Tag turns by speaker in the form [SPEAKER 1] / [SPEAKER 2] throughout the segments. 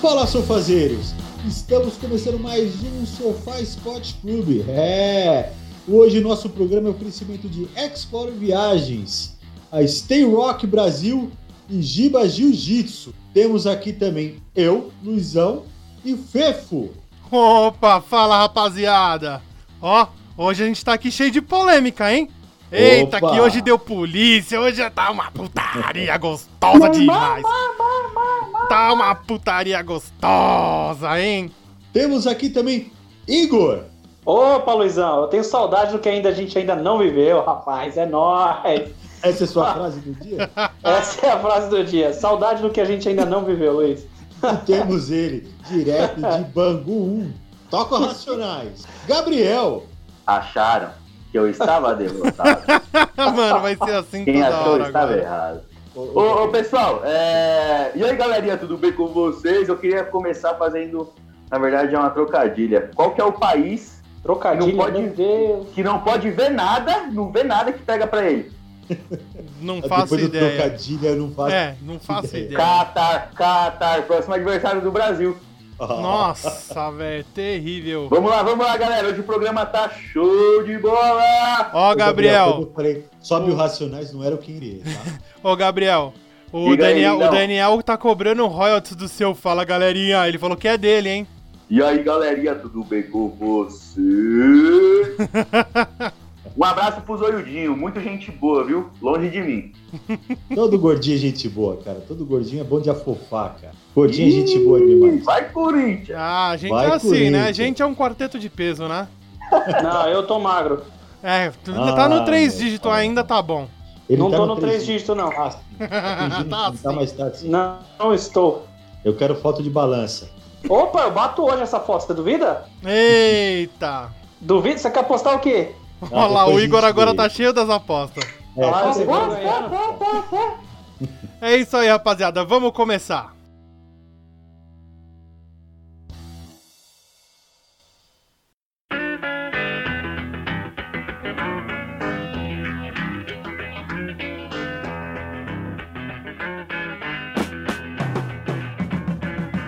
[SPEAKER 1] Fala, sofazeiros! Estamos começando mais um Sofá Spot Club. É! Hoje nosso programa é o crescimento de Explore Viagens, a Stay Rock Brasil e Giba Jiu-Jitsu. Temos aqui também eu, Luizão e Fefo.
[SPEAKER 2] Opa, fala rapaziada! Ó, hoje a gente tá aqui cheio de polêmica, hein? Eita,
[SPEAKER 1] Opa.
[SPEAKER 2] que hoje deu polícia, hoje já tá uma putaria gostosa demais! Tá uma putaria gostosa, hein?
[SPEAKER 1] Temos aqui também Igor.
[SPEAKER 3] Opa, Luizão, eu tenho saudade do que ainda a gente ainda não viveu, rapaz. É nóis.
[SPEAKER 1] Essa é sua frase do dia?
[SPEAKER 3] Essa é a frase do dia. Saudade do que a gente ainda não viveu, Luiz.
[SPEAKER 1] E temos ele, direto de Bangu 1. Toca os Racionais. Gabriel.
[SPEAKER 4] acharam que eu estava derrotado.
[SPEAKER 2] Mano, vai ser assim
[SPEAKER 4] Quem
[SPEAKER 2] toda
[SPEAKER 4] achou tá
[SPEAKER 2] hora
[SPEAKER 4] estava
[SPEAKER 2] agora.
[SPEAKER 4] errado.
[SPEAKER 1] Ô,
[SPEAKER 4] Ô,
[SPEAKER 1] ô,
[SPEAKER 4] ô, pessoal, é, e aí galerinha, tudo bem com vocês? Eu queria começar fazendo, na verdade, é uma trocadilha. Qual que é o país
[SPEAKER 3] Trocadilho, né?
[SPEAKER 4] Não pode-
[SPEAKER 3] meu Deus.
[SPEAKER 4] que não pode ver nada, não vê nada que pega pra ele?
[SPEAKER 2] Não faço
[SPEAKER 1] Depois do
[SPEAKER 2] ideia.
[SPEAKER 1] trocadilho, eu não faço.
[SPEAKER 2] É, não faço
[SPEAKER 1] ideia.
[SPEAKER 2] ideia.
[SPEAKER 4] Catar, Catar, próximo adversário do Brasil.
[SPEAKER 2] Nossa, velho, terrível.
[SPEAKER 4] Vamos lá, vamos lá, galera. Hoje o programa tá show de bola!
[SPEAKER 2] Ó,
[SPEAKER 1] Ô,
[SPEAKER 2] Gabriel,
[SPEAKER 1] quando eu falei, sobe o Racionais, não era o que iria, tá?
[SPEAKER 2] Ô, Gabriel, o
[SPEAKER 4] Diga aí,
[SPEAKER 2] Daniel, o
[SPEAKER 4] Léo.
[SPEAKER 2] Daniel tá cobrando royalties do seu Fala Galerinha. Ele falou que é dele, hein?
[SPEAKER 4] E aí, galerinha, tudo bem com você? um abraço pro Zoiudinho, muito gente boa, viu? Longe de mim.
[SPEAKER 1] Todo gordinho é gente boa, cara. Todo gordinho é bom de afofar, cara. Gordinho é gente boa demais.
[SPEAKER 4] Vai, Corinthians!
[SPEAKER 2] Ah, a gente
[SPEAKER 1] Vai,
[SPEAKER 2] é assim,
[SPEAKER 1] Corinthians.
[SPEAKER 2] né? A gente é um quarteto de peso, né?
[SPEAKER 3] Não, eu tô magro.
[SPEAKER 2] É, tu ainda tá no
[SPEAKER 1] Ah,
[SPEAKER 2] três
[SPEAKER 1] meu
[SPEAKER 2] dígitos
[SPEAKER 1] pai.
[SPEAKER 2] ainda, tá bom.
[SPEAKER 1] Ele
[SPEAKER 3] não
[SPEAKER 1] tá
[SPEAKER 3] tô no três
[SPEAKER 1] dígitos.
[SPEAKER 3] dígitos, não.
[SPEAKER 1] Tá assim. Tá fingindo que
[SPEAKER 2] Tá
[SPEAKER 1] não tá,
[SPEAKER 2] assim.
[SPEAKER 1] mas tá assim.
[SPEAKER 3] Não, não estou.
[SPEAKER 1] Eu quero foto de balança.
[SPEAKER 3] Opa, eu bato hoje essa foto, você duvida?
[SPEAKER 2] Eita!
[SPEAKER 3] Duvida? Você quer apostar o quê?
[SPEAKER 2] Olha lá,
[SPEAKER 1] Tá, depois
[SPEAKER 2] o
[SPEAKER 1] a
[SPEAKER 2] Igor
[SPEAKER 1] gente
[SPEAKER 2] agora
[SPEAKER 1] vê.
[SPEAKER 2] tá cheio das apostas.
[SPEAKER 1] É,
[SPEAKER 3] Ah,
[SPEAKER 1] tá
[SPEAKER 3] você
[SPEAKER 1] bom.
[SPEAKER 3] vai ganhar.
[SPEAKER 2] É isso aí, rapaziada. Vamos começar.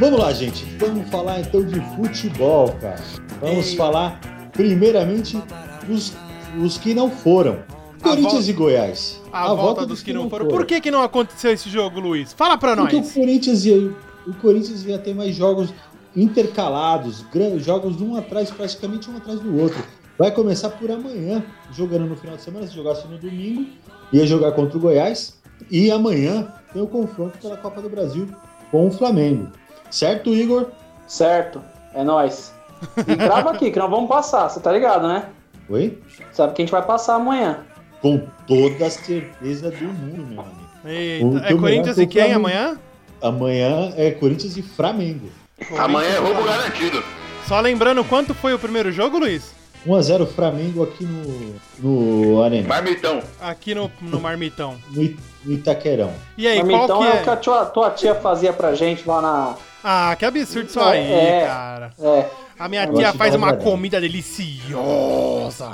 [SPEAKER 1] Vamos lá, gente. Vamos falar então de futebol, cara. Vamos
[SPEAKER 2] Ei.
[SPEAKER 1] falar primeiramente dos, dos que não foram. Corinthians
[SPEAKER 2] volta-
[SPEAKER 1] e Goiás.
[SPEAKER 2] A, volta, dos que, não foram. Por que que não aconteceu esse jogo, Luiz? Fala pra
[SPEAKER 1] Porque
[SPEAKER 2] nós.
[SPEAKER 1] o Corinthians ia, o Corinthians ia ter mais jogos intercalados, gran- jogos um atrás, praticamente um atrás do outro. Vai começar por amanhã, jogando no final de semana, se jogasse no domingo, ia jogar contra o Goiás. E amanhã tem o confronto pela Copa do Brasil com o Flamengo. Certo, Igor?
[SPEAKER 3] Certo, é nóis. E grava aqui, que nós vamos passar, você tá ligado, né?
[SPEAKER 1] Oi?
[SPEAKER 3] Sabe que a gente vai passar amanhã.
[SPEAKER 1] Com toda a certeza do mundo, meu amigo. O
[SPEAKER 2] Eita, é
[SPEAKER 1] que o
[SPEAKER 2] Corinthians
[SPEAKER 1] melhor
[SPEAKER 2] e quem
[SPEAKER 1] foi o
[SPEAKER 2] amanhã?
[SPEAKER 1] Amanhã é Corinthians e Flamengo.
[SPEAKER 4] Amanhã é roubo garantido.
[SPEAKER 2] Só lembrando quanto foi o primeiro jogo, Luiz?
[SPEAKER 1] 1x0 Flamengo aqui no, no Arena,
[SPEAKER 4] Marmitão.
[SPEAKER 2] Aqui no, no Marmitão.
[SPEAKER 1] no It- no Itaquerão.
[SPEAKER 2] E aí,
[SPEAKER 3] Mas
[SPEAKER 2] qual
[SPEAKER 3] então
[SPEAKER 2] que
[SPEAKER 3] é
[SPEAKER 2] é?
[SPEAKER 3] o que a tua, tua tia fazia pra gente lá na.
[SPEAKER 2] Ah, que absurdo isso
[SPEAKER 3] É,
[SPEAKER 2] aí,
[SPEAKER 3] é.
[SPEAKER 2] cara.
[SPEAKER 3] É,
[SPEAKER 2] A minha
[SPEAKER 1] Eu
[SPEAKER 2] tia
[SPEAKER 1] acho é
[SPEAKER 2] faz uma
[SPEAKER 1] desagradável.
[SPEAKER 2] comida deliciosa.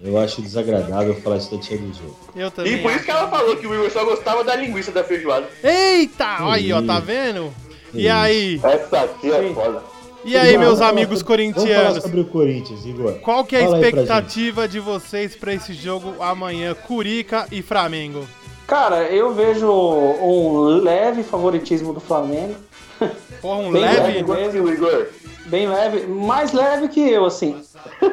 [SPEAKER 1] Eu acho desagradável falar isso da tia do jogo.
[SPEAKER 2] Eu também.
[SPEAKER 4] E por isso que ela falou que o Igor só gostava da linguiça da feijoada.
[SPEAKER 2] Eita! Olha aí, ó, tá
[SPEAKER 1] Ih.
[SPEAKER 2] vendo? E
[SPEAKER 1] Ih.
[SPEAKER 2] aí?
[SPEAKER 4] Essa tia é
[SPEAKER 3] Sim.
[SPEAKER 4] foda.
[SPEAKER 2] E aí,
[SPEAKER 1] Vamos
[SPEAKER 2] meus
[SPEAKER 1] falar
[SPEAKER 2] amigos
[SPEAKER 1] sobre- Vamos falar
[SPEAKER 2] corintianos?
[SPEAKER 1] sobre o Corinthians, Igor.
[SPEAKER 2] Qual que é a
[SPEAKER 1] Fala aí pra
[SPEAKER 2] expectativa de vocês pra esse jogo amanhã? Curica e Flamengo.
[SPEAKER 3] Cara, eu vejo um leve favoritismo do Flamengo.
[SPEAKER 2] Porra, um
[SPEAKER 3] Bem
[SPEAKER 2] leve.
[SPEAKER 3] leve.
[SPEAKER 4] Quanto que é o Igor?
[SPEAKER 3] Bem leve, mais leve que eu, assim.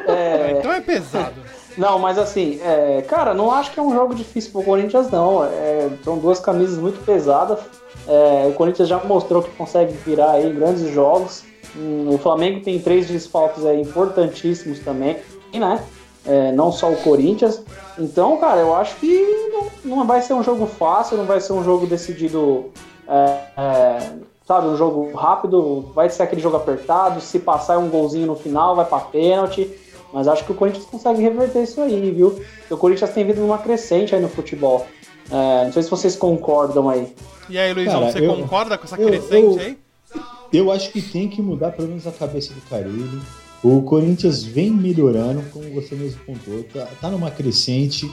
[SPEAKER 3] É,
[SPEAKER 2] Então é pesado.
[SPEAKER 3] não, mas assim, é, cara, não acho que é um jogo difícil pro Corinthians, não. É, são duas camisas muito pesadas. É, o Corinthians já mostrou que consegue virar aí grandes jogos. Hum, o Flamengo tem três desfalques aí importantíssimos também, né? É, não só o Corinthians. Então, cara, eu acho que não, não vai ser um jogo fácil, não vai ser um jogo decidido, é, é, sabe, um jogo rápido. Vai ser aquele jogo apertado. Se passar um golzinho no final, vai pra pênalti. Mas acho que o Corinthians consegue reverter isso aí, viu? Porque O Corinthians tem vindo numa crescente aí no futebol. É, não sei se vocês concordam aí.
[SPEAKER 2] E aí, Luizão,
[SPEAKER 1] Cara,
[SPEAKER 2] você
[SPEAKER 1] eu-
[SPEAKER 2] concorda com essa
[SPEAKER 1] eu-
[SPEAKER 2] crescente
[SPEAKER 1] eu-
[SPEAKER 2] aí?
[SPEAKER 1] Eu acho que tem que mudar pelo menos a cabeça do Carilli. O Corinthians vem melhorando, como você mesmo pontuou, tá, tá numa crescente.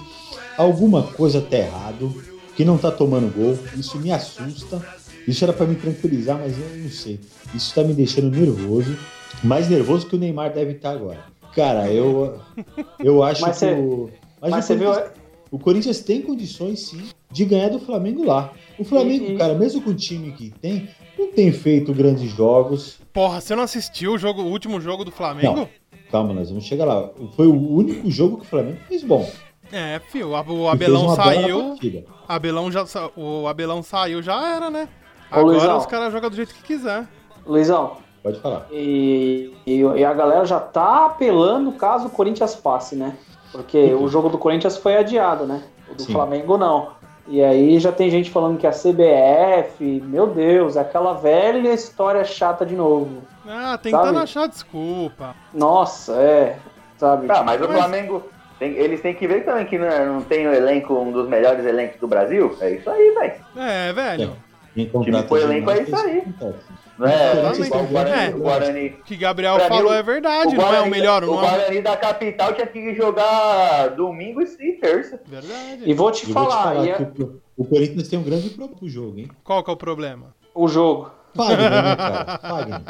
[SPEAKER 1] Alguma coisa tá errado, que não tá tomando gol, isso me assusta. Isso era pra me tranquilizar, mas eu não sei. Isso tá me deixando nervoso. Mais nervoso que o Neymar deve estar agora. Cara, eu, eu acho
[SPEAKER 3] Mas
[SPEAKER 1] que.
[SPEAKER 3] cê-
[SPEAKER 1] o-
[SPEAKER 3] Mas,
[SPEAKER 1] o
[SPEAKER 3] você viu.
[SPEAKER 1] Corinthians- o Corinthians tem condições, sim, de ganhar do Flamengo lá. O Flamengo,
[SPEAKER 3] E- e-
[SPEAKER 1] cara, mesmo com o time que tem, não tem feito grandes jogos.
[SPEAKER 2] Porra, você não assistiu o, jogo, o último jogo do Flamengo?
[SPEAKER 1] Calma, nós vamos chegar lá. Foi o único jogo que o Flamengo fez bom.
[SPEAKER 2] É, fio, o Ab- o
[SPEAKER 1] E fez
[SPEAKER 2] Abelão
[SPEAKER 1] uma bela
[SPEAKER 2] saiu.
[SPEAKER 1] partida.
[SPEAKER 2] Abelão já, sa- o Abelão saiu, já era, né?
[SPEAKER 3] Ô,
[SPEAKER 2] Agora
[SPEAKER 3] Luizão.
[SPEAKER 2] os caras jogam do jeito que quiser.
[SPEAKER 3] Luizão,
[SPEAKER 1] Pode falar.
[SPEAKER 3] E, e- e a galera já tá apelando caso o Corinthians passe, né? Porque o jogo do Corinthians foi adiado, né? O do
[SPEAKER 1] Sim.
[SPEAKER 3] Flamengo não. E aí já tem gente falando que a CBF, meu Deus, é aquela velha história chata de novo.
[SPEAKER 2] Ah,
[SPEAKER 3] Sabe?
[SPEAKER 2] tentando achar desculpa.
[SPEAKER 3] Nossa, é, sabe?
[SPEAKER 4] Tá, mas o
[SPEAKER 2] Mas-
[SPEAKER 4] Flamengo. tem- eles têm que ver também que não, é, não tem o elenco, um dos melhores elencos do Brasil. É isso aí, velho.
[SPEAKER 2] É, velho.
[SPEAKER 1] Quem contrata
[SPEAKER 4] foi elenco, é
[SPEAKER 1] demais,
[SPEAKER 4] isso aí.
[SPEAKER 1] acontece.
[SPEAKER 4] Não é,
[SPEAKER 1] Exatamente.
[SPEAKER 4] igual o Guarani.
[SPEAKER 2] É.
[SPEAKER 4] O Guarani,
[SPEAKER 2] O que Gabriel
[SPEAKER 4] Pra mim,
[SPEAKER 2] falou
[SPEAKER 4] o-
[SPEAKER 2] é verdade,
[SPEAKER 4] o
[SPEAKER 2] não é o
[SPEAKER 4] Guarani-
[SPEAKER 2] melhor, não
[SPEAKER 4] o
[SPEAKER 2] é?
[SPEAKER 4] Guarani da capital tinha que jogar domingo e terça.
[SPEAKER 3] E
[SPEAKER 2] Verdade.
[SPEAKER 3] vou te
[SPEAKER 1] E vou te
[SPEAKER 3] falar,
[SPEAKER 1] falar
[SPEAKER 3] e é-
[SPEAKER 1] que o, o Corinthians tem um grande problema pro jogo, hein?
[SPEAKER 2] Qual que é o problema?
[SPEAKER 3] o jogo.
[SPEAKER 1] Fagner, né, cara? Fagner.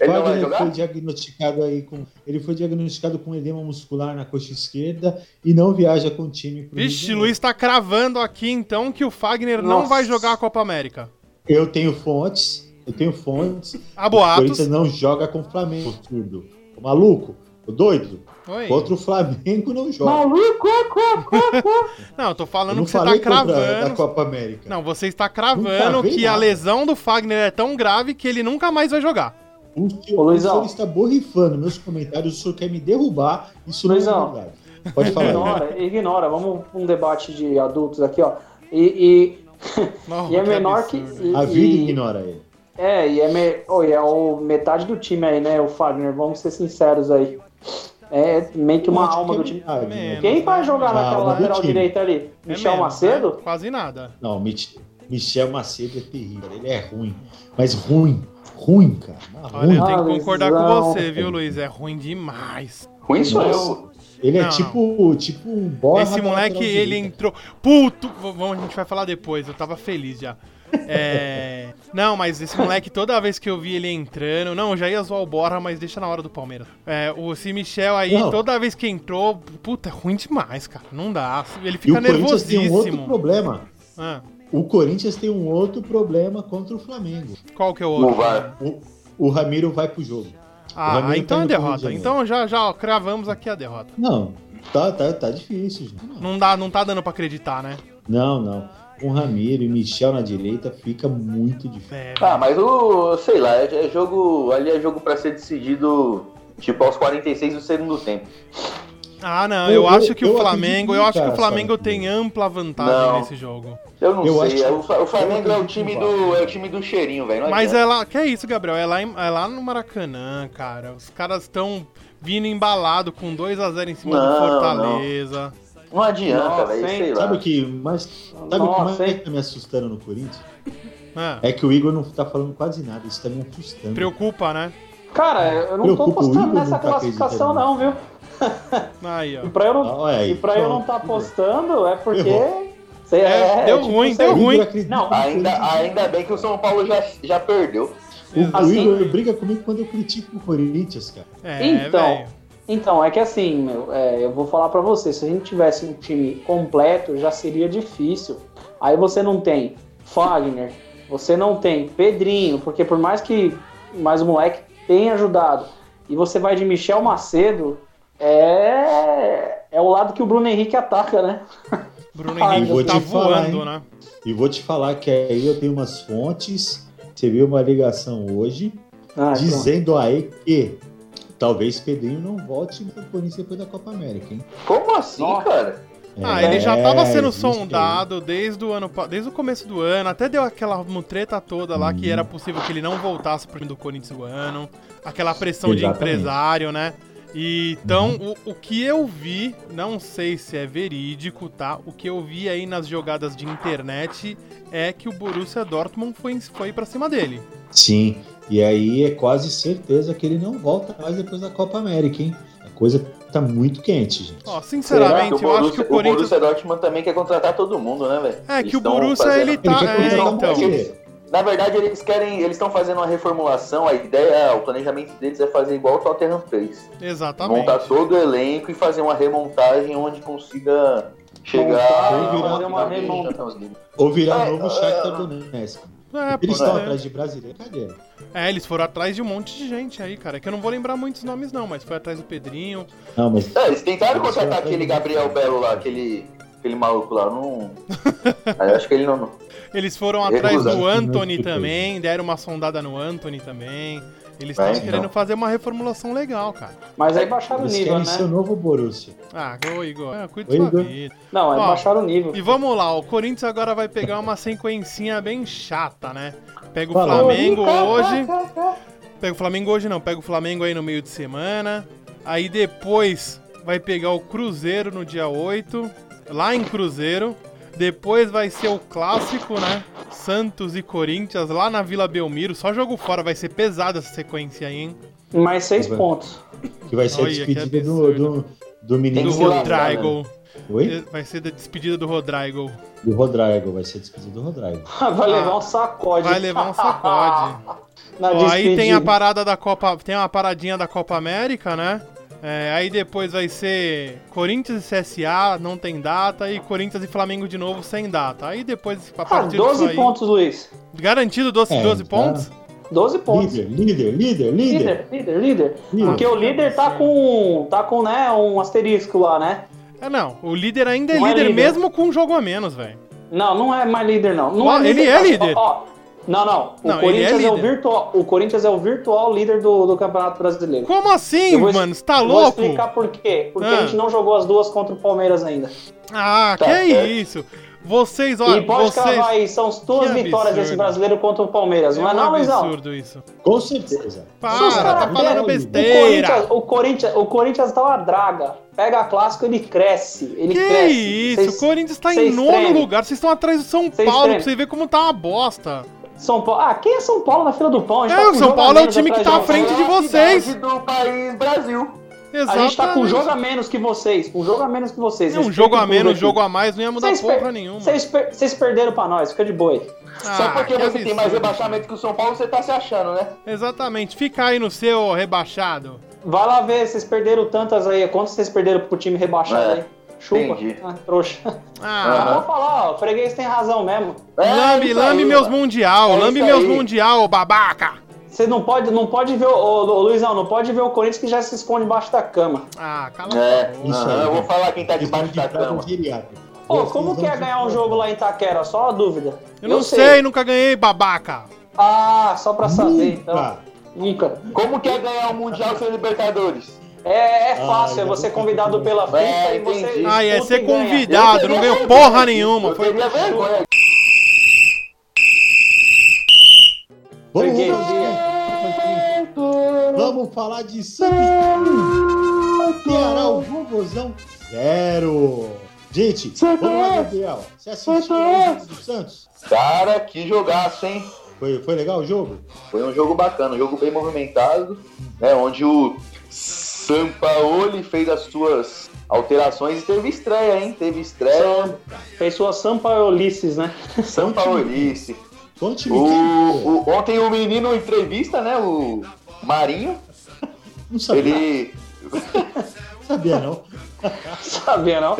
[SPEAKER 4] Ele não
[SPEAKER 1] Fagner
[SPEAKER 4] vai
[SPEAKER 1] foi
[SPEAKER 4] jogar?
[SPEAKER 1] diagnosticado aí com. Ele foi diagnosticado com edema muscular na coxa esquerda e não viaja com o time pro Rio de
[SPEAKER 2] Vixe,
[SPEAKER 1] Janeiro.
[SPEAKER 2] Luiz tá cravando aqui então que o Fagner não
[SPEAKER 3] Nossa.
[SPEAKER 2] vai jogar a Copa América.
[SPEAKER 1] Eu tenho fontes, eu tenho fontes.
[SPEAKER 2] Há
[SPEAKER 1] O
[SPEAKER 2] boatos.
[SPEAKER 1] Corinthians não joga com o Flamengo, tudo. Ô, maluco, ô, doido.
[SPEAKER 2] Oi.
[SPEAKER 1] Contra o Flamengo não joga.
[SPEAKER 3] Maluco,
[SPEAKER 2] Não, eu tô
[SPEAKER 1] Eu
[SPEAKER 2] falando
[SPEAKER 1] não
[SPEAKER 2] que você tá
[SPEAKER 1] falei contra
[SPEAKER 2] cravando.
[SPEAKER 1] da Copa América.
[SPEAKER 2] Não, você está
[SPEAKER 1] Nunca
[SPEAKER 2] cravando
[SPEAKER 1] vi
[SPEAKER 2] que a
[SPEAKER 1] nada.
[SPEAKER 2] é
[SPEAKER 1] é Tá
[SPEAKER 3] um é, né, É
[SPEAKER 1] é né?
[SPEAKER 2] É né?
[SPEAKER 1] é
[SPEAKER 2] É
[SPEAKER 1] é tipo, um tá
[SPEAKER 2] É, É,
[SPEAKER 1] um
[SPEAKER 2] Ah, é Ah, então é
[SPEAKER 1] tá,
[SPEAKER 2] tá né? É,
[SPEAKER 4] Ah, é, tipo,
[SPEAKER 2] Ah,
[SPEAKER 4] é,
[SPEAKER 2] é
[SPEAKER 1] tá É tá tá Ah, É, Uhum. é tá
[SPEAKER 2] É, né? É, tá né? Ah, Ah, né? então, é tá? é tá, é, então.
[SPEAKER 3] tá é tipo Então, é assim, um um é, né?
[SPEAKER 4] assim, né, Na verdade, eles querem. Eles estão fazendo uma reformulação. A ideia, o planejamento deles é fazer igual o Tottenham fez.
[SPEAKER 2] Exatamente.
[SPEAKER 1] tá-
[SPEAKER 4] Montar todo o elenco e fazer uma remontagem onde consiga chegar.
[SPEAKER 1] Montar, virar
[SPEAKER 4] a-
[SPEAKER 3] uma
[SPEAKER 4] a-
[SPEAKER 3] remonta-
[SPEAKER 1] Ou virar
[SPEAKER 4] É,
[SPEAKER 1] novo
[SPEAKER 4] é,
[SPEAKER 1] Shakhtar
[SPEAKER 4] é.
[SPEAKER 1] Donetsk.
[SPEAKER 2] É,
[SPEAKER 1] Eles
[SPEAKER 2] pode
[SPEAKER 1] estão
[SPEAKER 2] ser.
[SPEAKER 1] atrás de brasileiro. Cadê?
[SPEAKER 2] É, eles foram atrás de um monte de gente aí, cara. É Que eu não vou lembrar muitos nomes, não, mas foi atrás do Pedrinho.
[SPEAKER 1] Não, mas
[SPEAKER 4] É, eles tentaram
[SPEAKER 1] Eles
[SPEAKER 4] contratar
[SPEAKER 1] foram
[SPEAKER 4] aquele
[SPEAKER 1] atrás do-
[SPEAKER 4] Gabriel Belo lá, aquele. Aquele maluco lá, não. Aí eu acho que ele não.
[SPEAKER 2] Eles foram
[SPEAKER 4] Erros,
[SPEAKER 2] atrás
[SPEAKER 4] acho
[SPEAKER 2] do
[SPEAKER 1] que
[SPEAKER 2] Anthony
[SPEAKER 1] não, porque-
[SPEAKER 2] também, deram uma sondada no Anthony também. Eles
[SPEAKER 4] Vai,
[SPEAKER 2] estão querendo
[SPEAKER 4] então.
[SPEAKER 2] fazer uma reformulação legal, cara.
[SPEAKER 3] Mas aí baixaram o
[SPEAKER 1] eles
[SPEAKER 3] nível,
[SPEAKER 1] querem
[SPEAKER 3] né?
[SPEAKER 1] ser o novo Borussia.
[SPEAKER 2] Ah, gol, Igor. Ah, cuida
[SPEAKER 1] Oi,
[SPEAKER 2] sua
[SPEAKER 1] Igor.
[SPEAKER 2] vida.
[SPEAKER 3] Não, aí
[SPEAKER 2] Ó,
[SPEAKER 3] baixaram o nível.
[SPEAKER 2] E vamos lá, o Corinthians agora vai pegar uma sequencinha bem chata, né? Pega o
[SPEAKER 1] Fala.
[SPEAKER 2] Flamengo hoje. Pega o Flamengo hoje não, pega o Flamengo aí no meio de semana. Aí depois vai pegar o Cruzeiro no dia 8, lá em Cruzeiro. Depois vai ser o clássico, né? Santos e Corinthians lá na Vila Belmiro. Só jogo fora, vai ser pesada essa sequência aí, hein?
[SPEAKER 3] Mais seis
[SPEAKER 1] Vai.
[SPEAKER 3] pontos.
[SPEAKER 1] Que vai ser a
[SPEAKER 2] Olha, que
[SPEAKER 1] despedida do,
[SPEAKER 2] absurdo.
[SPEAKER 1] do, do menino.
[SPEAKER 2] Do
[SPEAKER 4] que ser lá, Rodra-
[SPEAKER 2] Rodrigo.
[SPEAKER 1] Oi?
[SPEAKER 2] Vai ser da despedida do Rodrigo.
[SPEAKER 1] Do Rodrigo. Vai ser a despedida do Rodrigo.
[SPEAKER 3] Vai levar um sacode.
[SPEAKER 2] Ah, Vai levar um sacode.
[SPEAKER 3] Na
[SPEAKER 2] Ó, aí tem a
[SPEAKER 3] despedida.
[SPEAKER 2] parada da Copa, tem uma paradinha da Copa América, né? É, aí depois vai ser Corinthians e CSA, não tem data, e Corinthians e Flamengo de novo sem data. Aí depois, a
[SPEAKER 3] Ah,
[SPEAKER 2] partir disso
[SPEAKER 3] 12
[SPEAKER 2] aí-
[SPEAKER 3] pontos, Luiz.
[SPEAKER 2] Garantido 12,
[SPEAKER 1] É,
[SPEAKER 2] 12
[SPEAKER 1] tá.
[SPEAKER 2] pontos?
[SPEAKER 3] 12 pontos.
[SPEAKER 1] Líder, líder, líder, líder.
[SPEAKER 3] Líder, líder, líder.
[SPEAKER 1] Líder.
[SPEAKER 3] Porque o líder tá com. tá com, né, um asterisco lá, né?
[SPEAKER 2] É, não. O líder ainda é
[SPEAKER 3] Não é
[SPEAKER 2] líder,
[SPEAKER 3] líder.
[SPEAKER 2] mesmo com um jogo a menos, velho.
[SPEAKER 3] Não, não é mais líder, não. não
[SPEAKER 2] Ó, ele é
[SPEAKER 3] Ó,
[SPEAKER 2] líder.
[SPEAKER 3] ó, não, não. O
[SPEAKER 2] Não, ele
[SPEAKER 3] Corinthians
[SPEAKER 2] é
[SPEAKER 3] é, o
[SPEAKER 2] líder.
[SPEAKER 3] virtual. O Corinthians é o virtual líder do, do Campeonato Brasileiro.
[SPEAKER 2] Como assim,
[SPEAKER 3] Eu vou-
[SPEAKER 2] mano? Você tá
[SPEAKER 3] Vou
[SPEAKER 2] louco?
[SPEAKER 3] explicar por quê. Porque
[SPEAKER 2] Ah.
[SPEAKER 3] a gente não jogou as duas contra o Palmeiras ainda.
[SPEAKER 2] Ah,
[SPEAKER 4] Tá,
[SPEAKER 2] que
[SPEAKER 4] é.
[SPEAKER 2] isso? Vocês, olha,
[SPEAKER 3] e pode
[SPEAKER 2] vocês...
[SPEAKER 3] cravar aí, são as duas
[SPEAKER 2] Que
[SPEAKER 3] vitórias desse
[SPEAKER 2] absurdo.
[SPEAKER 3] brasileiro contra o Palmeiras,
[SPEAKER 2] É
[SPEAKER 3] não é
[SPEAKER 2] um
[SPEAKER 3] não, Luizão?
[SPEAKER 2] absurdo isso.
[SPEAKER 1] Com certeza.
[SPEAKER 3] Vocês
[SPEAKER 2] Para, tá
[SPEAKER 3] pararam,
[SPEAKER 2] falando
[SPEAKER 1] o
[SPEAKER 3] O
[SPEAKER 2] besteira.
[SPEAKER 3] Corinthians, o, Corinthians, o Corinthians tá uma draga. Pega a clássico, ele cresce. Ele
[SPEAKER 2] Que
[SPEAKER 3] cresce.
[SPEAKER 2] isso,
[SPEAKER 3] Vocês-
[SPEAKER 2] o Corinthians tá em
[SPEAKER 3] vocês
[SPEAKER 2] nono
[SPEAKER 3] tremem.
[SPEAKER 2] lugar, vocês estão atrás do São
[SPEAKER 3] Vocês
[SPEAKER 2] Paulo, pra
[SPEAKER 3] tremem.
[SPEAKER 2] você ver como tá uma bosta.
[SPEAKER 3] São Paulo. Ah, quem é São Paulo na fila do pão? A gente
[SPEAKER 2] É,
[SPEAKER 3] tá com
[SPEAKER 2] o São
[SPEAKER 3] jogo a
[SPEAKER 2] Paulo é o
[SPEAKER 3] menos
[SPEAKER 2] time que
[SPEAKER 3] atrás
[SPEAKER 2] tá à
[SPEAKER 3] nós.
[SPEAKER 2] frente de vocês.
[SPEAKER 4] É Cidade do país Brasil.
[SPEAKER 3] A
[SPEAKER 2] Exatamente.
[SPEAKER 3] gente tá com um jogo a menos que vocês. Um jogo a menos que vocês.
[SPEAKER 2] Não, um jogo a menos,
[SPEAKER 3] um
[SPEAKER 2] jogo a mais, não ia mudar
[SPEAKER 3] Vocês per-
[SPEAKER 2] porra nenhuma.
[SPEAKER 3] Vocês per- vocês perderam pra nós, fica de boi.
[SPEAKER 4] Só
[SPEAKER 2] Ah,
[SPEAKER 4] porque
[SPEAKER 2] que
[SPEAKER 4] você tem mais
[SPEAKER 2] absurdo.
[SPEAKER 4] rebaixamento que o São Paulo, você tá se achando, né?
[SPEAKER 2] Exatamente, fica aí no seu ô, rebaixado.
[SPEAKER 3] Vai lá ver, vocês perderam tantas aí. Quantos vocês perderam pro time rebaixado
[SPEAKER 4] É,
[SPEAKER 3] aí? Chupa.
[SPEAKER 4] entendi.
[SPEAKER 3] Ah, trouxa.
[SPEAKER 2] Ah,
[SPEAKER 4] Aham. É,
[SPEAKER 3] Vou falar, ó, o freguês tem razão mesmo.
[SPEAKER 2] lambe,
[SPEAKER 4] isso
[SPEAKER 2] lambe
[SPEAKER 4] aí,
[SPEAKER 2] meus
[SPEAKER 4] mano.
[SPEAKER 2] mundial,
[SPEAKER 4] É
[SPEAKER 2] lambe
[SPEAKER 4] isso
[SPEAKER 2] meus
[SPEAKER 4] aí.
[SPEAKER 2] mundial, babaca.
[SPEAKER 3] Você não pode, não pode ver, o, o Luizão, não pode ver o Corinthians que já se esconde embaixo da cama.
[SPEAKER 2] Ah, cala
[SPEAKER 4] É,
[SPEAKER 2] a boca.
[SPEAKER 1] Isso
[SPEAKER 4] aham,
[SPEAKER 1] aí.
[SPEAKER 4] eu vou falar quem tá
[SPEAKER 1] Eles estão
[SPEAKER 4] debaixo
[SPEAKER 1] de
[SPEAKER 4] da
[SPEAKER 1] fralda
[SPEAKER 4] cama.
[SPEAKER 1] geriátrica.
[SPEAKER 3] Ô,
[SPEAKER 1] Eles
[SPEAKER 3] como
[SPEAKER 1] estão
[SPEAKER 3] que é
[SPEAKER 1] de
[SPEAKER 3] ganhar um
[SPEAKER 1] fralda.
[SPEAKER 3] jogo lá em Itaquera? Só uma dúvida.
[SPEAKER 2] Eu não sei, nunca ganhei, babaca.
[SPEAKER 3] Ah, só pra saber, então.
[SPEAKER 1] Nunca.
[SPEAKER 3] Nunca.
[SPEAKER 4] Como quer ganhar o Mundial sem Libertadores?
[SPEAKER 3] É, é
[SPEAKER 1] Ah,
[SPEAKER 3] fácil, é
[SPEAKER 1] já
[SPEAKER 3] você
[SPEAKER 1] vou
[SPEAKER 3] convidado pela FIFA
[SPEAKER 4] É,
[SPEAKER 3] e você.
[SPEAKER 4] entendi.
[SPEAKER 2] Ah, é
[SPEAKER 3] disputa
[SPEAKER 2] ser
[SPEAKER 3] e ganha.
[SPEAKER 2] convidado, não ganhou porra nenhuma.
[SPEAKER 4] Eu
[SPEAKER 2] Foi
[SPEAKER 1] um
[SPEAKER 4] teria vergonha.
[SPEAKER 1] Vamos,
[SPEAKER 3] Freguês.
[SPEAKER 1] falar de- Vamos falar de Santos. Ceará, o Vovozão zero. Gente, vamos lá, Gabriel. Você assistiu o jogo do Santos?
[SPEAKER 4] Cara, que jogaço, hein?
[SPEAKER 1] Foi, foi legal o jogo?
[SPEAKER 4] Foi um jogo bacana, um jogo bem movimentado, né? Onde o Sampaoli fez as suas alterações e teve estreia, hein? Teve
[SPEAKER 3] É,
[SPEAKER 4] estreia.
[SPEAKER 3] Fez sua Sampaolices, né?
[SPEAKER 4] Sampaolice.
[SPEAKER 1] Foi um time
[SPEAKER 4] O,
[SPEAKER 1] que
[SPEAKER 4] o, ontem o menino em entrevista, né? O Marinho,
[SPEAKER 1] não sabia,
[SPEAKER 4] ele.
[SPEAKER 1] não sabia não.
[SPEAKER 3] Sabia, não?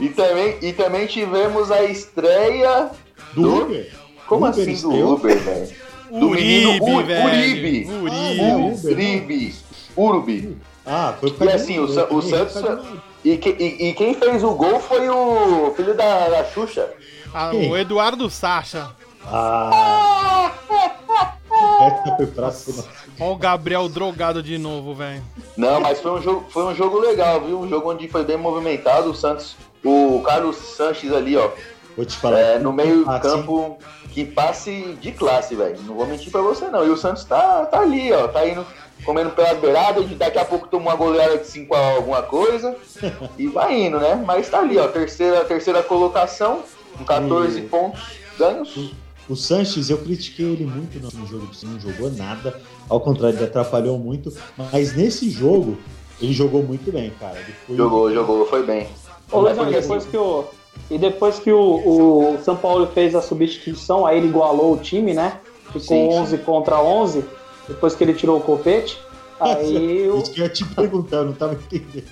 [SPEAKER 4] E também, e também tivemos a estreia.
[SPEAKER 1] Do
[SPEAKER 4] Do-
[SPEAKER 1] Uber?
[SPEAKER 4] Como
[SPEAKER 1] Uber
[SPEAKER 4] assim
[SPEAKER 1] estreia?
[SPEAKER 4] do Uber, velho? Do menino
[SPEAKER 2] Uribe,
[SPEAKER 4] Uri-
[SPEAKER 2] velho.
[SPEAKER 4] Uribe.
[SPEAKER 1] Ah, é,
[SPEAKER 2] Uribe.
[SPEAKER 1] o Uber, não.
[SPEAKER 4] Uribe. Urubi.
[SPEAKER 1] Ah, foi por
[SPEAKER 4] E
[SPEAKER 1] causa do
[SPEAKER 4] assim, o
[SPEAKER 1] Uber,
[SPEAKER 4] Sa- o
[SPEAKER 1] também, por
[SPEAKER 4] Santos-
[SPEAKER 1] causa do-
[SPEAKER 4] E, que- e- e quem fez o gol foi o filho da, da Xuxa.
[SPEAKER 2] Ah,
[SPEAKER 1] Quem?
[SPEAKER 2] o Eduardo Sacha.
[SPEAKER 1] Ah! Essa foi pra cima.
[SPEAKER 2] Ó o Gabriel drogado de novo, velho.
[SPEAKER 4] Não, mas foi um, jogo, foi um jogo legal, viu? Um jogo onde foi bem movimentado. O Santos, o Carlos Sanches ali, ó,
[SPEAKER 1] Vou te falar.
[SPEAKER 4] é, no meio
[SPEAKER 1] Ah,
[SPEAKER 4] do campo, que passe de classe, velho. Não vou mentir pra você, não. E o Santos tá, tá ali, ó, tá indo comendo pelas beiradas, de daqui a pouco toma uma goleada de 5 a alguma coisa. e vai indo, né? Mas tá ali, ó, terceira, terceira colocação, com 14
[SPEAKER 1] Hum.
[SPEAKER 4] pontos ganhos.
[SPEAKER 1] O Sanches, eu critiquei ele muito no no jogo, porque ele não jogou nada. Ao contrário, ele atrapalhou muito. Mas nesse jogo, ele jogou muito bem, cara. Ele foi-
[SPEAKER 4] Jogou, jogou, foi bem.
[SPEAKER 3] Ô,
[SPEAKER 4] Mas
[SPEAKER 3] Luizão,
[SPEAKER 4] porque, assim,
[SPEAKER 3] depois que o. E depois que o, o São Paulo fez a substituição, aí ele igualou o time, né? Ficou
[SPEAKER 4] Sim, sim.
[SPEAKER 3] 11 contra 11, depois que ele tirou o copete. Aí,
[SPEAKER 1] Eu
[SPEAKER 3] o,
[SPEAKER 1] tinha te perguntado, não tava entendendo.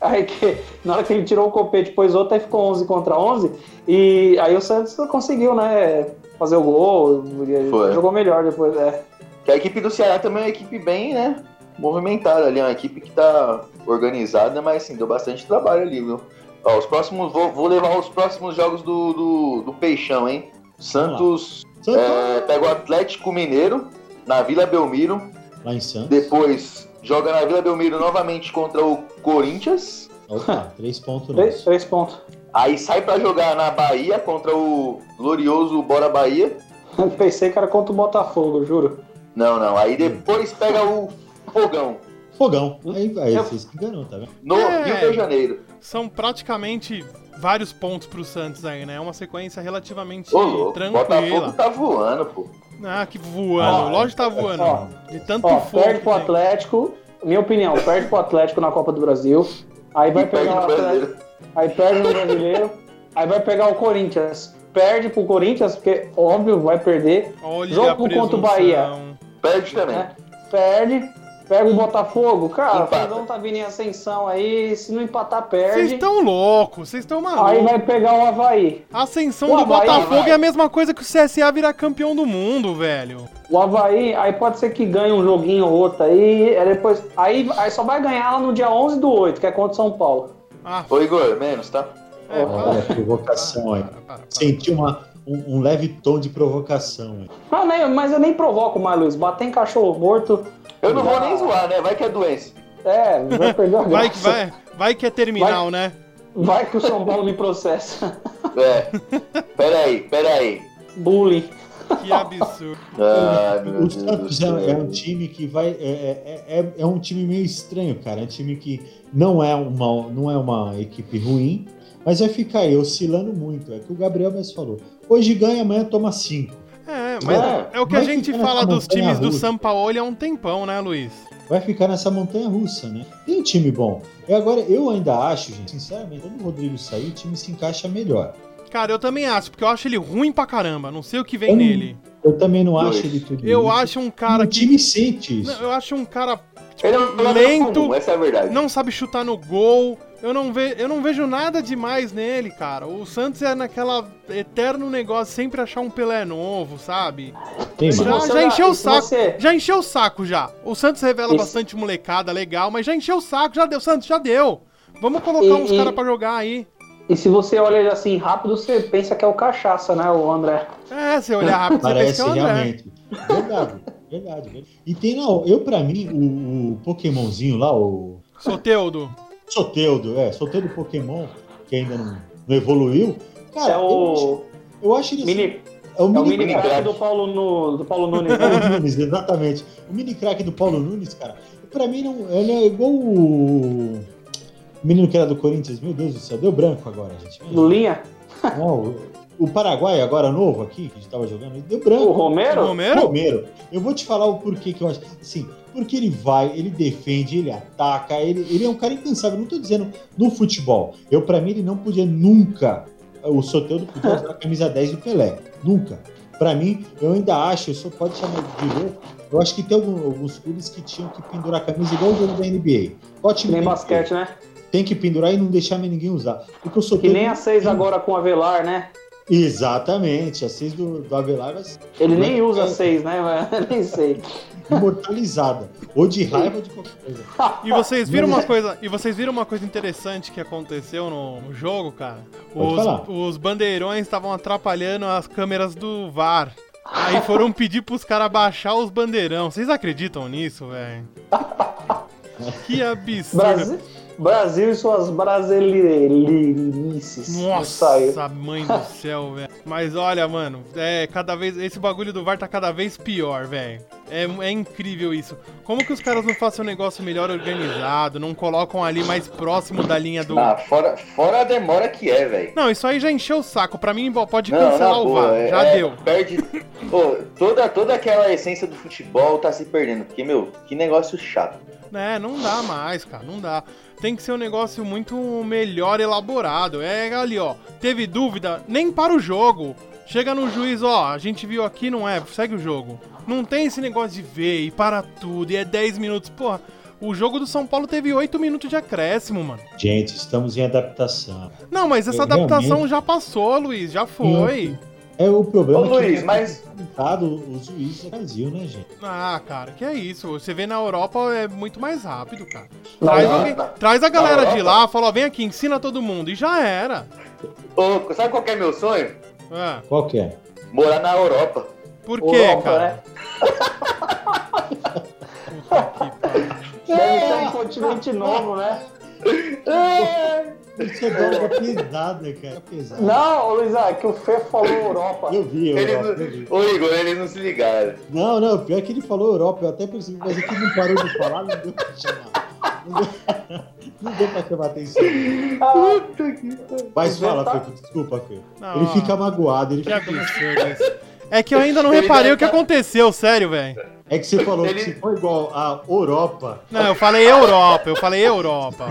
[SPEAKER 3] aí que, na hora que ele tirou o copete, pôs outro, aí ficou 11 contra 11. E aí o Santos conseguiu, né? Fazer o gol,
[SPEAKER 4] Foi.
[SPEAKER 3] jogou melhor depois. É.
[SPEAKER 4] Que a equipe do Ceará também é uma equipe bem, né? Movimentada ali, é uma equipe que tá organizada, mas assim, deu bastante trabalho ali, viu? Ó, os próximos. Vou, vou levar os próximos jogos do, do, do Peixão, hein? Santos
[SPEAKER 1] Santos,
[SPEAKER 4] é, pega o Atlético Mineiro na Vila Belmiro.
[SPEAKER 1] lá em Santos.
[SPEAKER 4] Depois joga na Vila Belmiro novamente contra o Corinthians.
[SPEAKER 1] Opa, tá, três pontos
[SPEAKER 3] Três,
[SPEAKER 1] nossos.
[SPEAKER 3] três pontos.
[SPEAKER 4] Aí sai pra jogar na Bahia contra o glorioso Bora Bahia.
[SPEAKER 3] Pensei que era contra o Botafogo, juro.
[SPEAKER 4] Não, não. Aí depois pega o Fogão.
[SPEAKER 1] Fogão. Aí, aí
[SPEAKER 3] Eu-
[SPEAKER 1] vocês se enganaram, tá vendo?
[SPEAKER 4] No
[SPEAKER 2] É.
[SPEAKER 4] Rio de Janeiro.
[SPEAKER 2] São praticamente vários pontos pro Santos aí, né? É uma sequência relativamente
[SPEAKER 4] Ô, louco. Botafogo
[SPEAKER 2] tranquila.
[SPEAKER 4] tá voando, pô.
[SPEAKER 2] Ah, que voando.
[SPEAKER 1] Ó,
[SPEAKER 2] Lógico que tá voando.
[SPEAKER 3] ó,
[SPEAKER 2] de tanto
[SPEAKER 3] Ó,
[SPEAKER 2] fogo.
[SPEAKER 3] perde
[SPEAKER 2] que
[SPEAKER 3] pro
[SPEAKER 2] tem.
[SPEAKER 3] Atlético, minha opinião, perde pro Atlético na Copa do Brasil. Aí vai
[SPEAKER 4] E perde
[SPEAKER 3] pegar o
[SPEAKER 4] no
[SPEAKER 3] Atlético,
[SPEAKER 4] brasileiro.
[SPEAKER 3] aí perde no brasileiro, aí vai pegar o Corinthians. Perde pro Corinthians, porque óbvio vai perder,
[SPEAKER 2] Olha
[SPEAKER 3] Jogo
[SPEAKER 2] a presunção.
[SPEAKER 3] contra o Bahia.
[SPEAKER 4] Perde também.
[SPEAKER 3] né? Perde, pega o Botafogo, cara, o
[SPEAKER 4] Empata.
[SPEAKER 3] Fernão tá vindo em ascensão aí, se não empatar,
[SPEAKER 2] Vocês
[SPEAKER 3] perde.
[SPEAKER 2] estão loucos, vocês estão
[SPEAKER 3] Aí
[SPEAKER 2] malucos.
[SPEAKER 3] vai pegar o Havaí.
[SPEAKER 2] A ascensão
[SPEAKER 3] Pô,
[SPEAKER 2] do
[SPEAKER 3] vai,
[SPEAKER 2] Botafogo
[SPEAKER 4] vai.
[SPEAKER 2] é a mesma coisa que o CSA virar campeão do mundo, velho.
[SPEAKER 3] O Havaí, aí pode ser que ganhe um joguinho ou outro aí, aí depois, aí, aí só vai ganhar lá no dia 11 do 8, que é contra o São Paulo.
[SPEAKER 2] Ah,
[SPEAKER 4] Ô, Igor, menos, tá?
[SPEAKER 2] é, para,
[SPEAKER 1] Olha, provocação aí.
[SPEAKER 2] para, para, para.
[SPEAKER 1] Senti uma, um, um leve tom de provocação aí.
[SPEAKER 3] Mas, nem- Ah, né, mas eu nem provoco mais, Luiz. Bater em cachorro morto.
[SPEAKER 4] Eu não vou
[SPEAKER 3] dá-
[SPEAKER 4] nem zoar, né? Vai que é doença.
[SPEAKER 3] É, vai perder a
[SPEAKER 2] Vai que,
[SPEAKER 3] graça.
[SPEAKER 2] vai, vai que é terminal, né?
[SPEAKER 3] Vai que o São Paulo me processa.
[SPEAKER 4] É. peraí, peraí.
[SPEAKER 3] Bullying.
[SPEAKER 2] Que absurdo.
[SPEAKER 4] Ai, meu
[SPEAKER 1] o
[SPEAKER 4] Deus do
[SPEAKER 1] Santos é,
[SPEAKER 4] céu.
[SPEAKER 1] é um time que vai. É, é, é, é um time meio estranho, cara. É um time que não é uma, não é uma equipe ruim, mas vai ficar aí oscilando muito. É o que o Gabriel mesmo falou. Hoje ganha, amanhã toma cinco.
[SPEAKER 2] É, mas é, o que a
[SPEAKER 1] Vai
[SPEAKER 2] gente
[SPEAKER 1] ficar nessa
[SPEAKER 2] fala dos
[SPEAKER 1] montanha
[SPEAKER 2] times do
[SPEAKER 1] russa.
[SPEAKER 2] São Paulo há um tempão, né, Luiz?
[SPEAKER 1] Vai ficar nessa montanha russa, né? Tem um time bom. E agora, eu ainda acho, gente, sinceramente, quando o Rodrigo sair, o time se encaixa melhor.
[SPEAKER 2] Cara, eu também acho, porque eu acho ele ruim pra caramba. Não sei o que vem
[SPEAKER 1] Hum.
[SPEAKER 2] nele.
[SPEAKER 1] Eu também não acho
[SPEAKER 4] Dois.
[SPEAKER 1] ele tudo
[SPEAKER 2] Eu
[SPEAKER 1] isso.
[SPEAKER 2] acho um cara
[SPEAKER 1] o
[SPEAKER 2] que.
[SPEAKER 1] time sente isso.
[SPEAKER 2] Não, eu acho um cara
[SPEAKER 4] Ele é um jogador
[SPEAKER 2] Lento.
[SPEAKER 4] comum, essa é a verdade.
[SPEAKER 2] não sabe chutar no gol. Eu não, ve- eu não vejo nada demais nele, cara. O Santos é naquela eterno negócio, sempre achar um Pelé novo, sabe?
[SPEAKER 1] Tem
[SPEAKER 2] Já-
[SPEAKER 1] mais.
[SPEAKER 3] Você
[SPEAKER 2] já
[SPEAKER 3] dá-
[SPEAKER 2] encheu o
[SPEAKER 3] se
[SPEAKER 2] saco.
[SPEAKER 3] Você,
[SPEAKER 2] Já encheu o saco já. O Santos revela
[SPEAKER 3] Esse-
[SPEAKER 2] bastante molecada legal, mas já encheu o saco, já deu. Santos, já deu. Vamos colocar
[SPEAKER 3] E-
[SPEAKER 2] uns
[SPEAKER 3] e-
[SPEAKER 2] caras pra jogar aí.
[SPEAKER 3] e se você olha ele assim rápido, você pensa que é o cachaça, né, o André?
[SPEAKER 2] É, se eu olhar rápido, você pensa que
[SPEAKER 1] Parece
[SPEAKER 2] é o André.
[SPEAKER 1] realmente. Verdade, verdade, verdade. E tem não, eu pra mim, o, o Pokémonzinho lá, o
[SPEAKER 2] Soteudo.
[SPEAKER 1] Soteudo, é, Soteudo Pokémon, que ainda não, não evoluiu. Cara,
[SPEAKER 3] É
[SPEAKER 1] eu, acho-
[SPEAKER 3] o
[SPEAKER 1] eu acho ele. assim-
[SPEAKER 3] mini,
[SPEAKER 1] é o
[SPEAKER 3] é o
[SPEAKER 1] mini,
[SPEAKER 3] mini
[SPEAKER 1] crack.
[SPEAKER 3] craque do Paulo, Nu- do Paulo Nunes. né?
[SPEAKER 1] Paulo Nunes, exatamente. O mini crack do Paulo Nunes, cara, pra mim não. Ele é igual o. o Menino que era do Corinthians, meu Deus do céu, deu branco agora, gente.
[SPEAKER 3] Lulinha,
[SPEAKER 1] Não, o- o Paraguai, agora novo aqui, que a gente tava jogando, ele deu branco.
[SPEAKER 3] o Romero,
[SPEAKER 2] Romero?
[SPEAKER 1] Romero, eu vou te falar o porquê que eu acho. Assim, porque ele vai, ele defende, ele ataca, ele, ele é um cara incansável. Não tô dizendo no futebol. Eu, pra mim, ele não podia nunca. O Soteldo podia usar a camisa 10 do Pelé. Nunca. Pra mim, eu ainda acho, eu só pode chamar de louco. Eu acho que tem algum- alguns clubes que tinham que pendurar a camisa igual o jogo da NBA. Qual
[SPEAKER 3] que
[SPEAKER 1] time
[SPEAKER 3] nem
[SPEAKER 1] tem que-
[SPEAKER 3] basquete, né?
[SPEAKER 1] Tem que pendurar e não deixar mais ninguém usar. Porque o
[SPEAKER 3] Que
[SPEAKER 1] Soteldo.
[SPEAKER 3] nem a 6 agora com o Avelar, né?
[SPEAKER 1] Exatamente. A 6 do, do Avelar vai ser
[SPEAKER 3] Ele nem usa 6, né? mas nem sei.
[SPEAKER 1] imortalizada. ou de raiva ou de qualquer coisa.
[SPEAKER 2] E vocês viram uma coisa, e vocês viram uma coisa interessante que aconteceu no, no jogo, cara?
[SPEAKER 1] Pode falar.
[SPEAKER 2] Os, os bandeirões estavam atrapalhando as câmeras do VAR. Aí foram pedir pros caras baixar os bandeirão. Vocês acreditam nisso, velho? Que absurdo.
[SPEAKER 3] Brasil, Brasil e suas brasileirices. Saiu.
[SPEAKER 2] Nossa, mãe do céu, velho. Mas olha, mano, é cada vez esse bagulho do VAR tá cada vez pior, velho. É, é incrível isso. Como que os caras não fazem um negócio melhor organizado, não colocam ali mais próximo da linha do
[SPEAKER 4] Ah, fora, fora a demora que é, velho.
[SPEAKER 2] Não, isso aí já encheu o saco. Pra mim, bo- pode
[SPEAKER 4] Não,
[SPEAKER 2] cancelar
[SPEAKER 4] na
[SPEAKER 2] o
[SPEAKER 4] boa,
[SPEAKER 2] VAR.
[SPEAKER 4] é-
[SPEAKER 2] já
[SPEAKER 4] é,
[SPEAKER 2] deu.
[SPEAKER 4] Perde. Pô, toda, toda aquela essência do futebol tá se perdendo. Porque, meu, que negócio chato.
[SPEAKER 2] É, não dá mais, cara, não dá. Tem que ser um negócio muito melhor elaborado. É ali, ó. Teve dúvida, nem para o jogo. Chega no juiz, ó, a gente viu aqui, não é, segue o jogo. Não tem esse negócio de ver e para tudo, e é 10 minutos. Porra, o jogo do São Paulo teve 8 minutos de acréscimo, mano.
[SPEAKER 1] Gente, estamos em adaptação.
[SPEAKER 2] Não, mas essa
[SPEAKER 1] Eu
[SPEAKER 2] adaptação
[SPEAKER 1] realmente-
[SPEAKER 2] já passou, Luiz, já foi.
[SPEAKER 1] É o problema
[SPEAKER 4] Ô,
[SPEAKER 1] é que
[SPEAKER 4] Luiz,
[SPEAKER 1] não
[SPEAKER 4] mas-
[SPEAKER 1] é contado os juízes do Brasil, né, gente?
[SPEAKER 2] Ah, cara, que é isso. Você vê na Europa é muito mais rápido, cara.
[SPEAKER 3] Na
[SPEAKER 2] Traz,
[SPEAKER 4] Europa-
[SPEAKER 2] alguém- traz a galera de
[SPEAKER 4] Europa-
[SPEAKER 2] lá, fala, ó, vem aqui, ensina todo mundo. E já era.
[SPEAKER 4] Ô, sabe qual que é meu sonho?
[SPEAKER 2] É.
[SPEAKER 1] Qual que é?
[SPEAKER 4] Morar na Europa.
[SPEAKER 2] Por
[SPEAKER 3] Ô,
[SPEAKER 2] quê,
[SPEAKER 3] Europa,
[SPEAKER 2] cara?
[SPEAKER 3] né?
[SPEAKER 2] Puta que pariu. É.
[SPEAKER 3] Deve ser um continente novo, né?
[SPEAKER 1] Isso é droga pesada, cara. Pesada.
[SPEAKER 3] Não, ô, Luiz, ah, que o Fê falou Europa.
[SPEAKER 1] Eu vi, eu,
[SPEAKER 4] Eles
[SPEAKER 1] eu vi.
[SPEAKER 4] não... Ô, Igor, eles não se ligaram.
[SPEAKER 1] Não, não, pior que ele falou Europa, eu até percebi, mas aqui não parou de falar, não deu pra chamar. Não deu, não deu pra chamar atenção.
[SPEAKER 3] Ah,
[SPEAKER 1] Mas
[SPEAKER 3] Mas
[SPEAKER 1] fala,
[SPEAKER 3] tá-
[SPEAKER 1] Pepe, desculpa, Pepe.
[SPEAKER 2] Não,
[SPEAKER 1] Ele fica magoado, ele
[SPEAKER 2] Ah. Que
[SPEAKER 1] fica...
[SPEAKER 2] absurdo isso. É que eu ainda não
[SPEAKER 4] Ele
[SPEAKER 2] reparei
[SPEAKER 4] deve
[SPEAKER 2] o que
[SPEAKER 4] tá-
[SPEAKER 2] aconteceu, sério, velho.
[SPEAKER 1] É que você falou que
[SPEAKER 4] Ele-
[SPEAKER 1] se for igual a Europa,
[SPEAKER 2] Não, eu falei Europa, eu falei Europa.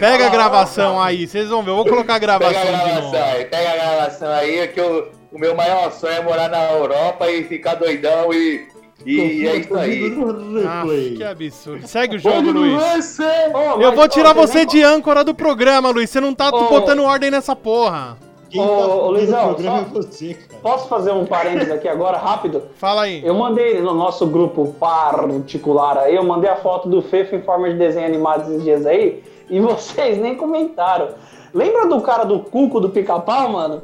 [SPEAKER 2] Pega a gravação aí, vocês vão ver. Eu vou colocar a
[SPEAKER 4] Pega
[SPEAKER 2] gravação
[SPEAKER 4] a
[SPEAKER 2] de
[SPEAKER 4] gravação
[SPEAKER 2] novo.
[SPEAKER 4] aí, pega a gravação aí, que eu- o meu maior sonho é morar na Europa e ficar doidão e, e é isso aí.
[SPEAKER 1] um
[SPEAKER 2] Ah, que
[SPEAKER 1] aí.
[SPEAKER 2] absurdo. Segue o jogo,
[SPEAKER 4] Olho no
[SPEAKER 2] Luiz.
[SPEAKER 4] lance!
[SPEAKER 3] ô,
[SPEAKER 2] Eu
[SPEAKER 3] mas,
[SPEAKER 2] vou
[SPEAKER 3] ô,
[SPEAKER 2] tirar você
[SPEAKER 3] vocês não-
[SPEAKER 2] de âncora do programa, Luiz. Você não tá
[SPEAKER 3] Ô.
[SPEAKER 2] botando ordem nessa porra.
[SPEAKER 1] Quem
[SPEAKER 3] Ô,
[SPEAKER 1] tá
[SPEAKER 3] ô,
[SPEAKER 1] no
[SPEAKER 3] Luizão,
[SPEAKER 1] programa
[SPEAKER 3] só-
[SPEAKER 1] é você, cara.
[SPEAKER 3] Posso fazer um parênteses aqui agora, rápido?
[SPEAKER 2] Fala aí.
[SPEAKER 3] Eu mandei no nosso grupo particular aí, eu mandei a foto do Fefo em forma de desenho animado esses dias aí, e vocês nem comentaram. Lembra do cara do cuco do pica-pau, mano?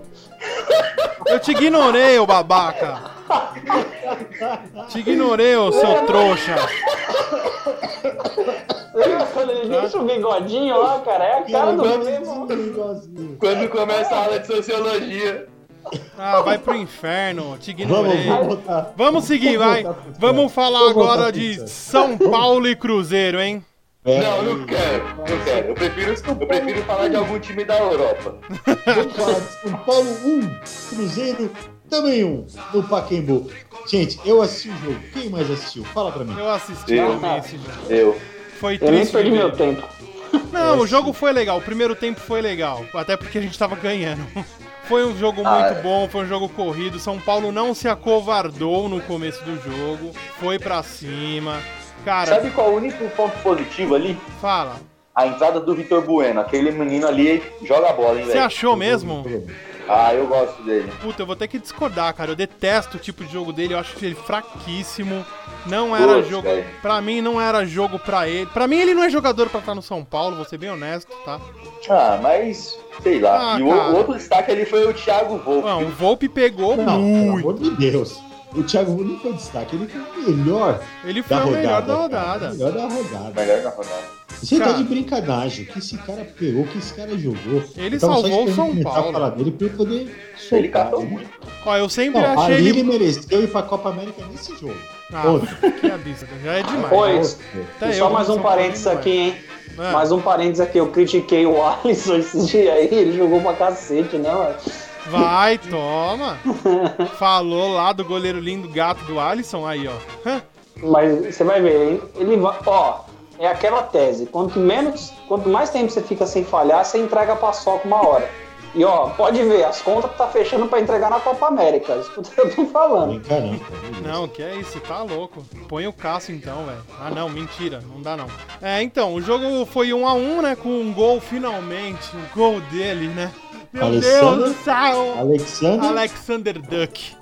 [SPEAKER 2] Eu te ignorei, ô babaca. Te ignorei, ô seu trouxa.
[SPEAKER 3] Lembra quando ele deixa o bigodinho lá, cara? É a cara do Fefo.
[SPEAKER 4] um
[SPEAKER 3] mano.
[SPEAKER 1] mesmo.
[SPEAKER 4] Quando começa a aula de sociologia.
[SPEAKER 2] Ah, vai pro inferno. Te
[SPEAKER 1] Vamos,
[SPEAKER 2] ignorei.
[SPEAKER 1] vamos botar.
[SPEAKER 2] Vamos seguir, vai.
[SPEAKER 1] voltar pro
[SPEAKER 2] Vamos
[SPEAKER 1] Santos.
[SPEAKER 2] falar
[SPEAKER 1] Vamos voltar
[SPEAKER 2] agora
[SPEAKER 1] pro
[SPEAKER 2] de
[SPEAKER 1] Santos.
[SPEAKER 2] São Paulo e Cruzeiro, hein?
[SPEAKER 1] É,
[SPEAKER 4] Não, não quero, não quero. Eu prefiro, eu prefiro falar de algum time da Europa.
[SPEAKER 1] Vamos falar de São Paulo 1, Cruzeiro também 1, no Pacaembu. Gente, eu assisti o jogo. Quem mais assistiu? Fala pra mim.
[SPEAKER 2] Eu assisti
[SPEAKER 4] Eu.
[SPEAKER 2] também esse jogo.
[SPEAKER 4] Eu.
[SPEAKER 2] Foi
[SPEAKER 3] Eu nem
[SPEAKER 2] triste.
[SPEAKER 3] perdi
[SPEAKER 2] de ver.
[SPEAKER 3] meu tempo.
[SPEAKER 2] Não, o jogo foi legal. O primeiro tempo foi legal. Até porque a gente tava ganhando. Foi um jogo muito
[SPEAKER 4] Ah, é.
[SPEAKER 2] bom, foi um jogo corrido. São Paulo não se acovardou no começo do jogo. Foi pra cima. Cara,
[SPEAKER 4] Sabe qual é o único ponto positivo ali?
[SPEAKER 2] fala.
[SPEAKER 4] A entrada do Vitor Bueno. Aquele menino ali joga bola, hein,
[SPEAKER 2] Você
[SPEAKER 4] velho?
[SPEAKER 2] achou mesmo?
[SPEAKER 4] Ah, eu gosto dele.
[SPEAKER 2] Puta, eu vou ter que discordar, cara. Eu detesto o tipo de jogo dele, eu acho ele fraquíssimo. Não era
[SPEAKER 4] Putz,
[SPEAKER 2] jogo.
[SPEAKER 4] velho.
[SPEAKER 2] Pra mim, não era jogo pra ele. Pra mim, ele não é jogador pra estar no São Paulo, vou ser bem honesto, tá?
[SPEAKER 4] Ah, mas sei lá.
[SPEAKER 2] Ah,
[SPEAKER 4] e o,
[SPEAKER 2] cara.
[SPEAKER 4] o outro destaque ali foi o Thiago Volpe.
[SPEAKER 2] Não, o Volpe pegou
[SPEAKER 1] Não, pelo
[SPEAKER 2] muito.
[SPEAKER 1] amor de Deus. O Thiago Nunes não foi destaque, ele foi o melhor
[SPEAKER 2] Ele foi
[SPEAKER 1] da
[SPEAKER 2] o
[SPEAKER 1] rodada.
[SPEAKER 2] melhor da
[SPEAKER 1] cara.
[SPEAKER 2] rodada.
[SPEAKER 1] O melhor da rodada.
[SPEAKER 4] Melhor na rodada.
[SPEAKER 1] Você
[SPEAKER 2] Cara.
[SPEAKER 1] tá de brincadeira, que esse cara pegou, que esse cara jogou.
[SPEAKER 2] Ele
[SPEAKER 1] Eu tava só
[SPEAKER 2] salvou o
[SPEAKER 1] esperando
[SPEAKER 2] São
[SPEAKER 1] começar a
[SPEAKER 2] Paulo.
[SPEAKER 1] falar dele pra eu poder soltar. né?
[SPEAKER 4] Ele catou muito.
[SPEAKER 2] Ó, eu sempre
[SPEAKER 1] Não,
[SPEAKER 2] achei
[SPEAKER 1] ali ele
[SPEAKER 2] ele.
[SPEAKER 1] mereceu ir pra Copa América nesse jogo.
[SPEAKER 2] Ah,
[SPEAKER 1] Outro.
[SPEAKER 2] que absurdo, já é demais.
[SPEAKER 3] Oi.
[SPEAKER 1] Outro.
[SPEAKER 2] Até eu
[SPEAKER 3] Só
[SPEAKER 2] que
[SPEAKER 3] mais
[SPEAKER 2] sou
[SPEAKER 3] um parênteses
[SPEAKER 2] Paulo, é.
[SPEAKER 3] aqui, hein?
[SPEAKER 2] né?
[SPEAKER 3] Mais um parênteses aqui. Eu critiquei o Alisson esse dia aí, ele jogou pra cacete, né, mano?
[SPEAKER 2] Vai, toma. Falou lá do goleiro lindo gato do Alisson, aí, ó. Hã?
[SPEAKER 3] Mas você vai ver, hein? ele vai. Ó, é aquela tese. Quanto menos, quanto mais tempo você fica sem falhar, você entrega a paçoca uma hora. E ó, pode ver, as contas tá fechando pra entregar na Copa América. Isso que eu tô falando.
[SPEAKER 1] Bem, caramba, meu Deus.
[SPEAKER 2] Não, que é isso, você tá louco. Põe o Cássio então, velho. Ah, não, mentira, não dá não. É, então, o jogo foi 1 a 1 né? Com um gol finalmente, o gol dele, né? Meu
[SPEAKER 1] Alessandro?
[SPEAKER 2] Deus do céu!
[SPEAKER 1] Alexandre.
[SPEAKER 2] Alexander Duck,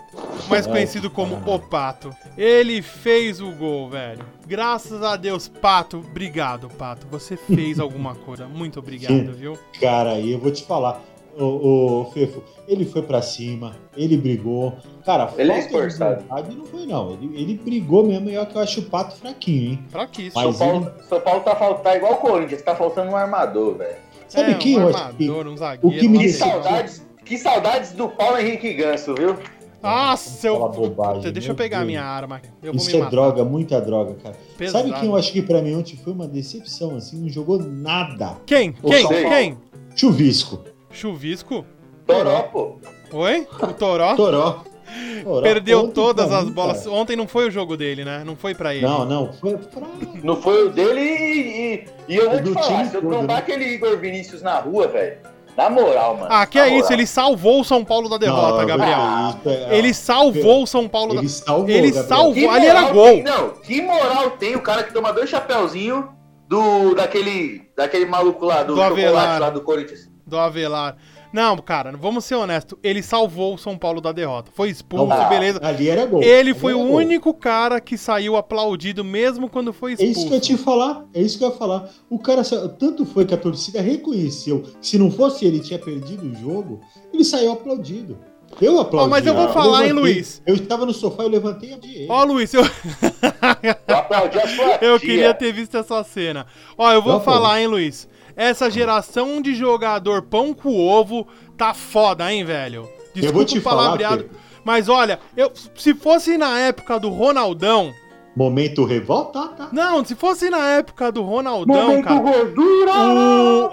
[SPEAKER 2] mais
[SPEAKER 1] É,
[SPEAKER 2] conhecido como
[SPEAKER 1] cara.
[SPEAKER 2] o Pato. Ele fez o gol, velho. Graças a Deus, Pato. Obrigado, Pato. Você fez alguma coisa. Muito obrigado,
[SPEAKER 1] Sim.
[SPEAKER 2] viu?
[SPEAKER 1] Cara, aí eu vou te falar. O, Fefo, ele foi pra cima, ele brigou. Cara,
[SPEAKER 4] Ele é
[SPEAKER 1] falta de
[SPEAKER 4] esforçado.
[SPEAKER 1] vontade não foi, não. Ele, ele brigou mesmo, e olha que eu acho o pato fraquinho, hein?
[SPEAKER 2] Pra que isso?
[SPEAKER 1] Mas-
[SPEAKER 4] São Paulo, São Paulo tá faltando igual o Corinthians, tá faltando um armador, velho.
[SPEAKER 1] Sabe
[SPEAKER 2] é,
[SPEAKER 1] quem
[SPEAKER 2] um
[SPEAKER 1] eu acho que-
[SPEAKER 2] armador, um zagueiro.
[SPEAKER 1] que me
[SPEAKER 2] um
[SPEAKER 4] Que
[SPEAKER 1] Esse-
[SPEAKER 2] lateral.
[SPEAKER 4] saudades, que saudades do Paulo Henrique Ganso, viu?
[SPEAKER 2] Nossa, eu...
[SPEAKER 1] Fala bobagem,
[SPEAKER 2] Puta, deixa
[SPEAKER 1] meu
[SPEAKER 2] eu pegar a
[SPEAKER 1] Deus.
[SPEAKER 2] minha arma aqui. Eu vou
[SPEAKER 1] Isso
[SPEAKER 2] me
[SPEAKER 1] é
[SPEAKER 2] matar.
[SPEAKER 1] droga, muita droga, cara.
[SPEAKER 2] Pesado.
[SPEAKER 1] Sabe quem eu acho que pra mim ontem foi uma decepção, assim? Não jogou nada.
[SPEAKER 2] Quem?
[SPEAKER 3] O
[SPEAKER 2] Quem?
[SPEAKER 3] São Paulo.
[SPEAKER 2] Quem?
[SPEAKER 1] Chuvisco,
[SPEAKER 2] Chuvisco?
[SPEAKER 4] Toró, pô.
[SPEAKER 2] Oi? O Toró?
[SPEAKER 1] Toró. Ora,
[SPEAKER 2] Perdeu
[SPEAKER 1] ontem
[SPEAKER 2] todas
[SPEAKER 1] pra
[SPEAKER 2] as
[SPEAKER 1] mim,
[SPEAKER 2] bolas.
[SPEAKER 1] cara.
[SPEAKER 2] Ontem não foi o jogo dele, né? Não foi pra ele.
[SPEAKER 1] Não, não. Foi fraco.
[SPEAKER 4] Não foi o dele e, e- e eu vou
[SPEAKER 1] Do
[SPEAKER 4] te falar,
[SPEAKER 1] time
[SPEAKER 4] se eu
[SPEAKER 1] todo,
[SPEAKER 4] trombar
[SPEAKER 1] né?
[SPEAKER 4] aquele Igor Vinícius na rua, velho, na moral, mano.
[SPEAKER 2] Ah, que
[SPEAKER 4] na
[SPEAKER 2] é isso,
[SPEAKER 4] moral.
[SPEAKER 2] ele salvou o São Paulo da derrota,
[SPEAKER 1] Não,
[SPEAKER 2] Gabriel.
[SPEAKER 1] isso é-
[SPEAKER 2] Ele salvou o São Paulo
[SPEAKER 1] Ele
[SPEAKER 2] da
[SPEAKER 1] salvou.
[SPEAKER 2] Ele
[SPEAKER 1] Gabriel.
[SPEAKER 2] salvou.
[SPEAKER 4] Que
[SPEAKER 2] Ali era
[SPEAKER 4] moral
[SPEAKER 2] gol.
[SPEAKER 4] tem- não, que moral tem o cara que toma dois chapéuzinhos do, daquele, daquele maluco lá, do,
[SPEAKER 2] Do
[SPEAKER 4] chocolate
[SPEAKER 2] Avelar.
[SPEAKER 4] lá do Corinthians.
[SPEAKER 2] do Avelar. Não, cara, vamos ser honesto. Ele salvou o São Paulo da derrota. Foi expulso,
[SPEAKER 1] Não,
[SPEAKER 2] beleza.
[SPEAKER 1] Ali era gol.
[SPEAKER 2] Ele
[SPEAKER 1] Ali
[SPEAKER 2] foi o
[SPEAKER 1] era gol.
[SPEAKER 2] único cara que saiu aplaudido mesmo quando foi
[SPEAKER 1] É
[SPEAKER 2] expulso.
[SPEAKER 1] isso que eu te falar, é isso que eu ia falar. O cara, sa- tanto foi que a torcida reconheceu que se não fosse ele tinha perdido o jogo, ele saiu aplaudido. Eu aplaudi.
[SPEAKER 2] Ó, mas eu vou falar, hein, Luiz?
[SPEAKER 1] Eu estava no sofá, eu levantei e aplaudi.
[SPEAKER 2] Ó, Luiz, eu,
[SPEAKER 4] Eu aplaudi a sua
[SPEAKER 2] eu
[SPEAKER 4] tia.
[SPEAKER 2] queria ter visto essa cena. Ó, eu vou
[SPEAKER 1] Não, pô.
[SPEAKER 2] falar, hein, Luiz. Essa geração de jogador pão com ovo tá foda, hein, velho?
[SPEAKER 1] Eu vou te falar, Pedro.
[SPEAKER 2] Mas olha, eu, se fosse na época do Ronaldão.
[SPEAKER 1] Momento revolta, tá?
[SPEAKER 2] Não, se fosse na época do Ronaldão,
[SPEAKER 4] Momento
[SPEAKER 2] Então, cara.
[SPEAKER 4] gordura!
[SPEAKER 2] O,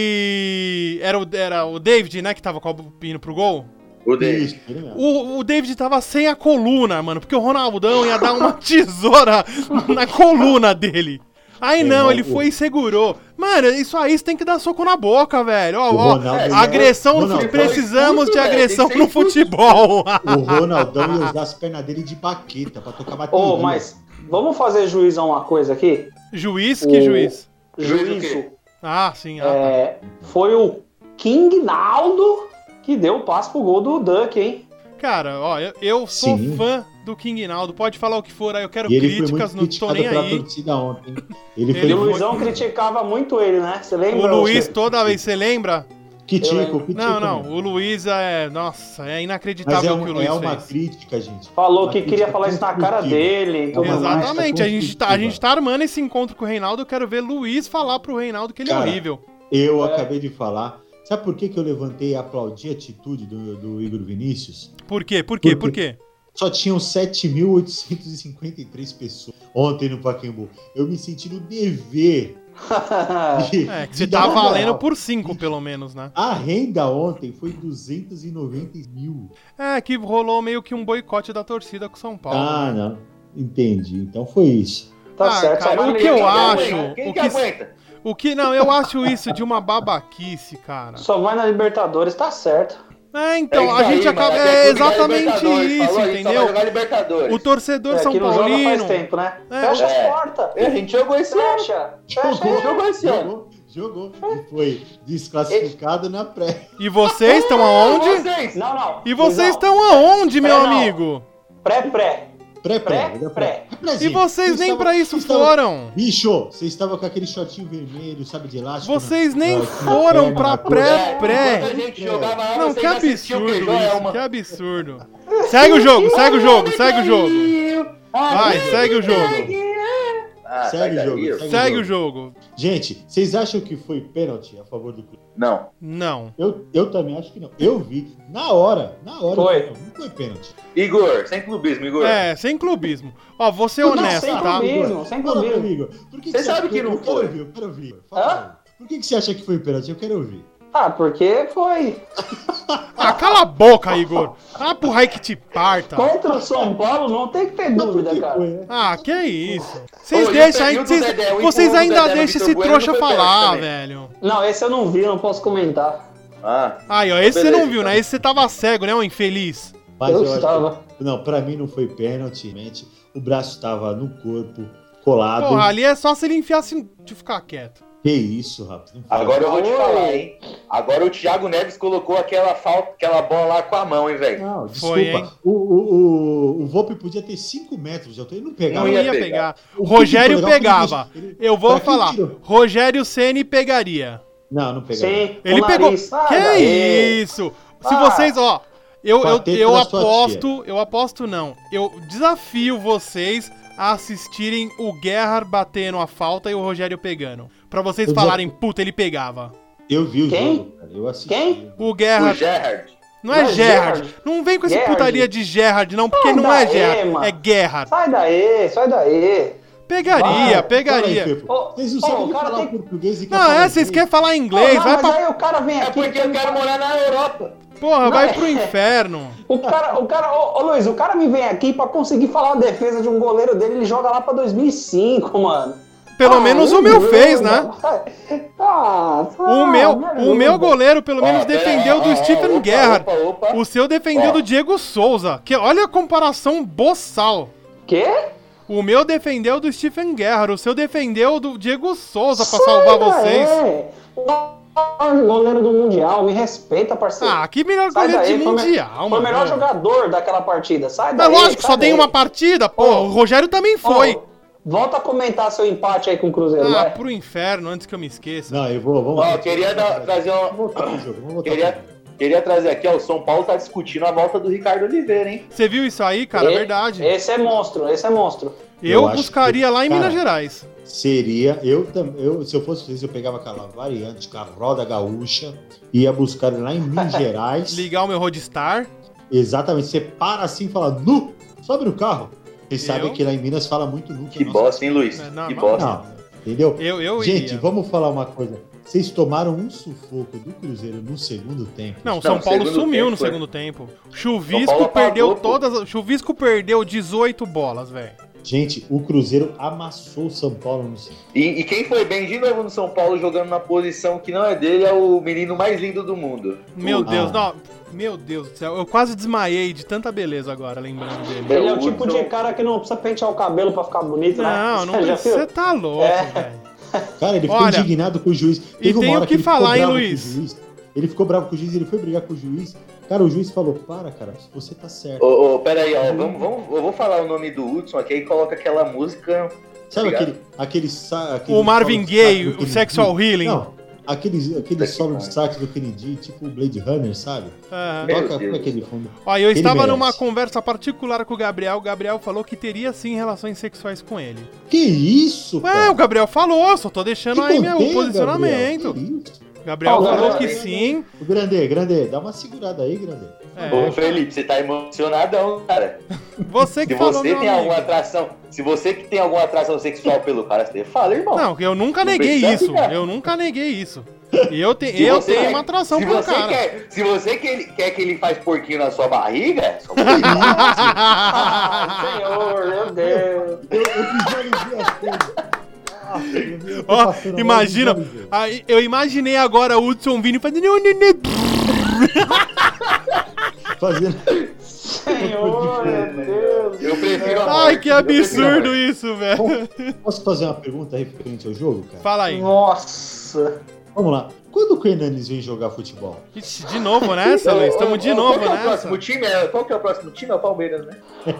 [SPEAKER 2] aquele. Era o, era o David, né? Que tava com a- indo pro gol.
[SPEAKER 4] O dele.
[SPEAKER 1] Isso, tá ele mesmo.
[SPEAKER 2] O, o David tava sem a coluna, mano. Porque o Ronaldão ia dar uma tesoura na coluna dele. Aí
[SPEAKER 1] Meu
[SPEAKER 2] não,
[SPEAKER 1] irmão,
[SPEAKER 2] ele
[SPEAKER 1] o-
[SPEAKER 2] foi e segurou. Mano, isso aí você tem que dar soco na boca, velho. Ó,
[SPEAKER 1] O
[SPEAKER 2] ó,
[SPEAKER 1] Ronaldo-
[SPEAKER 2] agressão no
[SPEAKER 1] Ronaldo-
[SPEAKER 2] futebol. Precisamos
[SPEAKER 4] Tem que
[SPEAKER 2] de
[SPEAKER 4] ser expulso,
[SPEAKER 2] agressão
[SPEAKER 4] velho,
[SPEAKER 2] no
[SPEAKER 4] tem que ser expulso.
[SPEAKER 2] futebol.
[SPEAKER 1] O Ronaldão ia usar as pernas dele de baqueta pra tocar bateria. né,
[SPEAKER 3] Ô, mas vamos fazer juiz a uma coisa aqui?
[SPEAKER 2] juiz? Que
[SPEAKER 3] O-
[SPEAKER 2] juiz?
[SPEAKER 4] Juiz o
[SPEAKER 3] Juízo
[SPEAKER 2] Ah, sim. Ah, tá.
[SPEAKER 3] é, foi o King Naldo que deu o passe pro gol do Duck, hein?
[SPEAKER 2] Cara, ó, eu, eu sou
[SPEAKER 1] Sim.
[SPEAKER 2] fã do King Naldo. Pode falar o que for aí. Eu quero
[SPEAKER 1] E ele foi
[SPEAKER 2] críticas,
[SPEAKER 1] muito
[SPEAKER 2] não
[SPEAKER 1] criticado
[SPEAKER 2] tô nem
[SPEAKER 1] pela
[SPEAKER 2] aí.
[SPEAKER 1] torcida ontem. Ele
[SPEAKER 2] Ele
[SPEAKER 3] E
[SPEAKER 1] foi
[SPEAKER 3] é o
[SPEAKER 2] foi-
[SPEAKER 3] Luizão criticava muito ele, né? Você lembra?
[SPEAKER 2] O Luiz
[SPEAKER 3] Luciano?
[SPEAKER 2] toda vez, você lembra?
[SPEAKER 1] Kitico, Kitico.
[SPEAKER 2] Não, não,
[SPEAKER 1] mesmo.
[SPEAKER 2] o Luiz é. Nossa, é
[SPEAKER 1] tipo, Mas é,
[SPEAKER 2] inacreditável o que o
[SPEAKER 1] um,
[SPEAKER 2] Luiz
[SPEAKER 1] é uma
[SPEAKER 2] fez.
[SPEAKER 1] crítica, gente.
[SPEAKER 3] Falou
[SPEAKER 1] Uma
[SPEAKER 3] que queria
[SPEAKER 1] crítica
[SPEAKER 3] falar isso na cara
[SPEAKER 1] construtiva.
[SPEAKER 3] dele. e tudo mais.
[SPEAKER 1] Exato.
[SPEAKER 2] Exatamente, a gente, tá, a
[SPEAKER 1] é construtiva.
[SPEAKER 2] gente tá armando esse encontro com o Reinaldo. Eu quero ver Luiz falar pro Reinaldo que ele
[SPEAKER 1] Cara,
[SPEAKER 2] é horrível.
[SPEAKER 1] Eu
[SPEAKER 3] É.
[SPEAKER 1] acabei de falar. Sabe por que, que eu levantei e aplaudi a atitude do, do Igor Vinícius?
[SPEAKER 2] Por quê? Por quê? Por
[SPEAKER 1] por
[SPEAKER 2] quê?
[SPEAKER 1] Só tinham 7.853 pessoas ontem no Pacaembu. Eu me senti no dever de,
[SPEAKER 2] É, que
[SPEAKER 1] de
[SPEAKER 2] você
[SPEAKER 1] dar
[SPEAKER 2] tá
[SPEAKER 1] uma moral.
[SPEAKER 2] valendo por cinco, pelo menos, né?
[SPEAKER 1] A renda ontem foi 290 mil.
[SPEAKER 2] É, que rolou meio que um boicote da torcida com o São Paulo.
[SPEAKER 1] Ah, não. Entendi. Então foi isso.
[SPEAKER 3] Tá
[SPEAKER 2] Ah,
[SPEAKER 3] certo.
[SPEAKER 2] cara,
[SPEAKER 3] só
[SPEAKER 2] o
[SPEAKER 3] pra
[SPEAKER 2] que eu
[SPEAKER 3] lembrar-
[SPEAKER 2] acho-
[SPEAKER 4] Quem
[SPEAKER 2] o
[SPEAKER 4] que
[SPEAKER 2] que-
[SPEAKER 4] aguenta?
[SPEAKER 2] O que não, eu acho isso de uma babaquice, cara.
[SPEAKER 3] Só vai na Libertadores, tá certo.
[SPEAKER 2] É, então,
[SPEAKER 4] isso
[SPEAKER 2] a gente
[SPEAKER 4] aí,
[SPEAKER 2] acaba.
[SPEAKER 4] mano,
[SPEAKER 2] É
[SPEAKER 4] quer jogar
[SPEAKER 2] exatamente
[SPEAKER 4] Libertadores,
[SPEAKER 2] isso,
[SPEAKER 4] falou, a gente só vai
[SPEAKER 2] entendeu?
[SPEAKER 4] jogar Libertadores.
[SPEAKER 2] O torcedor
[SPEAKER 3] É,
[SPEAKER 2] São
[SPEAKER 3] que não joga faz
[SPEAKER 2] Paulino.
[SPEAKER 3] tempo, né?
[SPEAKER 2] É.
[SPEAKER 3] Fecha
[SPEAKER 4] É.
[SPEAKER 3] as portas.
[SPEAKER 4] A gente jogou esse ano.
[SPEAKER 3] Fecha. Fecha.
[SPEAKER 1] Jogou,
[SPEAKER 4] jogou esse ano.
[SPEAKER 1] jogou, jogou. E foi desclassificado na pré.
[SPEAKER 2] E vocês estão aonde?
[SPEAKER 4] Vocês.
[SPEAKER 3] Não, não.
[SPEAKER 2] E vocês
[SPEAKER 3] Luizão,
[SPEAKER 2] estão aonde, meu
[SPEAKER 3] Não.
[SPEAKER 2] amigo?
[SPEAKER 3] Pré-pré.
[SPEAKER 1] Pré-pré.
[SPEAKER 3] Pré,
[SPEAKER 1] pré.
[SPEAKER 3] pré.
[SPEAKER 2] E
[SPEAKER 1] Brasil,
[SPEAKER 2] vocês
[SPEAKER 1] vocês
[SPEAKER 2] nem
[SPEAKER 4] é
[SPEAKER 1] estavam-
[SPEAKER 2] pra isso
[SPEAKER 1] vocês estavam-
[SPEAKER 2] foram.
[SPEAKER 1] Bicho, você estava com aquele shortinho vermelho, sabe, de elástico. né?
[SPEAKER 2] Vocês nem
[SPEAKER 1] Ah,
[SPEAKER 2] foram
[SPEAKER 1] perna,
[SPEAKER 2] pra
[SPEAKER 1] na
[SPEAKER 2] pré,
[SPEAKER 1] coxa.
[SPEAKER 4] né? Enquanto
[SPEAKER 2] é pré.
[SPEAKER 4] a gente jogava lá,
[SPEAKER 2] Não,
[SPEAKER 4] vocês
[SPEAKER 2] que
[SPEAKER 4] assistiam é
[SPEAKER 2] absurdo
[SPEAKER 4] o Joelma.
[SPEAKER 2] isso, que absurdo. Segue o jogo, segue o jogo, segue o jogo. Vai, segue o jogo,
[SPEAKER 4] Ah, sai
[SPEAKER 1] Segue o
[SPEAKER 4] daí,
[SPEAKER 1] jogo,
[SPEAKER 4] eu-
[SPEAKER 1] segue
[SPEAKER 2] segue o jogo.
[SPEAKER 1] Gente, vocês acham que foi pênalti a favor do Cruzeiro?
[SPEAKER 4] Não.
[SPEAKER 2] Não.
[SPEAKER 1] Eu, eu também acho que não. Eu vi na hora, na hora.
[SPEAKER 3] Foi.
[SPEAKER 1] Não, não foi pênalti.
[SPEAKER 4] Igor, sem clubismo, Igor.
[SPEAKER 2] É, sem clubismo. Ó, vou ser
[SPEAKER 1] Não,
[SPEAKER 2] honesto,
[SPEAKER 3] sem
[SPEAKER 2] tá?
[SPEAKER 3] clubismo, sem
[SPEAKER 1] Fala
[SPEAKER 3] clubismo.
[SPEAKER 1] comigo. Por que
[SPEAKER 4] Você
[SPEAKER 1] acha
[SPEAKER 4] sabe que não
[SPEAKER 1] eu quero
[SPEAKER 4] foi?
[SPEAKER 1] ouvir, eu quero ouvir. Fala. Por que, que você acha que foi pênalti? Eu quero ouvir.
[SPEAKER 3] Ah, porque foi
[SPEAKER 2] Ah, cala a boca, Igor. Ah, pro raio que te parta.
[SPEAKER 3] contra o São Paulo, não tem que ter
[SPEAKER 1] Mas por
[SPEAKER 3] dúvida,
[SPEAKER 1] que
[SPEAKER 3] cara.
[SPEAKER 1] foi, né?
[SPEAKER 2] Ah, que isso. Vocês
[SPEAKER 4] Ô, e o
[SPEAKER 2] deixam,
[SPEAKER 4] pé- e o
[SPEAKER 2] aí-
[SPEAKER 4] do
[SPEAKER 2] vocês-
[SPEAKER 4] Dedé, o
[SPEAKER 2] vocês
[SPEAKER 4] empurrão do
[SPEAKER 2] ainda
[SPEAKER 4] Dedé no
[SPEAKER 2] deixam
[SPEAKER 4] Vitor
[SPEAKER 2] esse
[SPEAKER 4] Bueno
[SPEAKER 2] trouxa
[SPEAKER 4] foi pênalti
[SPEAKER 2] falar,
[SPEAKER 4] também.
[SPEAKER 2] velho.
[SPEAKER 3] Não, esse eu não vi, não posso comentar.
[SPEAKER 4] Ah,
[SPEAKER 2] Aí, ó, esse você
[SPEAKER 4] Beleza,
[SPEAKER 2] não viu,
[SPEAKER 4] então.
[SPEAKER 2] né? Esse você tava cego, né, ô infeliz?
[SPEAKER 1] Mas
[SPEAKER 3] eu
[SPEAKER 1] eu, acho
[SPEAKER 3] estava.
[SPEAKER 1] que- Não, pra mim não foi pênalti. realmente. O braço estava no corpo, colado.
[SPEAKER 2] Porra, ali é só se ele enfiasse de ficar quieto.
[SPEAKER 1] Que isso, rapaz. Não fala.
[SPEAKER 4] agora eu vou te
[SPEAKER 3] Oi.
[SPEAKER 4] falar, hein. Agora o Thiago Neves colocou aquela falta, aquela bola lá com a mão, hein, velho.
[SPEAKER 1] Não,
[SPEAKER 2] Foi,
[SPEAKER 1] desculpa. o, o, o, o Volpe podia ter 5 metros de altura. Ele não
[SPEAKER 2] Não
[SPEAKER 1] pegava.
[SPEAKER 2] ia
[SPEAKER 4] ia
[SPEAKER 2] pegar.
[SPEAKER 4] pegar.
[SPEAKER 2] O Rogério
[SPEAKER 1] Ele pegava,
[SPEAKER 2] pegava.
[SPEAKER 1] um ele-
[SPEAKER 2] Eu vou
[SPEAKER 1] Pra quem
[SPEAKER 2] falar.
[SPEAKER 1] tirou?
[SPEAKER 2] Rogério Ceni pegaria.
[SPEAKER 1] Não, não pegava.
[SPEAKER 3] Sim,
[SPEAKER 2] Ele
[SPEAKER 3] o
[SPEAKER 2] pegou.
[SPEAKER 3] nariz. Ah,
[SPEAKER 2] que
[SPEAKER 3] daí.
[SPEAKER 2] isso? Se
[SPEAKER 3] Ah.
[SPEAKER 2] vocês, ó, eu, eu,
[SPEAKER 1] Pateta
[SPEAKER 2] eu
[SPEAKER 1] da sua
[SPEAKER 2] aposto, eu aposto não. Eu desafio vocês a assistirem o Guerra batendo a falta e o Rogério pegando. Pra vocês
[SPEAKER 1] Eu já-
[SPEAKER 2] falarem, puta, ele pegava.
[SPEAKER 1] Eu vi o
[SPEAKER 3] Quem?
[SPEAKER 1] jogo, cara. Eu assisti.
[SPEAKER 3] Quem?
[SPEAKER 2] O
[SPEAKER 4] O
[SPEAKER 2] Gerrard.
[SPEAKER 4] Gerrard.
[SPEAKER 2] Não é
[SPEAKER 3] Não é
[SPEAKER 2] Gerrard.
[SPEAKER 3] Gerrard.
[SPEAKER 2] Não vem com essa
[SPEAKER 3] Gerrard.
[SPEAKER 2] putaria de Gerrard, não, porque
[SPEAKER 3] Ah,
[SPEAKER 2] não é
[SPEAKER 3] daí,
[SPEAKER 2] Gerrard.
[SPEAKER 3] mano.
[SPEAKER 2] É Gerrard.
[SPEAKER 3] Sai daí, sai daí.
[SPEAKER 2] Pegaria,
[SPEAKER 3] Vai,
[SPEAKER 2] pegaria.
[SPEAKER 1] Fala aí, Fefo.
[SPEAKER 3] Ô,
[SPEAKER 1] Vocês não
[SPEAKER 3] ô,
[SPEAKER 1] sabem
[SPEAKER 3] o
[SPEAKER 1] nem
[SPEAKER 3] cara
[SPEAKER 1] falar
[SPEAKER 3] tem-
[SPEAKER 1] português e
[SPEAKER 2] Não, é, vocês
[SPEAKER 1] português.
[SPEAKER 2] querem falar inglês,
[SPEAKER 3] Ah,
[SPEAKER 2] vai
[SPEAKER 3] mas
[SPEAKER 2] pra.
[SPEAKER 3] aí o cara vem
[SPEAKER 4] É
[SPEAKER 3] aqui.
[SPEAKER 4] porque eu quero morar na Europa.
[SPEAKER 2] Porra,
[SPEAKER 3] é.
[SPEAKER 2] vai pro inferno.
[SPEAKER 3] O cara, o cara, ô, ô, Luiz, o cara me vem aqui pra conseguir falar uma defesa de um goleiro dele, ele joga lá pra 2005, mano.
[SPEAKER 2] Pelo
[SPEAKER 3] Ah,
[SPEAKER 2] menos o
[SPEAKER 3] não
[SPEAKER 2] meu
[SPEAKER 3] deu,
[SPEAKER 2] fez, né?
[SPEAKER 3] mano. Ah,
[SPEAKER 2] O
[SPEAKER 3] ah,
[SPEAKER 2] meu,
[SPEAKER 3] me
[SPEAKER 2] o meu
[SPEAKER 3] ajuda.
[SPEAKER 2] goleiro pelo menos defendeu do Stephen Gerrard.
[SPEAKER 4] Opa, opa.
[SPEAKER 2] O seu defendeu
[SPEAKER 4] Ó.
[SPEAKER 2] do Diego Souza. Que olha a comparação boçal.
[SPEAKER 3] Quê?
[SPEAKER 2] é O meu defendeu do Stephen Gerrard, o seu defendeu do Diego Souza pra
[SPEAKER 3] Sai
[SPEAKER 2] salvar vocês.
[SPEAKER 3] daí. O goleiro do Mundial, me respeita, parceiro.
[SPEAKER 2] Ah, que melhor
[SPEAKER 3] Sai
[SPEAKER 2] goleiro de
[SPEAKER 3] daí, foi o me-
[SPEAKER 2] mundial,
[SPEAKER 3] Foi o
[SPEAKER 2] mano.
[SPEAKER 3] melhor jogador tá daquela partida. Sai
[SPEAKER 2] Mas
[SPEAKER 3] daí.
[SPEAKER 2] lógico,
[SPEAKER 3] sai
[SPEAKER 2] só tem
[SPEAKER 3] daí.
[SPEAKER 2] uma partida, pô.
[SPEAKER 3] Ó.
[SPEAKER 2] O Rogério também
[SPEAKER 3] Ó,
[SPEAKER 2] foi.
[SPEAKER 3] volta a comentar seu empate aí com o Cruzeiro.
[SPEAKER 2] Ah,
[SPEAKER 3] vai.
[SPEAKER 2] pro inferno, antes que eu me esqueça.
[SPEAKER 1] Não, eu vou, vamos
[SPEAKER 4] Ó, queria dar- trazer
[SPEAKER 1] Vamos
[SPEAKER 4] um.
[SPEAKER 1] voltar pro jogo, vamos voltar pro
[SPEAKER 4] Queria,
[SPEAKER 1] jogo.
[SPEAKER 4] queria trazer aqui, ó. O São Paulo tá discutindo a volta do Ricardo Oliveira, hein?
[SPEAKER 2] Você viu isso aí, cara? É
[SPEAKER 3] E-
[SPEAKER 2] verdade.
[SPEAKER 3] Esse é monstro, esse é monstro.
[SPEAKER 2] Eu,
[SPEAKER 1] Eu acho
[SPEAKER 2] buscaria lá em
[SPEAKER 1] cara,
[SPEAKER 2] Minas Gerais.
[SPEAKER 1] Seria, eu, tam- eu se eu fosse vocês, eu pegava aquela variante, com a roda gaúcha, ia buscar lá em Minas Gerais.
[SPEAKER 2] Ligar o meu Roadstar.
[SPEAKER 1] Exatamente, você para assim e fala, nu, sobe no carro. Vocês
[SPEAKER 2] Eu?
[SPEAKER 1] sabem que lá em Minas fala muito nu. que é
[SPEAKER 4] Que
[SPEAKER 1] nossa-
[SPEAKER 4] bosta, hein, Luiz?
[SPEAKER 2] né? Não, não,
[SPEAKER 4] que
[SPEAKER 2] não.
[SPEAKER 4] bosta.
[SPEAKER 1] Entendeu?
[SPEAKER 2] Eu, eu
[SPEAKER 1] Gente,
[SPEAKER 2] iria.
[SPEAKER 1] vamos falar uma coisa. Vocês tomaram um sufoco do Cruzeiro no segundo tempo.
[SPEAKER 2] Não, São
[SPEAKER 4] Não,
[SPEAKER 2] Paulo
[SPEAKER 4] segundo
[SPEAKER 2] sumiu
[SPEAKER 4] tempo
[SPEAKER 2] no
[SPEAKER 4] foi.
[SPEAKER 2] segundo tempo.
[SPEAKER 4] São
[SPEAKER 2] Chuvisco
[SPEAKER 4] Paulo
[SPEAKER 2] perdeu
[SPEAKER 4] apagou, pô.
[SPEAKER 2] todas. as- Chuvisco perdeu 18 bolas, velho.
[SPEAKER 1] Gente, o Cruzeiro amassou o São Paulo no segundo.
[SPEAKER 4] E, e quem foi bem de novo no São Paulo jogando na posição que não é dele é o menino mais lindo do mundo.
[SPEAKER 2] Meu
[SPEAKER 4] O-
[SPEAKER 2] Deus,
[SPEAKER 1] Ah.
[SPEAKER 2] não. Meu Deus do céu. Eu quase desmaiei de tanta beleza agora, lembrando dele.
[SPEAKER 4] É,
[SPEAKER 3] Ele é
[SPEAKER 4] o
[SPEAKER 3] o tipo de
[SPEAKER 4] Hudson.
[SPEAKER 3] cara que não precisa pentear o cabelo pra ficar bonito, né?
[SPEAKER 2] Não, não
[SPEAKER 3] Já
[SPEAKER 2] precisa. Você
[SPEAKER 3] viu?
[SPEAKER 2] tá louco,
[SPEAKER 3] É.
[SPEAKER 2] velho.
[SPEAKER 1] Cara, ele ficou
[SPEAKER 2] Olha,
[SPEAKER 1] indignado com o juiz.
[SPEAKER 2] e tem o que
[SPEAKER 1] ele ficou
[SPEAKER 2] falar, hein,
[SPEAKER 1] bravo com o
[SPEAKER 2] Luiz?
[SPEAKER 1] juiz. Ele ficou bravo com o juiz, ele foi brigar com o juiz. Cara, o juiz falou: para, cara, você tá certo.
[SPEAKER 4] Ô, ô, peraí, ó, vamos, vamos, eu vou falar o nome do Hudson aqui, aí coloca aquela música.
[SPEAKER 1] Sabe
[SPEAKER 4] Obrigado.
[SPEAKER 1] aquele, aquele, sa- aquele
[SPEAKER 2] O Marvin
[SPEAKER 1] solo de
[SPEAKER 2] Gaye,
[SPEAKER 1] sax do
[SPEAKER 2] o
[SPEAKER 1] Kennedy?
[SPEAKER 2] Sexual Healing.
[SPEAKER 1] Não, aquele, aquele
[SPEAKER 4] Puta que
[SPEAKER 1] solo de
[SPEAKER 4] pariu.
[SPEAKER 1] sax do Kennedy, tipo o Blade Runner, sabe?
[SPEAKER 2] Aham.
[SPEAKER 4] Meu
[SPEAKER 1] Toca
[SPEAKER 4] Deus.
[SPEAKER 1] com aquele fundo.
[SPEAKER 2] Ó, eu
[SPEAKER 1] Ele
[SPEAKER 2] estava
[SPEAKER 1] merece.
[SPEAKER 2] numa conversa particular com o Gabriel. O Gabriel falou que teria sim relações sexuais com ele.
[SPEAKER 1] Que isso,
[SPEAKER 2] Ué,
[SPEAKER 1] cara?
[SPEAKER 2] o Gabriel falou, só tô deixando aí meu
[SPEAKER 1] contenda,
[SPEAKER 2] posicionamento.
[SPEAKER 1] Gabriel, que isso?
[SPEAKER 2] O Gabriel
[SPEAKER 3] Ó, o
[SPEAKER 2] falou
[SPEAKER 3] Gabriel-
[SPEAKER 2] que sim.
[SPEAKER 1] O Grande, Grande, dá uma segurada aí, Grande.
[SPEAKER 2] É,
[SPEAKER 4] Ô, Felipe, você tá emocionadão, cara.
[SPEAKER 2] você que
[SPEAKER 4] Se
[SPEAKER 2] falou,
[SPEAKER 4] você
[SPEAKER 2] meu
[SPEAKER 4] tem
[SPEAKER 2] amigo.
[SPEAKER 4] alguma atração, se você que tem alguma atração sexual pelo cara, você fala, irmão.
[SPEAKER 2] Não, eu nunca
[SPEAKER 4] Não
[SPEAKER 2] neguei
[SPEAKER 4] precisa
[SPEAKER 2] isso.
[SPEAKER 4] ficar.
[SPEAKER 2] Eu nunca neguei isso. E Eu, te,
[SPEAKER 4] Se
[SPEAKER 2] eu
[SPEAKER 4] você
[SPEAKER 2] tenho
[SPEAKER 4] quer-
[SPEAKER 2] uma atração
[SPEAKER 4] se
[SPEAKER 2] pro
[SPEAKER 4] você é
[SPEAKER 2] cara.
[SPEAKER 4] Quer, se você que ele- quer que ele faz porquinho na sua barriga, é só você-
[SPEAKER 3] Ah, senhor, meu Deus.
[SPEAKER 1] Eu, eu visualizei as coisas. Nossa, eu vi- Ah, eu tô
[SPEAKER 2] Ó,
[SPEAKER 1] passando mal,
[SPEAKER 2] imagina.
[SPEAKER 1] eu visualizei.
[SPEAKER 2] Aí, eu imaginei agora o Hudson vindo e
[SPEAKER 4] Tá
[SPEAKER 2] fazendo.
[SPEAKER 1] Fazendo.
[SPEAKER 3] Senhor, meu Deus.
[SPEAKER 4] né? eu prefiro a
[SPEAKER 2] Ai,
[SPEAKER 4] morte,
[SPEAKER 2] que
[SPEAKER 4] eu prefiro a
[SPEAKER 2] absurdo
[SPEAKER 4] morte.
[SPEAKER 2] isso, velho.
[SPEAKER 1] Bom, posso fazer uma pergunta referente ao jogo, cara?
[SPEAKER 2] Fala aí.
[SPEAKER 3] Nossa.
[SPEAKER 1] Vamos lá. Quando o Hernanes vem jogar futebol?
[SPEAKER 2] Ixi, de novo nessa,
[SPEAKER 4] Ô, ô,
[SPEAKER 2] Luiz? Então, Estamos de
[SPEAKER 4] ô,
[SPEAKER 2] novo
[SPEAKER 4] Qual que é o
[SPEAKER 2] nessa.
[SPEAKER 4] próximo time? É- Qual que é o próximo time? É o Palmeiras, né?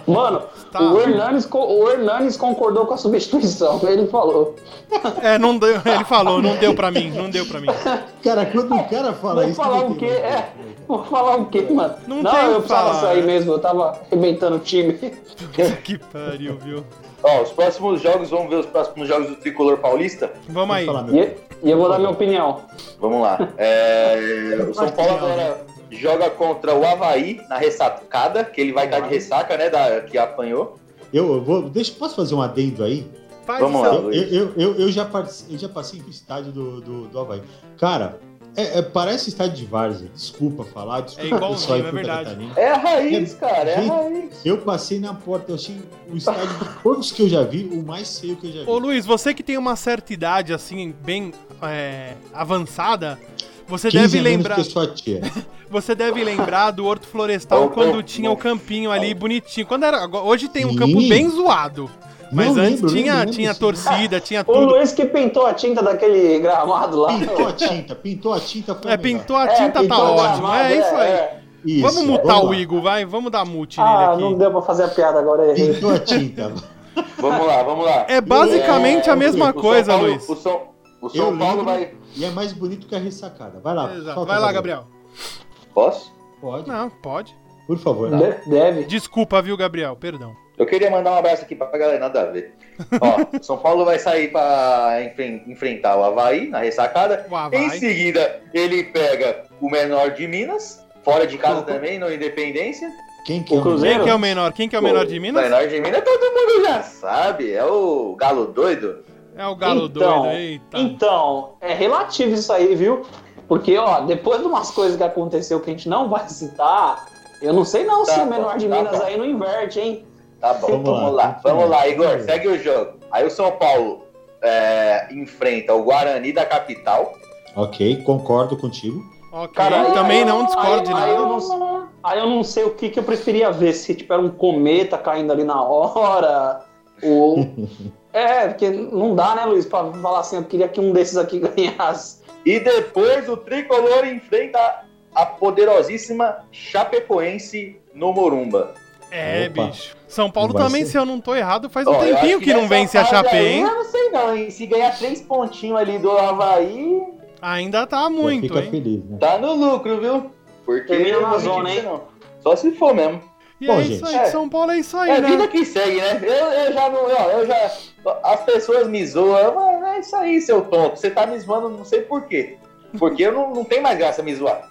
[SPEAKER 3] Mano,
[SPEAKER 2] Tá.
[SPEAKER 3] o, Hernanes, co- o Hernanes concordou com a substituição, ele falou.
[SPEAKER 2] É, não deu. Ele falou, não deu pra mim, não deu pra mim.
[SPEAKER 1] Cara, quando o cara fala
[SPEAKER 3] Vou
[SPEAKER 1] isso.
[SPEAKER 3] falar
[SPEAKER 1] não
[SPEAKER 3] o
[SPEAKER 1] tem mais
[SPEAKER 3] quê? É.
[SPEAKER 1] jeito, né,
[SPEAKER 3] Vou falar o quê, mano?
[SPEAKER 2] Não tem o
[SPEAKER 3] eu
[SPEAKER 2] que
[SPEAKER 3] precisava
[SPEAKER 2] falar,
[SPEAKER 3] sair
[SPEAKER 2] né?
[SPEAKER 3] mesmo, eu tava arrebentando o time.
[SPEAKER 2] Que pariu, viu?
[SPEAKER 4] Ó, os próximos jogos, vamos ver os próximos jogos do Tricolor Paulista?
[SPEAKER 2] Vamos
[SPEAKER 1] cara?
[SPEAKER 2] aí.
[SPEAKER 1] Vamos falar, meu.
[SPEAKER 3] E, e eu vou dar minha opinião.
[SPEAKER 4] Vamos lá. É, o São Paulo agora joga contra o Havaí na ressacada, que ele vai estar de ressaca, né? Da, que apanhou.
[SPEAKER 1] Eu, eu vou. Deixa, posso fazer um adendo aí?
[SPEAKER 2] Faz
[SPEAKER 4] Vamos
[SPEAKER 2] isso.
[SPEAKER 4] lá,
[SPEAKER 1] Eu,
[SPEAKER 4] Luiz.
[SPEAKER 1] eu, eu, eu já passei, eu já passei pro estádio do, do, do Havaí. Cara, é- é- parece estádio de Várzea. Desculpa falar, desculpa
[SPEAKER 2] É igualzinho, é
[SPEAKER 1] pro
[SPEAKER 2] verdade.
[SPEAKER 1] Catarina.
[SPEAKER 4] É a raiz, cara, é a
[SPEAKER 1] Gente.
[SPEAKER 4] raiz.
[SPEAKER 1] tá Eu passei na porta, eu achei o estádio de todos que eu já vi, o mais feio que eu já vi.
[SPEAKER 2] Ô Luiz, você que tem uma certa idade, assim, bem é, avançada, você
[SPEAKER 1] 15
[SPEAKER 2] deve
[SPEAKER 1] a menos
[SPEAKER 2] lembrar.
[SPEAKER 1] que sua tia.
[SPEAKER 2] Você deve lembrar do Horto Florestal
[SPEAKER 4] Ô,
[SPEAKER 2] quando
[SPEAKER 4] ô,
[SPEAKER 2] tinha
[SPEAKER 4] ô.
[SPEAKER 2] o campinho ali bonitinho. Quando era, agora- hoje tem um
[SPEAKER 1] Sim.
[SPEAKER 2] campo bem zoado. Mas
[SPEAKER 1] Não,
[SPEAKER 2] antes
[SPEAKER 1] lembro,
[SPEAKER 2] tinha,
[SPEAKER 1] lembro, lembro,
[SPEAKER 2] tinha
[SPEAKER 1] sim.
[SPEAKER 2] torcida, tinha
[SPEAKER 3] O
[SPEAKER 2] tudo.
[SPEAKER 3] Luiz que pintou a tinta daquele gramado lá.
[SPEAKER 1] Pintou a tinta, pintou a tinta, foi
[SPEAKER 2] É,
[SPEAKER 1] o melhor.
[SPEAKER 2] pintou a tinta, tá
[SPEAKER 3] pintou o
[SPEAKER 2] ótimo.
[SPEAKER 3] gramado,
[SPEAKER 2] É isso aí.
[SPEAKER 3] é.
[SPEAKER 1] Isso,
[SPEAKER 2] vamos mutar o
[SPEAKER 1] lá.
[SPEAKER 2] Igor, vai. Vamos dar mute nele
[SPEAKER 3] Ah,
[SPEAKER 2] aqui.
[SPEAKER 3] não deu pra fazer a piada agora, errei.
[SPEAKER 1] Pintou a tinta.
[SPEAKER 4] Vamos lá, vamos lá.
[SPEAKER 2] É basicamente
[SPEAKER 1] É,
[SPEAKER 2] a mesma
[SPEAKER 4] O São
[SPEAKER 2] coisa,
[SPEAKER 4] Paulo-
[SPEAKER 2] Luiz.
[SPEAKER 4] O São, o São
[SPEAKER 1] Eu
[SPEAKER 4] Paulo
[SPEAKER 1] lembro.
[SPEAKER 4] vai.
[SPEAKER 1] E é mais bonito que a ressacada. Vai lá.
[SPEAKER 2] Exato.
[SPEAKER 1] Ah, solta,
[SPEAKER 2] Vai lá, Gabriel.
[SPEAKER 4] Posso?
[SPEAKER 1] Pode,
[SPEAKER 2] Não, pode.
[SPEAKER 1] por favor.
[SPEAKER 3] De- Deve.
[SPEAKER 2] Desculpa, viu, Gabriel? Perdão.
[SPEAKER 4] Eu queria mandar um abraço aqui pra galera, nada a ver. Ó, São Paulo vai sair pra enfren- enfrentar o Havaí na ressacada.
[SPEAKER 2] O
[SPEAKER 4] Em
[SPEAKER 2] Havaí.
[SPEAKER 4] seguida, ele pega o menor de Minas, fora de casa também, no Independência.
[SPEAKER 1] Quem que é
[SPEAKER 3] O Cruzeiro?
[SPEAKER 2] Quem que é o menor? Quem que é o menor de Minas?
[SPEAKER 4] Menor de Minas todo mundo já sabe, é o Galo Doido.
[SPEAKER 2] É o Galo
[SPEAKER 3] Então,
[SPEAKER 2] doido, eita.
[SPEAKER 3] Então, é relativo isso aí, viu? Porque, ó, depois de umas coisas que aconteceu que a gente não vai citar, eu não sei não
[SPEAKER 4] Tá
[SPEAKER 3] se o
[SPEAKER 4] bom,
[SPEAKER 3] menor de
[SPEAKER 4] tá
[SPEAKER 3] Minas
[SPEAKER 4] bom.
[SPEAKER 3] aí não inverte, hein?
[SPEAKER 4] Tá bom,
[SPEAKER 1] Vamos
[SPEAKER 4] vamos,
[SPEAKER 1] lá,
[SPEAKER 4] lá.
[SPEAKER 1] continua.
[SPEAKER 4] Vamos lá, Igor, segue o jogo. Aí o São Paulo é, enfrenta o Guarani da capital.
[SPEAKER 2] um
[SPEAKER 1] Ok, concordo contigo.
[SPEAKER 2] Ok,
[SPEAKER 4] Cara,
[SPEAKER 2] também
[SPEAKER 3] aí-
[SPEAKER 2] não discordo de
[SPEAKER 3] aí-
[SPEAKER 2] nada.
[SPEAKER 3] aí eu não- Aí eu não sei o que, que eu preferia ver, se tipo era um cometa caindo ali na hora, ou... é, porque não dá, né, Luiz, pra falar assim, eu queria que um desses aqui ganhasse.
[SPEAKER 4] E depois o Tricolor enfrenta a poderosíssima Chapecoense no Morumba.
[SPEAKER 2] É,
[SPEAKER 1] Opa.
[SPEAKER 2] bicho. São Paulo
[SPEAKER 1] Não vai
[SPEAKER 2] também,
[SPEAKER 1] ser.
[SPEAKER 2] se eu não tô errado, faz um
[SPEAKER 4] Ó, eu acho
[SPEAKER 2] tempinho que, não
[SPEAKER 4] nessa
[SPEAKER 2] vence a
[SPEAKER 4] fase
[SPEAKER 2] Chape,
[SPEAKER 4] aí,
[SPEAKER 2] hein?
[SPEAKER 4] Eu não sei não, hein? Se ganhar três pontinhos ali do Havaí,
[SPEAKER 2] Ainda tá
[SPEAKER 1] Já
[SPEAKER 2] muito,
[SPEAKER 1] Fica
[SPEAKER 2] hein?
[SPEAKER 1] feliz, né?
[SPEAKER 4] tá no lucro, viu? Porque
[SPEAKER 3] Termina na
[SPEAKER 4] não vou mentir
[SPEAKER 3] zona,
[SPEAKER 4] pra
[SPEAKER 3] hein?
[SPEAKER 4] você, não. Só se for mesmo.
[SPEAKER 2] E
[SPEAKER 1] Bom,
[SPEAKER 2] é
[SPEAKER 1] gente.
[SPEAKER 2] isso aí,
[SPEAKER 4] É.
[SPEAKER 2] São Paulo é isso aí,
[SPEAKER 4] É a
[SPEAKER 2] né?
[SPEAKER 4] vida que segue, né? Eu, eu já não. ó, eu já. As pessoas me zoam. Mas é isso aí, seu tonto. Você tá me zoando, não sei por quê. Porque eu não, não tem mais graça me zoar.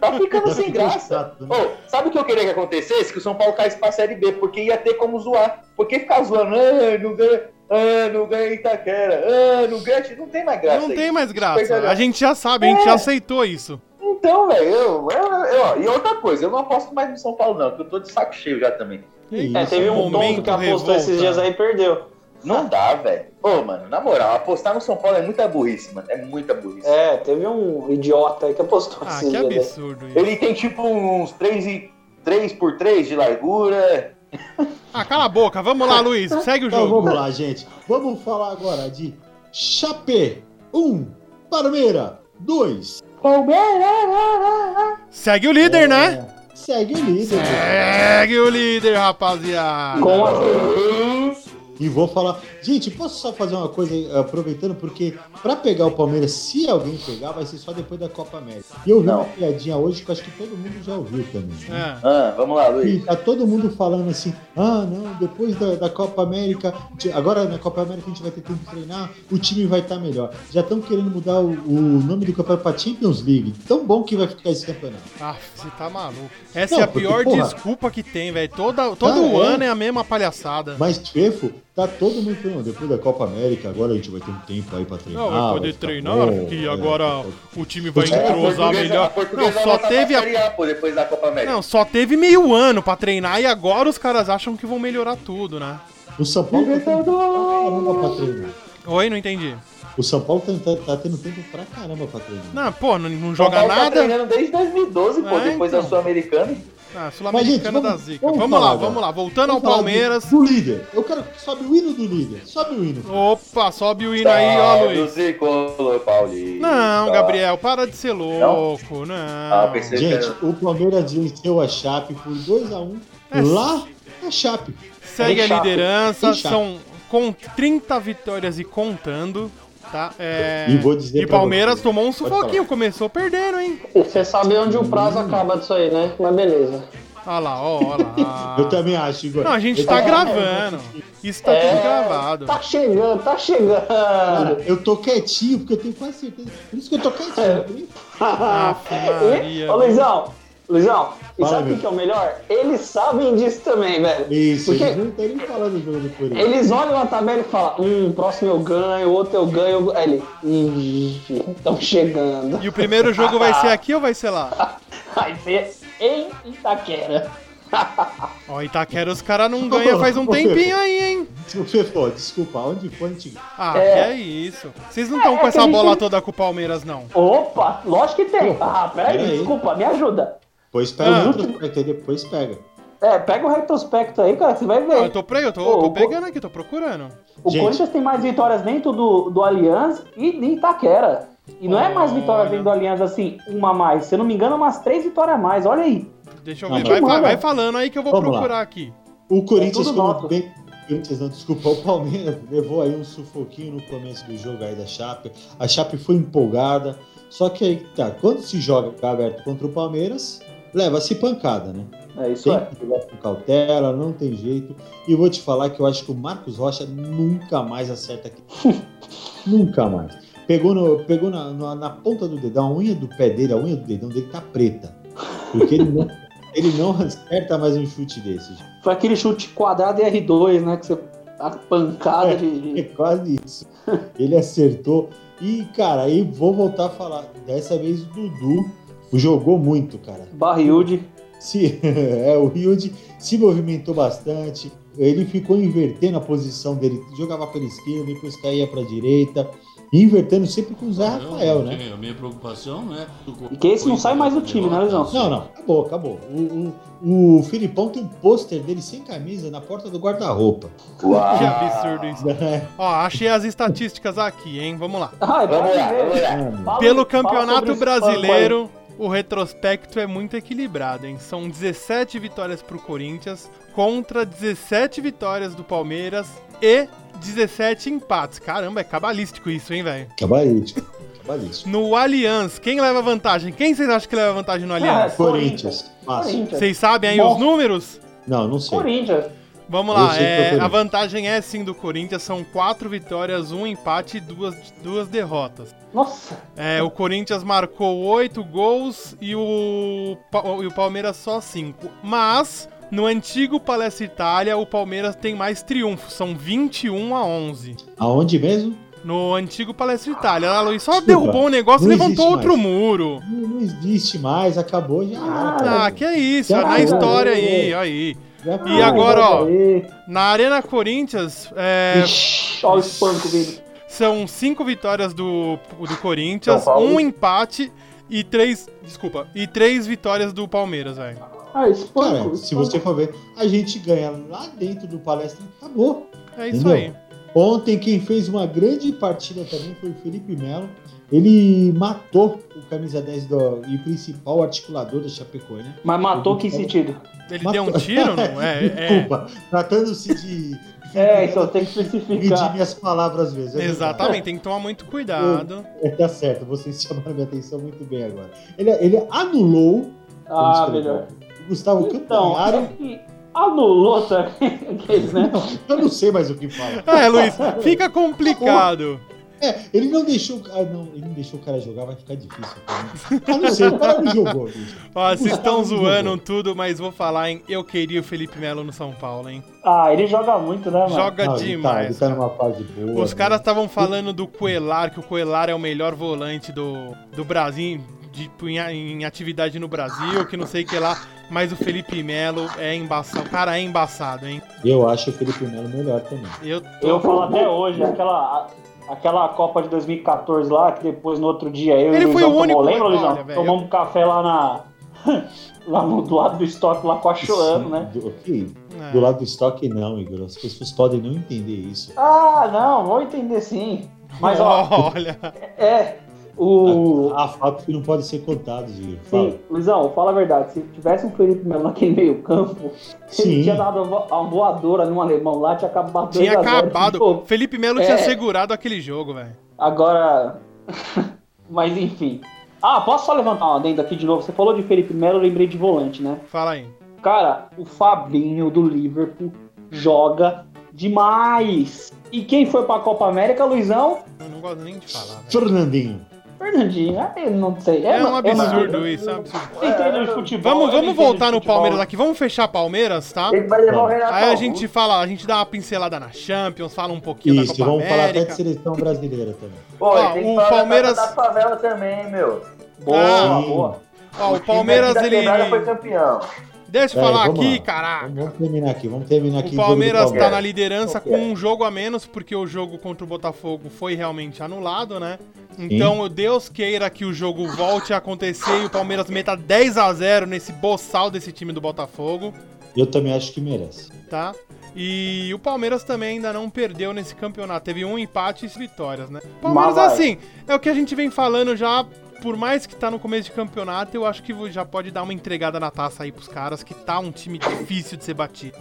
[SPEAKER 4] Tá ficando
[SPEAKER 1] Já
[SPEAKER 4] sem
[SPEAKER 1] ficou
[SPEAKER 4] graça.
[SPEAKER 1] chato, né?
[SPEAKER 4] Ô, sabe o que eu queria que acontecesse? Que o São Paulo caísse pra Série B, porque ia ter como zoar. Porque ficar zoando, ah, não ganha, ah, não ganha Itaquera, ah, não ganha, não tem mais graça.
[SPEAKER 2] Não
[SPEAKER 4] aí.
[SPEAKER 2] tem mais graça.
[SPEAKER 4] Supergalhão.
[SPEAKER 2] A gente já sabe, a gente
[SPEAKER 4] É.
[SPEAKER 2] já aceitou isso.
[SPEAKER 4] Então, velho, eu, eu- eu- ó, e outra coisa, eu não aposto mais no São Paulo, não, que eu tô de saco cheio já também.
[SPEAKER 1] Que
[SPEAKER 3] É,
[SPEAKER 1] isso,
[SPEAKER 3] teve um
[SPEAKER 2] momento
[SPEAKER 3] tonto que apostou esses
[SPEAKER 2] revolta.
[SPEAKER 3] dias aí e perdeu.
[SPEAKER 4] Não dá, velho. Ô, mano, na moral, apostar no São Paulo é muita burrice, mano. É muita burrice.
[SPEAKER 3] É, teve um idiota aí que apostou
[SPEAKER 2] Ah,
[SPEAKER 3] esses
[SPEAKER 4] é.
[SPEAKER 2] que
[SPEAKER 3] dias aí.
[SPEAKER 2] absurdo isso.
[SPEAKER 4] Ele tem tipo uns 3 e 3 por 3 de largura.
[SPEAKER 2] Ah, cala a boca. Vamos lá, Luiz. Segue o
[SPEAKER 1] Então
[SPEAKER 2] jogo.
[SPEAKER 1] vamos lá, gente. Vamos falar agora de Chapé 1, Palmeira 2.
[SPEAKER 2] Segue o líder, né?
[SPEAKER 1] É, Segue o líder. gente.
[SPEAKER 2] Segue o líder, rapaziada.
[SPEAKER 3] Com a...
[SPEAKER 1] E vou falar. Gente, posso só fazer uma coisa eh, aproveitando? Porque pra pegar o Palmeiras, se alguém pegar, vai ser só depois da Copa América. E eu vi
[SPEAKER 4] Não.
[SPEAKER 1] uma piadinha hoje que eu acho que todo mundo já ouviu também. né?
[SPEAKER 2] É.
[SPEAKER 4] Ah, vamos lá,
[SPEAKER 1] E
[SPEAKER 4] Luiz.
[SPEAKER 1] tá todo mundo falando assim: ah, não, depois da, da Copa América, de- agora na Copa América a gente vai ter tempo de treinar, o time vai estar melhor. Já estão querendo mudar o, o nome do campeonato pra Champions League. Tão bom que vai ficar esse campeonato.
[SPEAKER 2] Ah, você tá maluco. Essa
[SPEAKER 1] Não,
[SPEAKER 2] é a
[SPEAKER 1] porque,
[SPEAKER 2] pior
[SPEAKER 1] porra.
[SPEAKER 2] desculpa que tem, velho. Toda- Todo
[SPEAKER 1] Cara, é.
[SPEAKER 2] ano é a mesma palhaçada.
[SPEAKER 1] Mas, Trefo, tá todo mundo falando: depois da Copa América, agora a gente vai ter um tempo aí pra treinar.
[SPEAKER 2] Não, vai poder
[SPEAKER 1] ficar
[SPEAKER 2] treinar,
[SPEAKER 1] Ah, bom,
[SPEAKER 2] que
[SPEAKER 1] é,
[SPEAKER 2] agora
[SPEAKER 1] vai-
[SPEAKER 2] o time vai
[SPEAKER 1] É,
[SPEAKER 2] entrosar melhor. Não, só teve a...
[SPEAKER 4] a... pô, depois da Copa América.
[SPEAKER 2] Não, só teve meio ano pra treinar e agora os caras acham que vão melhorar tudo, né?
[SPEAKER 1] O São Paulo tá tendo caramba pra treinar.
[SPEAKER 2] Oi, não entendi.
[SPEAKER 1] O São Paulo tá, tá- tá tendo tempo pra caramba pra treinar.
[SPEAKER 2] Não, pô, não, não
[SPEAKER 4] São
[SPEAKER 2] joga
[SPEAKER 4] Paulo Tá
[SPEAKER 2] nada.
[SPEAKER 4] treinando desde 2012, pô,
[SPEAKER 2] É,
[SPEAKER 4] depois
[SPEAKER 2] então.
[SPEAKER 4] da Sul-Americana.
[SPEAKER 2] Ah,
[SPEAKER 1] Mas, gente,
[SPEAKER 2] Sul-Americana
[SPEAKER 1] vamos-
[SPEAKER 2] da zica. Vamos,
[SPEAKER 1] vamos
[SPEAKER 2] lá,
[SPEAKER 1] falar,
[SPEAKER 2] vamos
[SPEAKER 1] velho.
[SPEAKER 2] lá. Voltando ao
[SPEAKER 1] Vamos falar do-
[SPEAKER 2] Palmeiras.
[SPEAKER 1] Do líder. Eu quero que sobe o hino do líder. Sobe o hino.
[SPEAKER 2] Opa, sobe o hino aí,
[SPEAKER 1] Ah,
[SPEAKER 2] ó,
[SPEAKER 4] Salve o
[SPEAKER 2] Luiz.
[SPEAKER 4] Tá, Tricolor Paulista.
[SPEAKER 2] Não,
[SPEAKER 1] Tá.
[SPEAKER 2] Gabriel, para de ser louco,
[SPEAKER 4] Ah,
[SPEAKER 2] não.
[SPEAKER 4] pensei-
[SPEAKER 1] Gente, o Palmeiras venceu a Chape por 2x1
[SPEAKER 2] É.
[SPEAKER 1] lá na Chape.
[SPEAKER 2] Segue a
[SPEAKER 3] Tem chapa,
[SPEAKER 2] liderança,
[SPEAKER 1] tem chapa.
[SPEAKER 2] são com 30 vitórias e contando, tá? É,
[SPEAKER 1] E vou dizer
[SPEAKER 2] E
[SPEAKER 1] pra
[SPEAKER 2] Palmeiras
[SPEAKER 1] você.
[SPEAKER 2] tomou um
[SPEAKER 1] Pode
[SPEAKER 2] sufoquinho, começou perdendo, hein?
[SPEAKER 3] Você sabe onde o prazo acaba disso aí, né? Mas beleza.
[SPEAKER 2] Olha lá, ó, olha lá.
[SPEAKER 3] Ah.
[SPEAKER 1] Eu também acho, Igor.
[SPEAKER 2] Não, a gente
[SPEAKER 1] Eu
[SPEAKER 2] tá
[SPEAKER 1] tô- assim. É.
[SPEAKER 2] gravando. Isso tá tudo gravado.
[SPEAKER 3] Tá chegando, tá chegando.
[SPEAKER 1] Cara, eu tô quietinho, porque eu tenho quase certeza. Por isso que eu tô quietinho. né?
[SPEAKER 3] É.
[SPEAKER 1] por isso.
[SPEAKER 2] Ave
[SPEAKER 3] E,
[SPEAKER 2] Maria.
[SPEAKER 3] ô Luizão, Luizão, e
[SPEAKER 1] Fala,
[SPEAKER 3] sabe o
[SPEAKER 1] meu.
[SPEAKER 3] que que é o melhor? Eles sabem disso também, velho.
[SPEAKER 1] Isso,
[SPEAKER 3] Porque-
[SPEAKER 1] eles não estão nem falando do jogo do Corinthians.
[SPEAKER 3] Eles olham a tabela e falam, hum, próximo eu ganho, outro eu ganho. Aí ele, ih, estão chegando.
[SPEAKER 2] E o primeiro jogo vai ser aqui ou vai ser lá?
[SPEAKER 3] Vai ser em Itaquera.
[SPEAKER 2] Ó, Itaquera os caras não ganham faz um tempinho aí, hein?
[SPEAKER 1] Fefó, desculpa, onde foi a gente...
[SPEAKER 2] Ah, que é isso. Vocês não estão
[SPEAKER 3] É,
[SPEAKER 2] com
[SPEAKER 3] é que
[SPEAKER 2] essa
[SPEAKER 3] a gente
[SPEAKER 2] bola
[SPEAKER 3] tem-
[SPEAKER 2] toda com o Palmeiras, não.
[SPEAKER 3] Opa, lógico que tem. Ah, peraí,
[SPEAKER 1] peraí.
[SPEAKER 3] desculpa, me ajuda.
[SPEAKER 1] Depois pega
[SPEAKER 2] Ah.
[SPEAKER 1] o retrospecto aí, depois pega.
[SPEAKER 3] É, pega o retrospecto aí, cara, você vai
[SPEAKER 2] Ó,
[SPEAKER 3] ver.
[SPEAKER 2] eu tô, pre... eu tô,
[SPEAKER 3] Ô,
[SPEAKER 2] tô
[SPEAKER 3] o-
[SPEAKER 2] pegando aqui, tô procurando.
[SPEAKER 3] O
[SPEAKER 1] Gente.
[SPEAKER 3] Corinthians tem mais vitórias dentro do, do Allianz e de Itaquera. E não é mais vitórias
[SPEAKER 2] Olha.
[SPEAKER 3] dentro do Allianz assim, uma a mais. Se eu não me engano, umas três vitórias a mais. Olha aí.
[SPEAKER 2] Deixa eu
[SPEAKER 1] Não,
[SPEAKER 2] ver.
[SPEAKER 1] mas-
[SPEAKER 2] Vai, vai,
[SPEAKER 3] Manda.
[SPEAKER 2] vai falando aí que eu vou
[SPEAKER 1] Vamos lá.
[SPEAKER 2] procurar aqui.
[SPEAKER 1] O Corinthians,
[SPEAKER 3] É tudo
[SPEAKER 1] como
[SPEAKER 3] nosso.
[SPEAKER 1] bem. o Corinthians, não, desculpa, o Palmeiras levou aí um sufoquinho no começo do jogo aí da Chape. A Chape foi empolgada. Só que aí, tá, quando se joga aberto contra o Palmeiras, leva-se pancada, né?
[SPEAKER 3] É isso
[SPEAKER 1] Tem
[SPEAKER 3] é.
[SPEAKER 1] que jogar com cautela, não tem jeito. E vou te falar que eu acho que o Marcos Rocha nunca mais acerta aqui. nunca mais. Pegou, no- pegou na, na- na ponta do dedão, a unha do pé dele, a unha do dedão dele tá preta. Porque ele não, ele não acerta mais um chute desse. gente.
[SPEAKER 3] Foi aquele chute quadrado e R2, né? Que você a pancada de.
[SPEAKER 1] É
[SPEAKER 3] de-
[SPEAKER 1] quase isso. Ele acertou. E, cara, aí vou voltar a falar. Dessa vez o Dudu jogou muito, cara.
[SPEAKER 3] Barriude.
[SPEAKER 1] Se, é, o Hilde se movimentou bastante. Ele ficou invertendo a posição dele. Jogava pela esquerda, depois caía pra direita. Invertendo sempre com o Zé Rafael, né?
[SPEAKER 5] A minha preocupação, né?
[SPEAKER 3] E que esse não sai mais do time, né, Luizão?
[SPEAKER 1] Não, não. Acabou, acabou. O, o, o Filipão tem um pôster dele sem camisa na porta do guarda-roupa.
[SPEAKER 4] Uau.
[SPEAKER 2] Que absurdo isso. Ó, achei as estatísticas aqui, hein? Vamos lá.
[SPEAKER 3] Ah, é pra
[SPEAKER 4] Vamos lá,
[SPEAKER 3] ver.
[SPEAKER 4] vamos lá.
[SPEAKER 3] Fala-
[SPEAKER 2] Pelo
[SPEAKER 3] fala
[SPEAKER 2] Campeonato
[SPEAKER 3] sobre esse palco aí.
[SPEAKER 2] Brasileiro, o retrospecto é muito equilibrado, hein? São 17 vitórias pro Corinthians contra 17 vitórias do Palmeiras e 17 empates. Caramba, é cabalístico isso, hein, velho?
[SPEAKER 1] Cabalístico. Cabalístico.
[SPEAKER 2] No Allianz, quem leva vantagem? Quem vocês acham que leva vantagem no Allianz?
[SPEAKER 3] Ah,
[SPEAKER 1] é, Corinthians. Fácil.
[SPEAKER 3] Corinthians.
[SPEAKER 2] Vocês sabem aí
[SPEAKER 3] Bom.
[SPEAKER 2] os números?
[SPEAKER 1] Não, não sei.
[SPEAKER 3] Corinthians.
[SPEAKER 2] Vamos
[SPEAKER 1] Eu
[SPEAKER 2] lá,
[SPEAKER 1] sei que é o
[SPEAKER 2] é, a
[SPEAKER 1] Corinthians.
[SPEAKER 2] vantagem é sim do Corinthians, são quatro vitórias, um empate e duas, duas derrotas.
[SPEAKER 3] Nossa,
[SPEAKER 2] É, o Corinthians marcou oito gols e o, Pa- e o Palmeiras só cinco. Mas, no antigo Palestra Itália, o Palmeiras tem mais triunfos, são 21 a 11.
[SPEAKER 1] Aonde mesmo?
[SPEAKER 2] No antigo Palestra Itália, lá, Luiz só
[SPEAKER 1] Desculpa,
[SPEAKER 2] derrubou um negócio e
[SPEAKER 1] não
[SPEAKER 2] levantou
[SPEAKER 1] existe
[SPEAKER 2] outro
[SPEAKER 1] mais.
[SPEAKER 2] muro.
[SPEAKER 1] Não, não existe mais, acabou já. era, cara.
[SPEAKER 2] Ah, que é isso,
[SPEAKER 1] Caralho,
[SPEAKER 2] na história aí,
[SPEAKER 1] velho.
[SPEAKER 2] aí.
[SPEAKER 1] Já
[SPEAKER 2] E
[SPEAKER 1] foi.
[SPEAKER 2] agora, ó,
[SPEAKER 3] aí.
[SPEAKER 2] na Arena Corinthians, é,
[SPEAKER 3] Ixi, olha o espanco dele.
[SPEAKER 2] São cinco vitórias do, do Corinthians,
[SPEAKER 4] São Paulo.
[SPEAKER 2] um empate e três. Desculpa, e três vitórias do Palmeiras, velho.
[SPEAKER 3] Ah, espanco.
[SPEAKER 1] Cara, se
[SPEAKER 3] espanco.
[SPEAKER 1] você for ver, a gente ganha lá dentro do palestra e acabou.
[SPEAKER 2] É isso
[SPEAKER 1] Entendeu?
[SPEAKER 2] aí.
[SPEAKER 1] Ontem quem fez uma grande partida também foi o Felipe Melo. Ele matou o camisa 10 do, e principal articulador da Chapecoense. Né?
[SPEAKER 3] Mas matou que sentido?
[SPEAKER 2] Ele
[SPEAKER 1] Matou.
[SPEAKER 2] deu um tiro, não? É, é.
[SPEAKER 1] Desculpa, tratando-se de.
[SPEAKER 3] É, então tem que
[SPEAKER 1] Medir
[SPEAKER 3] especificar.
[SPEAKER 1] minhas palavras às vezes. é verdade.
[SPEAKER 2] Exatamente, tem que tomar muito cuidado.
[SPEAKER 1] É, tá certo, vocês chamaram minha atenção muito bem agora. Ele, ele anulou
[SPEAKER 3] Ah, melhor.
[SPEAKER 1] o Gustavo
[SPEAKER 3] Então,
[SPEAKER 1] Campanhari.
[SPEAKER 3] é que anulou também aqueles, né?
[SPEAKER 1] Eu não sei mais o que fala.
[SPEAKER 2] É, Luiz, fica complicado.
[SPEAKER 1] É, ele não deixou. o ca- Ah, não, ele não deixou o cara jogar, vai ficar difícil. Cara. Ah, não sei, o cara não jogou, bicho.
[SPEAKER 2] Ó, vocês estão
[SPEAKER 1] Não,
[SPEAKER 2] zoando tudo, mas vou falar, hein? Eu queria o Felipe Melo no São Paulo, hein?
[SPEAKER 3] Ah, ele joga muito, né, mano?
[SPEAKER 2] Joga
[SPEAKER 1] Não, ele tá, ele
[SPEAKER 2] demais.
[SPEAKER 1] tá numa fase boa.
[SPEAKER 2] Os
[SPEAKER 1] né?
[SPEAKER 2] caras estavam falando do Coelar, que o Coelar é o melhor volante do, do Brasil, de, em, em atividade no Brasil, que não sei o que lá. Mas o Felipe Melo é embaçado. O cara é embaçado, hein?
[SPEAKER 1] Eu acho o Felipe Melo melhor também.
[SPEAKER 2] Eu tô.
[SPEAKER 3] Eu falo até hoje, aquela, aquela Copa de 2014 lá, que depois no outro dia eu
[SPEAKER 2] Ele
[SPEAKER 3] e o
[SPEAKER 2] foi
[SPEAKER 3] Luizão
[SPEAKER 2] o único,
[SPEAKER 3] tomou, lembra,
[SPEAKER 2] olha,
[SPEAKER 3] Luizão?
[SPEAKER 2] velho.
[SPEAKER 3] Tomamos um café lá na. lá no, do lado do estoque, lá com a Choano, né?
[SPEAKER 1] Do, que-
[SPEAKER 2] É.
[SPEAKER 1] do lado do estoque, não, Igor. As pessoas podem não entender isso.
[SPEAKER 3] Ah, não, vou entender sim. Mas ó,
[SPEAKER 2] olha.
[SPEAKER 3] é. O.
[SPEAKER 1] Há fatos que não podem ser contados, Igor. Ah, Fala.
[SPEAKER 3] Sim, Luizão, fala a verdade. Se tivesse um Felipe Melo naquele meio-campo, ele
[SPEAKER 1] Sim.
[SPEAKER 3] tinha dado uma voadora num alemão lá, tinha acabado dois
[SPEAKER 2] Tinha
[SPEAKER 3] a zero,
[SPEAKER 2] acabado.
[SPEAKER 3] ficou.
[SPEAKER 2] assim, Felipe Melo
[SPEAKER 3] É.
[SPEAKER 2] tinha segurado aquele jogo, velho.
[SPEAKER 3] Agora. Mas enfim. Ah, posso só levantar uma adenda aqui de novo? Você falou de Felipe Melo, eu lembrei de volante, né?
[SPEAKER 2] Fala aí.
[SPEAKER 3] Cara, o Fabinho do Liverpool joga demais. E quem foi pra Copa América, Luizão?
[SPEAKER 2] Eu não gosto nem de falar, velho.
[SPEAKER 1] Fernandinho.
[SPEAKER 3] Fernandinho. Ah, eu não sei.
[SPEAKER 2] É um
[SPEAKER 3] uma- uma-
[SPEAKER 2] absurdo isso, é um absurdo.
[SPEAKER 3] Eu entendo de futebol,
[SPEAKER 2] Vamos,
[SPEAKER 3] eu
[SPEAKER 2] vamos
[SPEAKER 3] entendo
[SPEAKER 2] voltar
[SPEAKER 3] de
[SPEAKER 2] no
[SPEAKER 3] futebol.
[SPEAKER 2] Palmeiras aqui. Vamos fechar Palmeiras, tá?
[SPEAKER 4] Ele vai levar o Renato.
[SPEAKER 2] Aí a gente fala, a gente dá uma pincelada na Champions, fala um pouquinho
[SPEAKER 1] Isso,
[SPEAKER 2] da Copa
[SPEAKER 1] vamos
[SPEAKER 2] América.
[SPEAKER 1] falar até de seleção brasileira também.
[SPEAKER 4] Pô,
[SPEAKER 2] Ó,
[SPEAKER 4] tem que
[SPEAKER 2] o
[SPEAKER 4] falar da-
[SPEAKER 2] Palmeiras-
[SPEAKER 4] da favela também, meu. Ah,
[SPEAKER 3] Boa,
[SPEAKER 1] Sim.
[SPEAKER 3] boa.
[SPEAKER 2] Ó,
[SPEAKER 4] time
[SPEAKER 2] o
[SPEAKER 4] aqui
[SPEAKER 2] Palmeiras,
[SPEAKER 4] da
[SPEAKER 2] ele.
[SPEAKER 4] quebrada foi campeão.
[SPEAKER 2] Deixa eu
[SPEAKER 1] Peraí,
[SPEAKER 2] falar
[SPEAKER 1] É, vamos
[SPEAKER 2] aqui,
[SPEAKER 1] lá.
[SPEAKER 2] caraca.
[SPEAKER 1] Vamos terminar aqui, vamos terminar aqui.
[SPEAKER 2] Ah, O
[SPEAKER 1] o jogo do
[SPEAKER 2] Palmeiras tá
[SPEAKER 4] Palmeiras.
[SPEAKER 2] na liderança com
[SPEAKER 1] é?
[SPEAKER 4] Qualquer.
[SPEAKER 2] um jogo a menos, porque o jogo contra o Botafogo foi realmente anulado, né? Então, Deus queira que o jogo volte a acontecer e o Palmeiras meta 10 a 0 nesse boçal desse time do Botafogo,
[SPEAKER 1] Eu também acho que merece.
[SPEAKER 2] tá? E o Palmeiras também ainda não perdeu nesse campeonato. Teve um empate e vitórias, né? O Palmeiras,
[SPEAKER 3] vai.
[SPEAKER 2] assim, é o que a gente vem falando já. Por mais que tá no começo de campeonato, eu acho que já pode dar uma entregada na taça aí pros caras, que tá um time difícil de ser batido.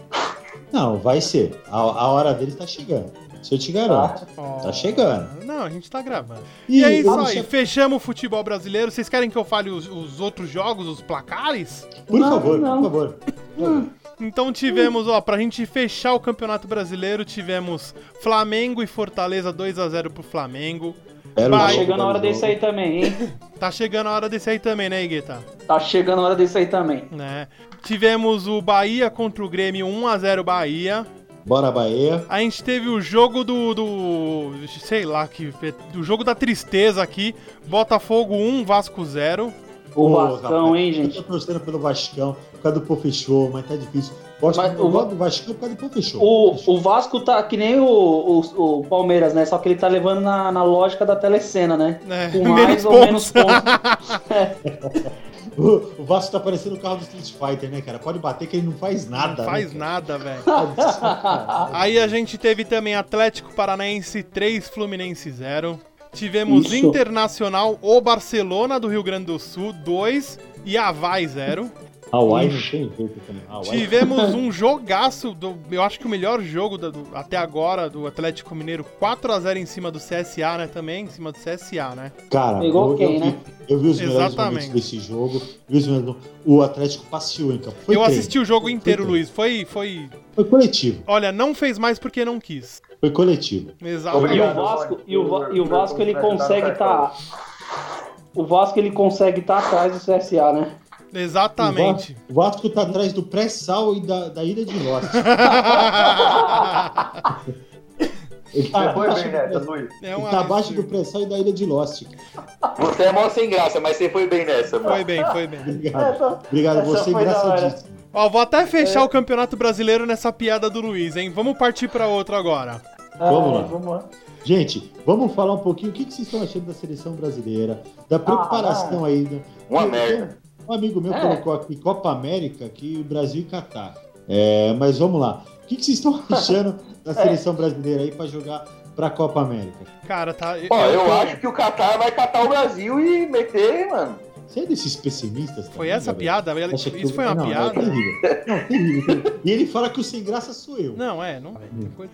[SPEAKER 1] Não, vai ser. A, a hora dele tá chegando. Se eu te garanto.
[SPEAKER 2] Ó.
[SPEAKER 3] Ah,
[SPEAKER 1] Tá chegando.
[SPEAKER 2] Não, a gente tá gravando. E é isso aí, fechamos o futebol brasileiro. Vocês querem que eu fale os, os outros jogos, os placares?
[SPEAKER 1] Por
[SPEAKER 3] Não,
[SPEAKER 1] favor,
[SPEAKER 3] não. Hum.
[SPEAKER 1] por favor.
[SPEAKER 2] Então tivemos, ó, pra gente fechar o Campeonato Brasileiro, tivemos Flamengo e Fortaleza 2 a 0 pro Flamengo.
[SPEAKER 1] Era o jogo,
[SPEAKER 2] Vai.
[SPEAKER 3] Tá Chegando a hora
[SPEAKER 1] era o
[SPEAKER 3] desse aí
[SPEAKER 1] jogo.
[SPEAKER 3] também, hein?
[SPEAKER 2] Tá chegando a hora desse aí também, né, Igueta?
[SPEAKER 3] Tá chegando a hora desse aí também.
[SPEAKER 2] Né? Tivemos o um Bahia contra o Grêmio 1 a 0 Bahia.
[SPEAKER 1] Bora Bahia.
[SPEAKER 2] A gente teve o jogo do. do sei lá, que, do jogo da tristeza aqui. Botafogo 1, Vasco 0.
[SPEAKER 3] O Vascão,
[SPEAKER 1] rapaz,
[SPEAKER 3] hein, gente?
[SPEAKER 1] Eu tô torcendo pelo Vascão, por causa do Pô Fechou, mas tá difícil. Gosto
[SPEAKER 3] Mas
[SPEAKER 1] eu
[SPEAKER 3] o-
[SPEAKER 1] gosto do Vascão por causa do Pô Fechou.
[SPEAKER 3] O, o Vasco tá que nem o, o- o Palmeiras, né? Só que ele tá levando na, na lógica da telecena, né?
[SPEAKER 2] É,
[SPEAKER 3] Com
[SPEAKER 2] menos
[SPEAKER 3] mais ou
[SPEAKER 2] pontos.
[SPEAKER 3] menos pontos.
[SPEAKER 1] O, o Vasco tá parecendo o carro do Street Fighter, né, cara? Pode bater que ele não faz nada.
[SPEAKER 2] Não faz
[SPEAKER 1] né,
[SPEAKER 2] nada, velho.
[SPEAKER 1] nada.
[SPEAKER 2] Aí a gente teve também Atlético Paranaense 3, Fluminense 0. Tivemos
[SPEAKER 3] Isso.
[SPEAKER 2] Internacional ou Barcelona do Rio Grande do Sul 2 e Havaí 0.
[SPEAKER 1] Hawaii Ah, não tem jeito também. Ah, Hawaii.
[SPEAKER 2] Tivemos um jogaço, do, eu acho que o melhor jogo da- do- até agora do Atlético Mineiro, 4x0 em cima do CSA, né? Também em cima do CSA, né?
[SPEAKER 1] Cara,
[SPEAKER 3] Igual
[SPEAKER 1] eu,
[SPEAKER 3] quem,
[SPEAKER 1] eu vi,
[SPEAKER 3] né?
[SPEAKER 1] eu vi os melhores
[SPEAKER 2] Exatamente.
[SPEAKER 1] momentos desse jogo. vi os melhores momentos. O Atlético passeou em campo. Foi,
[SPEAKER 2] eu
[SPEAKER 1] treino,
[SPEAKER 2] assisti o jogo inteiro,
[SPEAKER 1] treino.
[SPEAKER 2] Luiz. Foi, foi.
[SPEAKER 1] foi coletivo.
[SPEAKER 2] Olha, não fez mais porque não quis.
[SPEAKER 1] Foi coletivo.
[SPEAKER 2] Exatamente.
[SPEAKER 3] E o
[SPEAKER 4] Obrigado,
[SPEAKER 3] Vasco,
[SPEAKER 4] Rony.
[SPEAKER 3] e o, Va- e o Vasco ele
[SPEAKER 4] Vai dar no
[SPEAKER 3] consegue
[SPEAKER 4] cartão.
[SPEAKER 3] né? tá. O Vasco ele consegue tá atrás do CSA, né?
[SPEAKER 2] Exatamente.
[SPEAKER 1] O Vasco tá atrás do pré-sal e da, da ilha de Lost. Ele
[SPEAKER 2] Ah,
[SPEAKER 1] tá
[SPEAKER 4] Você foi
[SPEAKER 1] abaixo
[SPEAKER 4] bem
[SPEAKER 1] do
[SPEAKER 3] né?
[SPEAKER 4] nessa,
[SPEAKER 1] pré-
[SPEAKER 4] Luiz.
[SPEAKER 2] É
[SPEAKER 1] ele
[SPEAKER 2] um
[SPEAKER 1] tá abaixo do
[SPEAKER 2] absurdo.
[SPEAKER 1] pré-sal e da ilha de Lost. tá cara.
[SPEAKER 4] Você é mó sem graça, mas você foi bem nessa, mano.
[SPEAKER 2] Foi bem, foi bem.
[SPEAKER 1] Obrigado. Obrigado,
[SPEAKER 3] É, essa
[SPEAKER 1] você
[SPEAKER 3] foi da hora.
[SPEAKER 1] engraçadíssimo.
[SPEAKER 2] Ó, vou até fechar o Campeonato Brasileiro nessa piada do Luiz, hein? Vamos partir pra outro agora.
[SPEAKER 1] Vamos lá.
[SPEAKER 3] Ah, Vamos lá.
[SPEAKER 1] Gente, vamos falar um pouquinho o que, que vocês estão achando da seleção brasileira,
[SPEAKER 4] Ah,
[SPEAKER 1] da preparação aí. né?
[SPEAKER 4] Uma
[SPEAKER 1] Eu-
[SPEAKER 4] merda.
[SPEAKER 1] Um amigo meu
[SPEAKER 3] É.
[SPEAKER 1] colocou aqui Copa América, que o Brasil e Catar. É, mas vamos lá. O que, que vocês estão achando
[SPEAKER 4] É.
[SPEAKER 1] da seleção brasileira aí para jogar para a Copa América?
[SPEAKER 2] Cara, tá. eu-
[SPEAKER 4] Ó, eu
[SPEAKER 2] eu-
[SPEAKER 4] acho que o Qatar vai catar o Brasil e meter, mano.
[SPEAKER 1] Você é desses pessimistas?
[SPEAKER 2] Foi
[SPEAKER 1] também,
[SPEAKER 2] essa a
[SPEAKER 1] Gabriel?
[SPEAKER 2] piada? Ela-
[SPEAKER 1] Acha que
[SPEAKER 2] Isso
[SPEAKER 1] o-
[SPEAKER 2] foi uma
[SPEAKER 1] não,
[SPEAKER 2] piada?
[SPEAKER 1] É terrível. Não, terrível, terrível. E ele fala que o sem graça sou eu.
[SPEAKER 2] Não, é, não. tem coisa-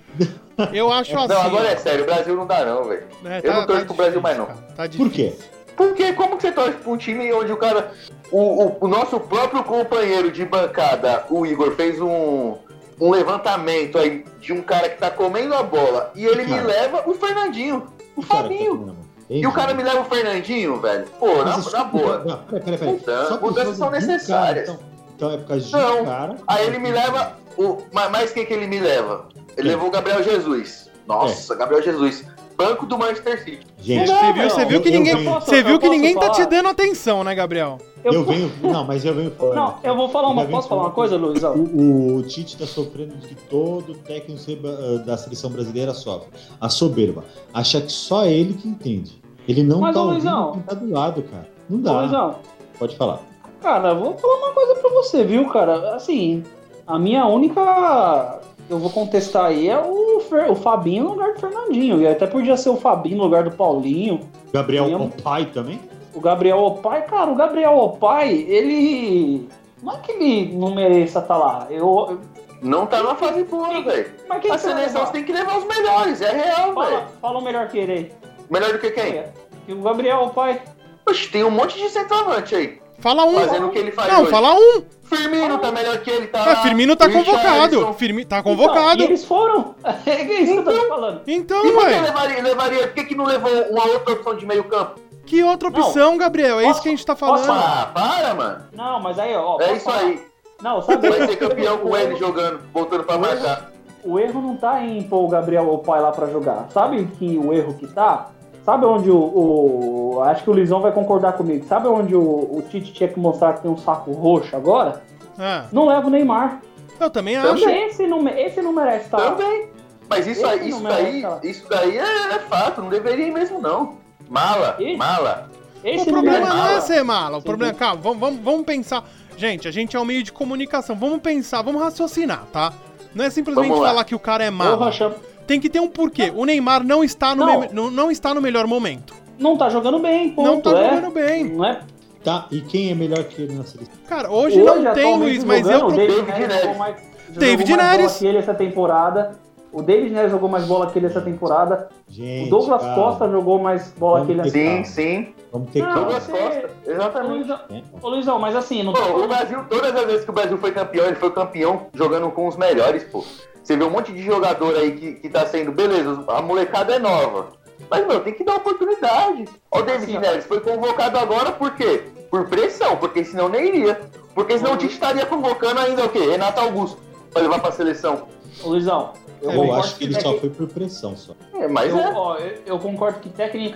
[SPEAKER 2] Eu acho assim.
[SPEAKER 4] Não, agora é sério, o Brasil não dá não, velho.
[SPEAKER 2] né,
[SPEAKER 4] eu não torço pro Brasil mais, não.
[SPEAKER 2] cara, tá
[SPEAKER 1] Por
[SPEAKER 2] difícil.
[SPEAKER 1] quê?
[SPEAKER 4] Porque como que você torce pra um time onde o cara. O, o- o nosso próprio companheiro de bancada, o Igor, fez um, um levantamento aí de um cara que tá comendo a bola e ele me
[SPEAKER 2] Ah.
[SPEAKER 1] Cara.
[SPEAKER 4] leva o Fernandinho. O
[SPEAKER 1] cara que tá
[SPEAKER 4] Fabinho.
[SPEAKER 1] com a mão?
[SPEAKER 4] E o cara me leva o Fernandinho, velho. Pô, na,
[SPEAKER 1] Mas
[SPEAKER 4] na
[SPEAKER 1] isso-
[SPEAKER 4] boa.
[SPEAKER 1] Não, peraí, peraí, peraí.
[SPEAKER 4] Mudanças-
[SPEAKER 1] por
[SPEAKER 4] mudanças
[SPEAKER 1] causa
[SPEAKER 4] são
[SPEAKER 1] de um
[SPEAKER 4] necessárias.
[SPEAKER 1] cara, então, então é por causa de um
[SPEAKER 4] Não.
[SPEAKER 1] cara.
[SPEAKER 4] Aí ele me leva.
[SPEAKER 2] é
[SPEAKER 4] O, mas, mas quem que ele me leva? Ele
[SPEAKER 1] Quem?
[SPEAKER 4] levou o Gabriel Jesus.
[SPEAKER 2] É.
[SPEAKER 4] Nossa, Gabriel Jesus. Banco do Manchester City.
[SPEAKER 1] Gente,
[SPEAKER 3] Não,
[SPEAKER 2] Você viu,
[SPEAKER 3] não,
[SPEAKER 2] você viu que
[SPEAKER 1] eu- eu
[SPEAKER 2] ninguém,
[SPEAKER 1] venho-
[SPEAKER 2] você viu
[SPEAKER 3] eu
[SPEAKER 2] que
[SPEAKER 3] posso
[SPEAKER 2] ninguém tá
[SPEAKER 3] falar?
[SPEAKER 2] te dando atenção, né, Gabriel?
[SPEAKER 1] eu,
[SPEAKER 3] Eu,
[SPEAKER 1] venho. Não, mas eu venho falando.
[SPEAKER 3] Não, eu vou falar
[SPEAKER 1] Eu já
[SPEAKER 3] uma.
[SPEAKER 1] vim
[SPEAKER 3] Posso falar uma
[SPEAKER 1] falando.
[SPEAKER 3] coisa, Luiz? Ó,
[SPEAKER 1] O, o Tite está sofrendo do que todo técnico seba- da seleção brasileira sofre. A soberba. Achar que só ele que entende. Ele não
[SPEAKER 3] Mas,
[SPEAKER 1] tá
[SPEAKER 3] ô,
[SPEAKER 1] ouvindo
[SPEAKER 3] Luizão.
[SPEAKER 1] quem tá do lado, cara. Não
[SPEAKER 3] Ô,
[SPEAKER 1] dá.
[SPEAKER 3] Luizão,
[SPEAKER 1] Pode falar.
[SPEAKER 3] Cara, vou falar uma coisa pra você, viu, cara? Assim, a minha única. Eu vou contestar aí é o, Fer- o Fabinho no lugar do Fernandinho. E até podia ser o Fabinho no lugar do Paulinho.
[SPEAKER 1] Gabriel
[SPEAKER 3] Eu-
[SPEAKER 1] Popai também?
[SPEAKER 3] O Gabriel Opai, cara, o Gabriel Opai, ele. Não é que ele não mereça estar lá. Eu.
[SPEAKER 4] Não tá numa fase boa, velho.
[SPEAKER 3] Mas quem
[SPEAKER 4] A
[SPEAKER 3] que você vai
[SPEAKER 4] seleção
[SPEAKER 3] levar?
[SPEAKER 4] você tem que levar os melhores, é real,
[SPEAKER 3] Fala,
[SPEAKER 4] velho.
[SPEAKER 3] fala o melhor que ele aí.
[SPEAKER 4] Melhor do que quem?
[SPEAKER 3] É. E o Gabriel Opai.
[SPEAKER 4] Oxe, tem um monte de centroavante aí.
[SPEAKER 2] Fala um.
[SPEAKER 4] Fazendo o que ele faz
[SPEAKER 2] Não,
[SPEAKER 4] hoje.
[SPEAKER 2] fala um.
[SPEAKER 4] Firmino tá melhor que ele, tá
[SPEAKER 2] Ah,
[SPEAKER 4] lá.
[SPEAKER 2] Firmino tá
[SPEAKER 4] Richarlison.
[SPEAKER 2] convocado. Firmino tá
[SPEAKER 3] Então, e
[SPEAKER 2] convocado.
[SPEAKER 3] eles foram. é isso que eu tô te falando.
[SPEAKER 2] Então,
[SPEAKER 4] E por que
[SPEAKER 2] velho.
[SPEAKER 4] levaria, levaria? Por que, que não levou uma outra opção de meio campo?
[SPEAKER 2] Que outra
[SPEAKER 3] Não.
[SPEAKER 2] opção, Gabriel? É isso
[SPEAKER 3] Posso-
[SPEAKER 2] que a gente tá
[SPEAKER 3] posso
[SPEAKER 2] falando.
[SPEAKER 3] falar?
[SPEAKER 4] Ah, para, mano.
[SPEAKER 3] Não, mas aí, ó.
[SPEAKER 4] É
[SPEAKER 3] posso
[SPEAKER 4] isso
[SPEAKER 3] falar?
[SPEAKER 4] aí.
[SPEAKER 3] Não, sabe?
[SPEAKER 4] Vai ser campeão com ele jogando, voltando pra marcar.
[SPEAKER 3] o erro não tá em pôr o Gabriel Opai lá pra jogar. Sabe que o erro que tá? Sabe onde o, o- Acho que o Lisão vai concordar comigo. Sabe onde o, o Tite tinha que mostrar que tem um saco roxo agora?
[SPEAKER 2] Ah,
[SPEAKER 3] Não leva o Neymar.
[SPEAKER 2] eu também acho.
[SPEAKER 3] Também. Esse, não, me- esse não merece estar lá.
[SPEAKER 4] Também. Mas isso,
[SPEAKER 3] Tá. Esse
[SPEAKER 4] aí, isso
[SPEAKER 3] não merece
[SPEAKER 4] daí,
[SPEAKER 3] estar lá.
[SPEAKER 4] isso daí é, é fato, não deveria ir mesmo, não. Mala,
[SPEAKER 3] Ih.
[SPEAKER 4] mala.
[SPEAKER 3] Esse
[SPEAKER 2] O problema
[SPEAKER 3] não
[SPEAKER 2] não é
[SPEAKER 3] merece.
[SPEAKER 2] ser mala. O
[SPEAKER 3] Sim.
[SPEAKER 2] problema é, calma, vamos, vamos, vamos pensar. Gente, a gente é um meio de comunicação. Vamos pensar, vamos raciocinar, tá? Não é simplesmente
[SPEAKER 4] Vamos lá.
[SPEAKER 2] falar que o cara é
[SPEAKER 3] Porra,
[SPEAKER 2] mala.
[SPEAKER 3] Cham-
[SPEAKER 2] Tem que ter um porquê. O Neymar não está no,
[SPEAKER 3] Não.
[SPEAKER 2] me- não- não está no melhor momento.
[SPEAKER 3] não tá jogando bem, ponto.
[SPEAKER 2] não tá
[SPEAKER 3] é.
[SPEAKER 2] jogando bem.
[SPEAKER 3] Não é?
[SPEAKER 1] Tá, e quem é melhor que ele na seleção?
[SPEAKER 2] Cara, hoje, não tem,
[SPEAKER 3] atualmente,
[SPEAKER 2] Luiz, mas
[SPEAKER 3] tá jogando,
[SPEAKER 2] eu.
[SPEAKER 3] o
[SPEAKER 2] pro-
[SPEAKER 3] David
[SPEAKER 4] David
[SPEAKER 3] Neres jogou mais- jogou
[SPEAKER 2] David
[SPEAKER 3] mais bola
[SPEAKER 2] Neres.
[SPEAKER 3] que ele essa temporada. O David Neres jogou mais bola que ele essa temporada.
[SPEAKER 1] Gente.
[SPEAKER 3] o Douglas
[SPEAKER 1] cara,
[SPEAKER 3] Costa jogou mais bola que ele essa
[SPEAKER 1] Sim,
[SPEAKER 4] Sim, sim.
[SPEAKER 1] Vamos ter
[SPEAKER 3] Não,
[SPEAKER 1] calma.
[SPEAKER 4] Douglas
[SPEAKER 3] você-
[SPEAKER 4] Costa,
[SPEAKER 3] Ô,
[SPEAKER 4] exatamente.
[SPEAKER 3] Luizão,
[SPEAKER 1] né?
[SPEAKER 3] ô, Luizão, mas assim, não
[SPEAKER 4] Pô, o Brasil, todas as vezes que o Brasil foi campeão, ele foi campeão jogando com os melhores, pô. Você vê um monte de jogador aí que, que tá sendo, beleza, a molecada é nova. Mas, meu, tem que dar oportunidade. Ó, o
[SPEAKER 3] Assim,
[SPEAKER 4] David
[SPEAKER 3] ó.
[SPEAKER 4] Neres foi convocado agora por quê? Por pressão, porque senão nem iria. Porque senão o Tite estaria convocando ainda o quê? Renato Augusto. pra levar pra seleção.
[SPEAKER 3] Ô, Luizão, eu, é
[SPEAKER 1] Eu
[SPEAKER 3] concordo
[SPEAKER 1] acho que ele
[SPEAKER 3] tec-
[SPEAKER 1] só foi por pressão só.
[SPEAKER 4] É, mas
[SPEAKER 3] eu,
[SPEAKER 4] é.
[SPEAKER 3] ó, eu- eu concordo que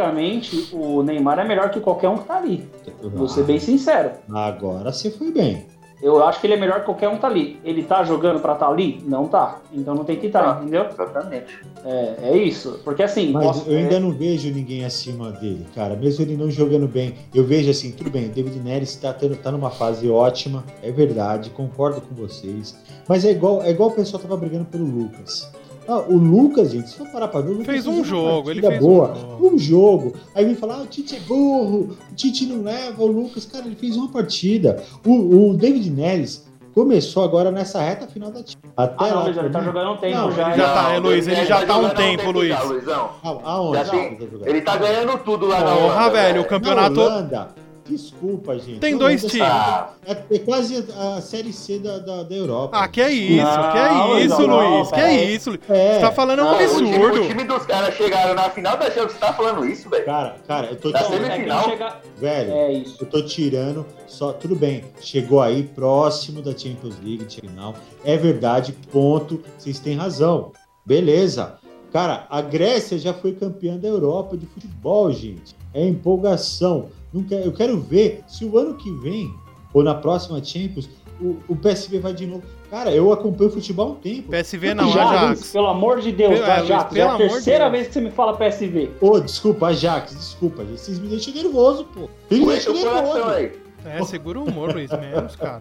[SPEAKER 3] tecnicamente o Neymar é melhor que qualquer um que tá ali.
[SPEAKER 2] Ah.
[SPEAKER 3] Vou ser bem sincero.
[SPEAKER 1] Agora você foi bem.
[SPEAKER 3] Eu acho que ele é melhor que qualquer um que tá ali. Ele tá jogando pra tá ali? Não tá. Então não tem que estar,
[SPEAKER 4] Tá.
[SPEAKER 3] entendeu?
[SPEAKER 4] Exatamente.
[SPEAKER 3] É, é isso. Porque assim,
[SPEAKER 1] Mas
[SPEAKER 3] posso-
[SPEAKER 1] eu ainda não vejo ninguém acima dele, cara. Mesmo ele não jogando bem. Eu vejo assim, tudo bem, o David Neres tá, tendo, tá numa fase ótima, é verdade, concordo com vocês. Mas é igual, é igual o pessoal tava brigando pelo Lucas. Ah, o Lucas, gente, se for parar pra ver, o Lucas
[SPEAKER 2] Fez um
[SPEAKER 1] uma
[SPEAKER 2] jogo,
[SPEAKER 1] partida
[SPEAKER 2] ele fez um
[SPEAKER 1] boa,
[SPEAKER 2] jogo.
[SPEAKER 1] um jogo. Aí vem falar, ah, o Tite é burro, o Tite não leva, o Lucas, cara, ele fez uma partida. O, o David Neres começou agora nessa reta final da Champions. Até
[SPEAKER 3] Ah, não,
[SPEAKER 1] lá,
[SPEAKER 3] Luizão, ele
[SPEAKER 1] pra
[SPEAKER 3] tá
[SPEAKER 1] mim-
[SPEAKER 3] jogando há um tempo
[SPEAKER 1] Não,
[SPEAKER 3] já.
[SPEAKER 2] ele
[SPEAKER 3] hein?
[SPEAKER 2] já tá, é, Luiz, ele já tá há um
[SPEAKER 4] jogando há
[SPEAKER 2] tempo, Luiz.
[SPEAKER 4] já, Luizão.
[SPEAKER 1] Ah, Aonde?
[SPEAKER 4] Já tem-
[SPEAKER 1] Aonde tá jogando?
[SPEAKER 4] Ele tá ganhando tudo lá na
[SPEAKER 2] Porra,
[SPEAKER 4] Holanda, né?
[SPEAKER 2] velho, o
[SPEAKER 1] Na
[SPEAKER 2] campeonato.
[SPEAKER 1] Holanda, desculpa, gente.
[SPEAKER 2] Tem
[SPEAKER 1] Na
[SPEAKER 2] dois
[SPEAKER 1] Holanda, tá
[SPEAKER 2] times.
[SPEAKER 4] Ah,
[SPEAKER 1] É, é quase a a Série C da, da, da Europa.
[SPEAKER 2] Ah, que é isso,
[SPEAKER 3] Não,
[SPEAKER 2] que é isso,
[SPEAKER 3] não, não,
[SPEAKER 2] Luiz, que é
[SPEAKER 3] peraí.
[SPEAKER 2] isso. Luiz.
[SPEAKER 1] É,
[SPEAKER 2] Você tá falando é um
[SPEAKER 4] não, o time- O
[SPEAKER 2] absurdo.
[SPEAKER 4] time dos caras chegaram na final da Champions, você tá falando isso, velho?
[SPEAKER 1] Cara, cara, eu tô
[SPEAKER 4] Tá
[SPEAKER 1] tirando,
[SPEAKER 4] sendo-
[SPEAKER 3] É,
[SPEAKER 4] Semifinal.
[SPEAKER 3] quem chega-
[SPEAKER 1] velho,
[SPEAKER 3] é isso.
[SPEAKER 1] eu tô tirando, só, tudo bem, chegou aí próximo da Champions League, de final, é verdade, ponto, vocês têm razão, beleza. Cara, a Grécia já foi campeã da Europa de futebol, gente, é empolgação, Não quero- eu quero ver se o ano que vem, ou na próxima Champions, o, o PSV vai de novo. Cara, eu acompanho futebol há um tempo,
[SPEAKER 2] PSV não,
[SPEAKER 3] já,
[SPEAKER 2] Ajax.
[SPEAKER 3] Luiz, pelo amor de Deus,
[SPEAKER 2] Pelo- é, Luiz,
[SPEAKER 3] Ajax,
[SPEAKER 2] pelo
[SPEAKER 3] é a
[SPEAKER 2] amor de
[SPEAKER 3] terceira
[SPEAKER 2] Deus.
[SPEAKER 3] vez que você me fala PSV.
[SPEAKER 1] Ô, desculpa, Ajax, desculpa, gente. Vocês me deixam nervoso, pô. Vocês me
[SPEAKER 4] Doente
[SPEAKER 1] deixam
[SPEAKER 4] o coração
[SPEAKER 1] nervoso.
[SPEAKER 4] aí.
[SPEAKER 2] É, segura o humor, Luiz, menos, cara.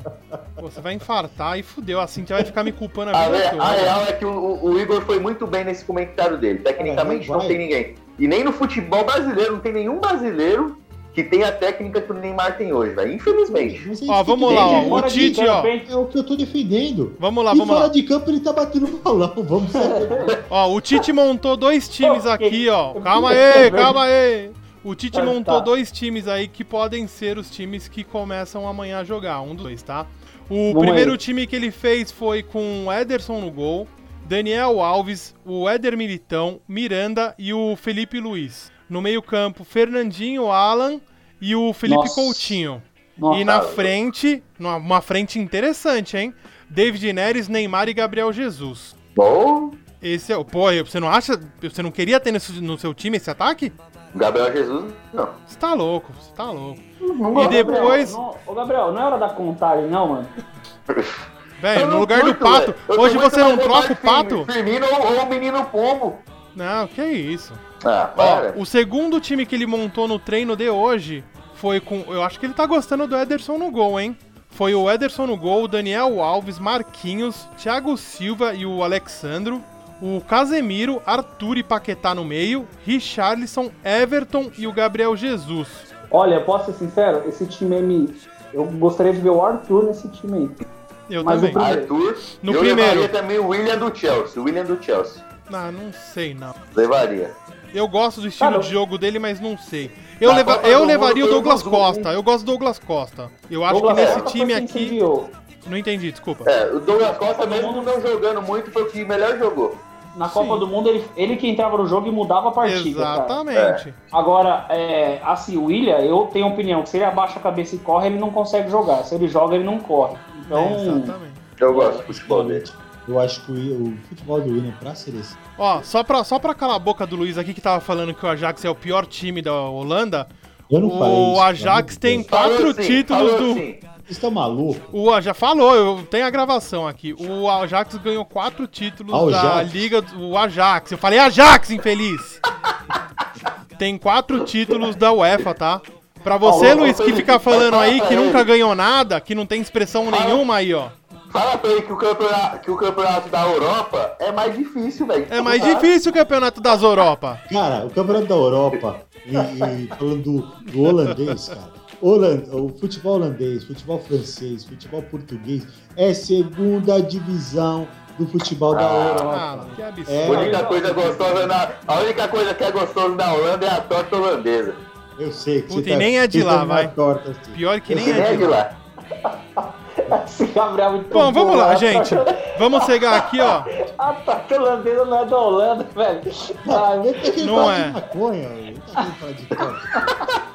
[SPEAKER 2] Pô, você vai infartar e fudeu. A Cintia vai ficar me culpando a
[SPEAKER 4] A,
[SPEAKER 2] vida
[SPEAKER 4] re- a
[SPEAKER 2] toda.
[SPEAKER 4] real é que o, o- o Igor foi muito bem nesse comentário dele. Tecnicamente
[SPEAKER 1] Cara, não
[SPEAKER 4] não tem ninguém. E nem no futebol brasileiro, não tem nenhum brasileiro que tenha a técnica que o Neymar tem hoje, velho. Infelizmente.
[SPEAKER 1] Mas é isso
[SPEAKER 2] Ó,
[SPEAKER 1] que
[SPEAKER 2] vamos
[SPEAKER 1] eu tô
[SPEAKER 2] lá, ó.
[SPEAKER 3] Desde
[SPEAKER 1] defendendo.
[SPEAKER 2] O
[SPEAKER 3] fora de
[SPEAKER 2] Tite,
[SPEAKER 3] campo,
[SPEAKER 2] ó.
[SPEAKER 3] hein?
[SPEAKER 1] É o que eu tô defendendo.
[SPEAKER 2] Vamos lá,
[SPEAKER 1] e
[SPEAKER 2] vamos
[SPEAKER 1] fora
[SPEAKER 2] lá.
[SPEAKER 1] de campo ele tá batendo balão. Vamos saber.
[SPEAKER 2] Ó, o Tite montou dois times
[SPEAKER 3] Ok.
[SPEAKER 2] aqui, ó. Calma aí, calma aí. O Tite
[SPEAKER 3] Tá,
[SPEAKER 2] montou
[SPEAKER 3] tá.
[SPEAKER 2] dois times aí que podem ser os times que começam amanhã a jogar. Um dos dois, tá? O
[SPEAKER 3] Vamos
[SPEAKER 2] primeiro
[SPEAKER 3] aí.
[SPEAKER 2] time que ele fez foi com o Ederson no gol, Daniel Alves, o Éder Militão, Miranda e o Felipe Luiz. No meio-campo, Fernandinho, Alan e o Felipe
[SPEAKER 3] Nossa.
[SPEAKER 2] Coutinho.
[SPEAKER 3] Nossa,
[SPEAKER 2] E na frente, numa- uma frente interessante, hein? David Neres, Neymar e Gabriel Jesus.
[SPEAKER 4] Bom,
[SPEAKER 2] Esse é o. Pô, você não acha. Você não queria ter nesse- no seu time esse ataque?
[SPEAKER 4] Gabriel Jesus, não.
[SPEAKER 2] Você tá louco, você tá louco.
[SPEAKER 3] Ô,
[SPEAKER 2] E
[SPEAKER 3] Gabriel,
[SPEAKER 2] depois.
[SPEAKER 3] não- Ô, Gabriel, não é hora da contagem, não, mano.
[SPEAKER 2] Velho,
[SPEAKER 4] Eu
[SPEAKER 2] É, no
[SPEAKER 4] não
[SPEAKER 2] lugar do
[SPEAKER 4] curto,
[SPEAKER 2] pato.
[SPEAKER 4] velho. Eu tô
[SPEAKER 2] Hoje
[SPEAKER 4] muito
[SPEAKER 2] você não
[SPEAKER 4] mais
[SPEAKER 2] troca o
[SPEAKER 4] Firmino-
[SPEAKER 2] pato?
[SPEAKER 4] Firmino ou, ou o menino pombo.
[SPEAKER 2] Não, que isso.
[SPEAKER 4] Ah, para.
[SPEAKER 2] Ó, o segundo time que ele montou no treino de hoje foi com. Eu acho que ele tá gostando do Ederson no gol, hein? Foi o Ederson no gol, Daniel Alves, Marquinhos, Thiago Silva e o Alexandro. O Casemiro, Arthur e Paquetá no meio, Richarlison, Everton e o Gabriel Jesus.
[SPEAKER 3] Olha, posso ser sincero? Esse time aí me. Eu gostaria de ver o Arthur nesse time aí.
[SPEAKER 2] Eu
[SPEAKER 3] Mas o
[SPEAKER 2] também.
[SPEAKER 3] pro-
[SPEAKER 4] Arthur.
[SPEAKER 2] No
[SPEAKER 4] eu
[SPEAKER 2] primeiro.
[SPEAKER 4] levaria também o William do Chelsea. O William do Chelsea.
[SPEAKER 2] Ah, não sei não.
[SPEAKER 4] Levaria.
[SPEAKER 2] Eu gosto do estilo
[SPEAKER 3] Cara,
[SPEAKER 2] de jogo dele, mas não sei. Eu,
[SPEAKER 4] Na
[SPEAKER 2] leva-
[SPEAKER 4] Copa
[SPEAKER 2] eu
[SPEAKER 4] do
[SPEAKER 2] levaria o
[SPEAKER 4] Mundo, eu
[SPEAKER 2] Douglas
[SPEAKER 4] gosto do-
[SPEAKER 2] Costa. Eu gosto do Douglas Costa. Eu acho
[SPEAKER 3] Douglas
[SPEAKER 2] que nesse
[SPEAKER 3] Costa
[SPEAKER 2] time
[SPEAKER 3] foi quem
[SPEAKER 2] aqui.
[SPEAKER 3] incendiou.
[SPEAKER 2] Não entendi, desculpa.
[SPEAKER 4] É, o Douglas Costa, mesmo não jogando muito, foi o que melhor jogou.
[SPEAKER 3] Na Copa
[SPEAKER 2] Sim.
[SPEAKER 3] do Mundo, ele, ele que entrava no jogo e mudava a partida. Cara.
[SPEAKER 2] Exatamente.
[SPEAKER 3] Agora, é, assim, o William, eu tenho opinião que se ele abaixa a cabeça e corre, ele não consegue jogar. Se ele joga, ele não corre.
[SPEAKER 2] É,
[SPEAKER 3] Então,
[SPEAKER 2] exatamente.
[SPEAKER 4] Eu gosto do futebol dele.
[SPEAKER 1] Eu acho que o, o futebol do William pra seleção.
[SPEAKER 2] Ó, só pra, só pra calar a boca do Luiz aqui que tava falando que o Ajax é o pior time da Holanda,
[SPEAKER 1] Eu não falei. isso,
[SPEAKER 2] o
[SPEAKER 1] pelo amor
[SPEAKER 2] Ajax
[SPEAKER 1] de
[SPEAKER 2] tem
[SPEAKER 1] Deus.
[SPEAKER 2] quatro
[SPEAKER 4] Falou sim,
[SPEAKER 2] títulos
[SPEAKER 4] falou assim,
[SPEAKER 2] do.
[SPEAKER 4] sim.
[SPEAKER 1] Vocês estão malucos?
[SPEAKER 2] O Ajax falou, eu tenho a gravação aqui. O Ajax ganhou quatro títulos
[SPEAKER 1] Ah, o
[SPEAKER 2] da
[SPEAKER 1] Ajax.
[SPEAKER 2] Liga do o Ajax. Eu falei Ajax, infeliz. Tem quatro títulos da UEFA, tá? Pra você,
[SPEAKER 4] Paulo,
[SPEAKER 2] Luiz, que
[SPEAKER 4] Paulo,
[SPEAKER 2] fica falando
[SPEAKER 4] fala
[SPEAKER 2] aí
[SPEAKER 4] pra
[SPEAKER 2] que
[SPEAKER 4] ele.
[SPEAKER 2] nunca ganhou nada, que não tem expressão
[SPEAKER 4] Fala.
[SPEAKER 2] nenhuma aí, ó.
[SPEAKER 4] Fala pra ele que o campeonato, que o campeonato da Europa é mais difícil, velho. Tá?
[SPEAKER 2] É mais difícil o campeonato das Europa.
[SPEAKER 1] Cara, o campeonato da Europa, e, e falando do, do holandês, cara. holan- o futebol holandês, futebol francês, futebol português é segunda divisão do futebol da
[SPEAKER 4] Ah,
[SPEAKER 1] Europa.
[SPEAKER 2] Ah, que
[SPEAKER 4] A
[SPEAKER 1] É.
[SPEAKER 2] absurdo.
[SPEAKER 4] única coisa gostosa na, a única coisa que é gostosa da Holanda é a torta holandesa.
[SPEAKER 1] Eu sei que
[SPEAKER 2] Puta,
[SPEAKER 1] você
[SPEAKER 2] e
[SPEAKER 1] tá,
[SPEAKER 2] nem é de
[SPEAKER 1] você
[SPEAKER 2] lá,
[SPEAKER 1] tá numa
[SPEAKER 2] vai.
[SPEAKER 1] Torta, assim.
[SPEAKER 2] Pior que
[SPEAKER 4] Que
[SPEAKER 2] nem
[SPEAKER 4] nem é
[SPEAKER 2] é.
[SPEAKER 4] de lá.
[SPEAKER 3] esse Gabriel é muito
[SPEAKER 2] Bom, vamos lá,
[SPEAKER 3] A
[SPEAKER 2] gente.
[SPEAKER 3] torta-
[SPEAKER 2] Vamos chegar aqui, ó.
[SPEAKER 3] A torta holandesa não é da Holanda, velho. Ah,
[SPEAKER 1] Não, ele tá querendo
[SPEAKER 2] Não
[SPEAKER 1] falar
[SPEAKER 2] é.
[SPEAKER 1] de maconha, ele tá querendo falar de torta.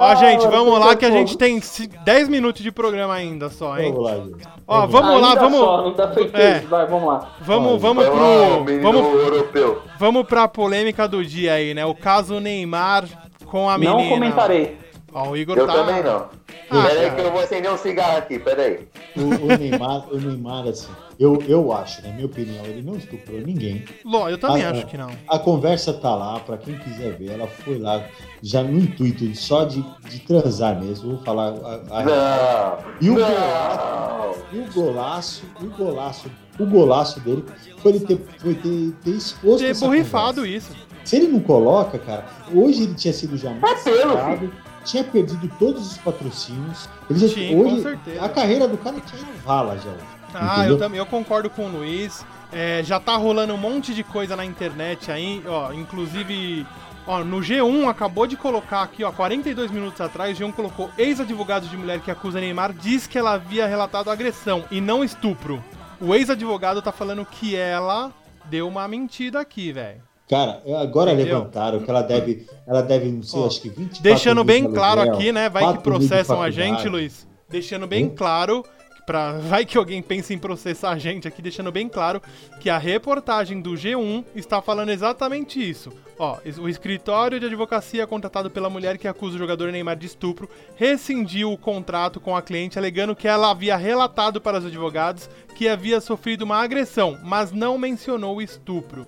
[SPEAKER 2] Ó,
[SPEAKER 3] Ah,
[SPEAKER 2] gente,
[SPEAKER 3] mano,
[SPEAKER 2] vamos lá
[SPEAKER 3] pensou
[SPEAKER 2] que a
[SPEAKER 3] pouco.
[SPEAKER 2] gente tem ci- 10 minutos de programa ainda só, hein?
[SPEAKER 1] Vamos lá, gente.
[SPEAKER 2] Ó, vamos lá,
[SPEAKER 3] Ainda Só, né?
[SPEAKER 2] vamos.
[SPEAKER 3] não dá feito
[SPEAKER 2] É.
[SPEAKER 3] vai, vamos lá.
[SPEAKER 2] Vamos,
[SPEAKER 1] Olha.
[SPEAKER 2] vamos
[SPEAKER 4] Vai lá,
[SPEAKER 2] pro.
[SPEAKER 4] menino
[SPEAKER 2] Vamos,
[SPEAKER 4] um europeu.
[SPEAKER 2] vamos pra polêmica do dia aí, né? O caso Neymar com a menina.
[SPEAKER 3] Não comentarei.
[SPEAKER 2] Ó, o Igor
[SPEAKER 4] Eu
[SPEAKER 2] tá.
[SPEAKER 4] também não.
[SPEAKER 2] Ah,
[SPEAKER 4] Peraí
[SPEAKER 2] cara.
[SPEAKER 4] que eu vou acender um cigarro aqui, peraí.
[SPEAKER 1] O, o Neymar, o Neymar, assim, eu, eu acho, na minha opinião, ele não estuprou ninguém.
[SPEAKER 2] Ló, eu também
[SPEAKER 1] Ah,
[SPEAKER 2] acho
[SPEAKER 1] é.
[SPEAKER 2] que não.
[SPEAKER 1] A conversa tá lá, pra quem quiser ver, ela foi lá já no intuito só de, de transar mesmo, vou falar.
[SPEAKER 2] Ah.
[SPEAKER 1] a- a-
[SPEAKER 4] Não.
[SPEAKER 1] E o
[SPEAKER 4] não.
[SPEAKER 1] E o golaço, e o golaço, o golaço dele foi ele ter, foi ter, ter exposto.
[SPEAKER 2] Ter
[SPEAKER 1] essa
[SPEAKER 2] é borrifado
[SPEAKER 1] conversa.
[SPEAKER 2] isso.
[SPEAKER 1] Se ele não coloca, cara, hoje ele tinha sido já
[SPEAKER 4] É pelo,
[SPEAKER 1] machucado, tinha perdido todos os patrocínios. Ele já,
[SPEAKER 2] Sim, com
[SPEAKER 1] hoje,
[SPEAKER 2] certeza.
[SPEAKER 1] a carreira do cara tinha ido vala já.
[SPEAKER 2] Ah,
[SPEAKER 1] Entendeu?
[SPEAKER 2] eu também, eu concordo com o Luiz. É, já tá rolando um monte de coisa na internet aí, ó, inclusive, ó, no G1 acabou de colocar aqui, ó, 42 minutos atrás, o G1 colocou ex-advogado de mulher que acusa Neymar diz que ela havia relatado agressão e não estupro. O ex-advogado tá falando que ela deu uma mentira aqui, velho.
[SPEAKER 1] Cara, é, agora
[SPEAKER 2] Entendeu?
[SPEAKER 1] levantaram que ela deve, ela deve, não sei,
[SPEAKER 2] Ó,
[SPEAKER 1] acho que 20
[SPEAKER 2] Deixando bem claro aqui, né? Vai que
[SPEAKER 1] quatro mil de
[SPEAKER 2] processam a
[SPEAKER 1] faculdade.
[SPEAKER 2] gente, Luiz. Deixando bem
[SPEAKER 1] Hum?
[SPEAKER 2] claro. Pra, vai que alguém pense em processar a gente aqui, deixando bem claro que a reportagem do G1 está falando exatamente isso. Ó, es- o escritório de advocacia contratado pela mulher que acusa o jogador Neymar de estupro rescindiu o contrato com a cliente, alegando que ela havia relatado para os advogados que havia sofrido uma agressão, mas não mencionou o estupro.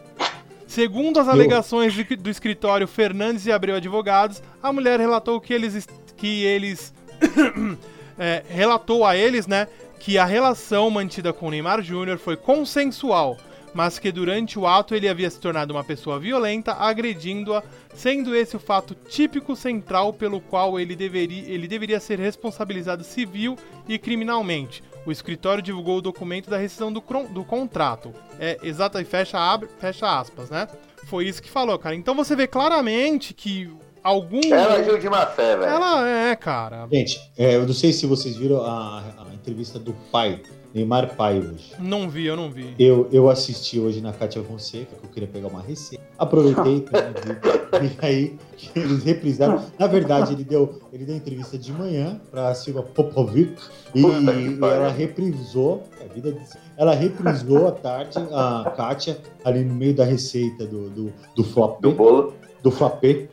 [SPEAKER 2] Segundo as alegações de- do escritório Fernandes e Abreu Advogados, a mulher relatou que eles est- que eles é, relatou a eles, né, que a relação mantida com o Neymar Júnior foi consensual, mas que durante o ato ele havia se tornado uma pessoa violenta, agredindo-a, sendo esse o fato típico central pelo qual ele deveria, ele deveria ser responsabilizado civil e criminalmente. O escritório divulgou o documento da rescisão do, cron- do contrato. É, exata e fecha, abre, fecha aspas, né? Foi isso que falou, cara. Então você vê claramente que algum.
[SPEAKER 4] Ela agiu de má fé, velho.
[SPEAKER 2] Ela é, cara.
[SPEAKER 1] Gente, é, eu não sei se vocês viram a, a entrevista do pai, Neymar pai hoje.
[SPEAKER 2] Não vi, eu não vi.
[SPEAKER 1] Eu, eu assisti hoje na Cátia Fonseca, que eu queria pegar uma receita. Aproveitei né, também, vi. e aí eles reprisaram. Na verdade, ele deu, ele deu entrevista de manhã para a Silva Popovic e,
[SPEAKER 4] Puta que
[SPEAKER 1] e
[SPEAKER 4] pariu.
[SPEAKER 1] ela reprisou. A vida de- ela reprisou à tarde a Kátia ali no meio da receita do, do, do flopê.
[SPEAKER 4] Do Ah, bolo.
[SPEAKER 1] do flapê.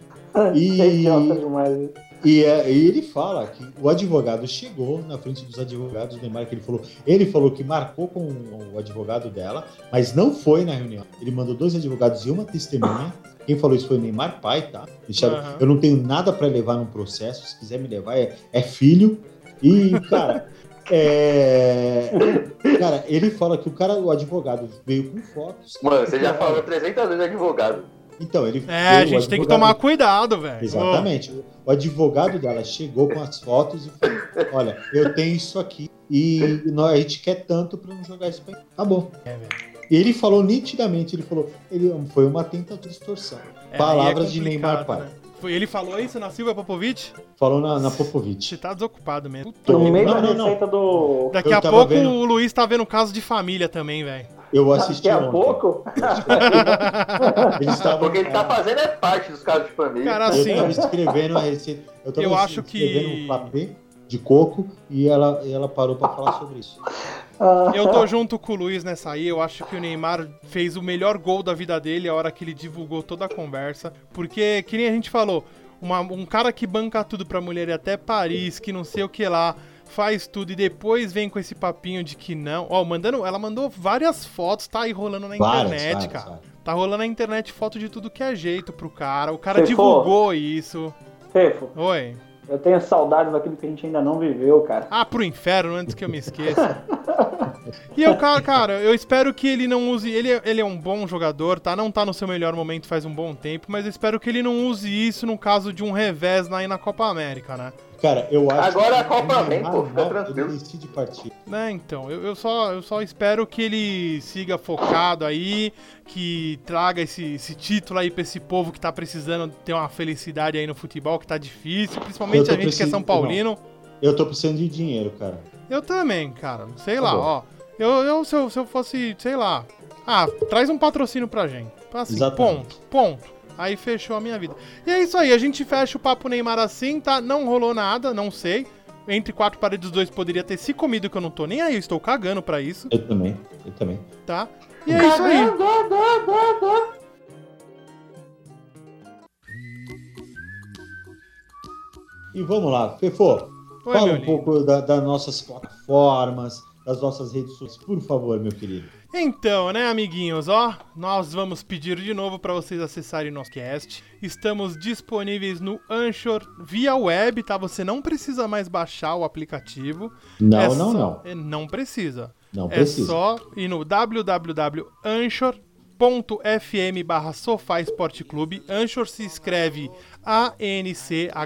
[SPEAKER 1] E-
[SPEAKER 3] É idiota demais.
[SPEAKER 1] E, é, e ele fala que o advogado chegou na frente dos advogados do Neymar, que ele falou, ele falou que marcou com o advogado dela, mas não foi na reunião. Ele mandou dois advogados e uma testemunha. Quem falou isso foi o Neymar pai, tá? Deixaram,
[SPEAKER 2] Aham.
[SPEAKER 1] Eu não tenho nada para levar num processo. Se quiser me levar, é, é filho. E, cara, é, cara, ele fala que o cara, o advogado veio com fotos. É.
[SPEAKER 4] Mano, você já falou 300 vezes advogado.
[SPEAKER 1] Então, ele
[SPEAKER 2] É, a
[SPEAKER 1] veio, o
[SPEAKER 2] gente tem que
[SPEAKER 1] advogado-
[SPEAKER 2] tomar cuidado, velho.
[SPEAKER 1] Exatamente. O advogado dela chegou com as fotos e falou: Olha, eu tenho isso aqui e nós, a gente quer tanto pra não jogar isso pra Tá bom.
[SPEAKER 2] É,
[SPEAKER 1] E ele falou nitidamente: ele falou, ele foi uma tentativa de extorsão.
[SPEAKER 2] Ô, é,
[SPEAKER 1] Palavras
[SPEAKER 2] aí é
[SPEAKER 1] de Neymar
[SPEAKER 2] complicado,
[SPEAKER 1] Pai.
[SPEAKER 2] né? Foi- Ele falou isso na Silvia Popovic?
[SPEAKER 1] Falou na, na Popovic.
[SPEAKER 2] Você tá desocupado mesmo.
[SPEAKER 1] Tô.
[SPEAKER 3] No meio
[SPEAKER 1] Não,
[SPEAKER 3] da
[SPEAKER 1] não, não.
[SPEAKER 3] receita do.
[SPEAKER 2] Daqui
[SPEAKER 1] Eu
[SPEAKER 2] a
[SPEAKER 1] tava
[SPEAKER 2] pouco
[SPEAKER 1] vendo-
[SPEAKER 2] o Luiz tá vendo caso de família também, velho.
[SPEAKER 1] Eu assisti
[SPEAKER 4] é
[SPEAKER 3] Daqui a
[SPEAKER 1] ontem.
[SPEAKER 3] pouco.
[SPEAKER 1] Eles estavam-
[SPEAKER 4] Porque ele tá fazendo é parte dos casos de família.
[SPEAKER 2] Cara,
[SPEAKER 1] Eu
[SPEAKER 2] assim,
[SPEAKER 1] tava escrevendo a receita. Eu tava
[SPEAKER 2] Eu acho que-
[SPEAKER 1] escrevendo um papel de coco e ela, e ela parou pra falar sobre isso.
[SPEAKER 4] Tá
[SPEAKER 3] Ah,
[SPEAKER 2] eu tô junto com o Luiz nessa aí. Eu acho que o Neymar fez o melhor gol da vida dele a hora que ele divulgou toda a conversa. Porque, que nem a gente falou, uma- um cara que banca tudo pra mulher e até Paris, que não sei o que lá, faz tudo e depois vem com esse papinho de que não. Ó, mandando. Ela mandou várias fotos, tá aí rolando na
[SPEAKER 1] Várias,
[SPEAKER 2] internet,
[SPEAKER 1] várias,
[SPEAKER 2] cara.
[SPEAKER 1] várias.
[SPEAKER 2] Tá rolando na internet foto de tudo que é jeito pro cara. O cara
[SPEAKER 3] Você
[SPEAKER 2] divulgou isso.
[SPEAKER 3] Fefo,
[SPEAKER 2] Oi.
[SPEAKER 3] eu tenho saudades daquilo que a gente ainda não viveu, cara.
[SPEAKER 2] Ah, pro inferno, antes que eu me esqueça. e eu, cara, cara, eu espero que ele não use. Ele, é- ele é um bom jogador, tá? Não tá no seu melhor momento faz um bom tempo, mas eu espero que ele não use isso no caso de um revés aí na Copa América, né?
[SPEAKER 1] Cara, eu acho
[SPEAKER 4] Agora é
[SPEAKER 1] que
[SPEAKER 4] a Copa
[SPEAKER 1] o
[SPEAKER 4] vem,
[SPEAKER 1] Neymar
[SPEAKER 4] pô, fica
[SPEAKER 1] mal, ele
[SPEAKER 4] tranquilo.
[SPEAKER 1] decide partir.
[SPEAKER 2] Né, então, eu, eu só, eu só espero que ele siga focado aí, que traga esse, esse título aí pra esse povo que tá precisando ter uma felicidade aí no futebol, que tá difícil,
[SPEAKER 1] Eu
[SPEAKER 2] principalmente
[SPEAKER 1] tô
[SPEAKER 2] a gente que é
[SPEAKER 1] precis-
[SPEAKER 2] São Paulino.
[SPEAKER 1] Eu tô precisando de dinheiro, cara.
[SPEAKER 2] Eu também, cara. Sei lá,
[SPEAKER 1] Tá bom.
[SPEAKER 2] ó. Eu, eu, se eu, se eu fosse, sei lá. Ah, traz um patrocínio pra gente. Assim,
[SPEAKER 1] Exatamente.
[SPEAKER 2] ponto, ponto. Aí fechou a minha vida. E é isso aí, a gente fecha o papo Neymar assim, tá? Não rolou nada, não sei. Entre quatro paredes, os dois poderia ter se comido, que eu não tô nem aí, eu estou cagando pra isso,
[SPEAKER 1] Eu também, eu também.
[SPEAKER 2] tá? E é isso aí.
[SPEAKER 1] E vamos lá, Fefô,
[SPEAKER 2] Oi,
[SPEAKER 1] fala
[SPEAKER 2] meu
[SPEAKER 1] um
[SPEAKER 2] lindo.
[SPEAKER 1] pouco da- das nossas plataformas, das nossas redes sociais, por favor, meu querido.
[SPEAKER 2] Então, né, amiguinhos, ó, nós vamos pedir de novo para vocês acessarem nosso cast. Estamos disponíveis no Anchor via web, tá? Você não precisa mais baixar o aplicativo.
[SPEAKER 1] Não,
[SPEAKER 2] É
[SPEAKER 1] não,
[SPEAKER 2] só-
[SPEAKER 1] não.
[SPEAKER 2] é, Não precisa.
[SPEAKER 1] Não
[SPEAKER 2] é
[SPEAKER 1] precisa.
[SPEAKER 2] só ir no www.anchor.fm barra Sofá Esporte Clube. Anchor se escreve A-N-C-H-O-R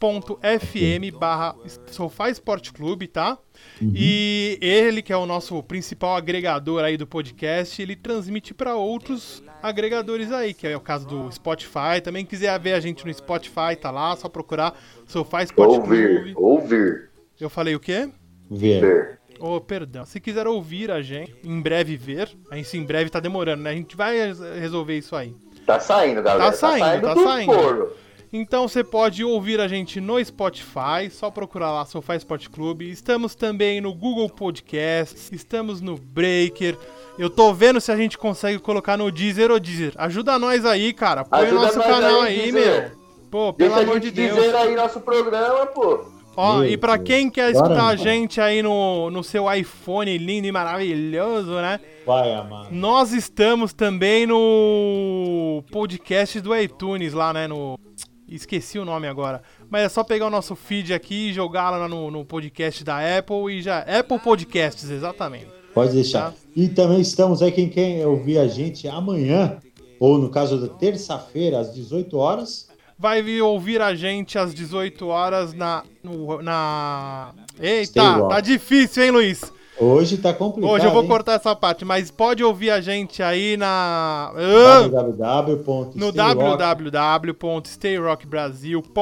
[SPEAKER 2] ponto .fm barra Sofá Esporte Clube, tá?
[SPEAKER 1] Uhum.
[SPEAKER 2] E ele, que é o nosso principal agregador aí do podcast, ele transmite para outros agregadores aí, que é o caso do Spotify. Também quiser ver a gente no Spotify, tá lá, só procurar Sofá Esporte
[SPEAKER 4] Ouvir,
[SPEAKER 2] Clube.
[SPEAKER 4] ouvir,
[SPEAKER 2] Eu falei o quê?
[SPEAKER 1] Ver.
[SPEAKER 4] ver.
[SPEAKER 2] Oh, perdão. Se quiser ouvir a gente, em breve ver. A gente em breve tá demorando, né? A gente vai res- resolver isso aí.
[SPEAKER 4] Tá saindo, galera.
[SPEAKER 2] saindo, tá
[SPEAKER 4] do
[SPEAKER 2] saindo.
[SPEAKER 4] forno.
[SPEAKER 2] Então você pode ouvir a gente no Spotify, só procurar lá Sofá Esporte Clube. Estamos também no Google Podcast, estamos no Breaker. Eu tô vendo se a gente consegue colocar no Deezer ou Deezer. Ajuda nós aí, cara. Põe
[SPEAKER 4] Ajuda
[SPEAKER 2] o nosso
[SPEAKER 4] nós
[SPEAKER 2] canal
[SPEAKER 4] aí,
[SPEAKER 2] aí,
[SPEAKER 4] Deezer.
[SPEAKER 2] meu. Pô, pelo
[SPEAKER 4] Deixa a
[SPEAKER 2] amor
[SPEAKER 4] gente
[SPEAKER 2] de Deus.
[SPEAKER 4] dizer aí nosso programa, pô.
[SPEAKER 2] Ó,
[SPEAKER 1] Meu
[SPEAKER 2] e pra
[SPEAKER 1] Deus.
[SPEAKER 2] quem quer
[SPEAKER 1] Bora,
[SPEAKER 2] escutar a
[SPEAKER 1] mano.
[SPEAKER 2] gente aí no, no seu iPhone lindo e maravilhoso, né?
[SPEAKER 1] Vai, amado.
[SPEAKER 2] Nós estamos também no podcast do iTunes lá, né? No. Esqueci o nome agora. Mas é só pegar o nosso feed aqui e jogar lá no, no podcast da Apple e já. Apple Podcasts, exatamente.
[SPEAKER 1] Pode deixar.
[SPEAKER 2] Tá.
[SPEAKER 1] E também estamos aí, quem quer ouvir a gente amanhã, ou no caso da terça-feira, às 18 horas.
[SPEAKER 2] Vai vir ouvir a gente às 18 horas na. no- na...
[SPEAKER 1] Stay
[SPEAKER 2] Eita,
[SPEAKER 1] Rock.
[SPEAKER 2] tá difícil, hein, Luiz?
[SPEAKER 1] Hoje tá complicado.
[SPEAKER 2] Hoje eu vou
[SPEAKER 1] hein?
[SPEAKER 2] cortar essa parte, mas pode ouvir a gente aí na. Ah!
[SPEAKER 1] www.
[SPEAKER 2] No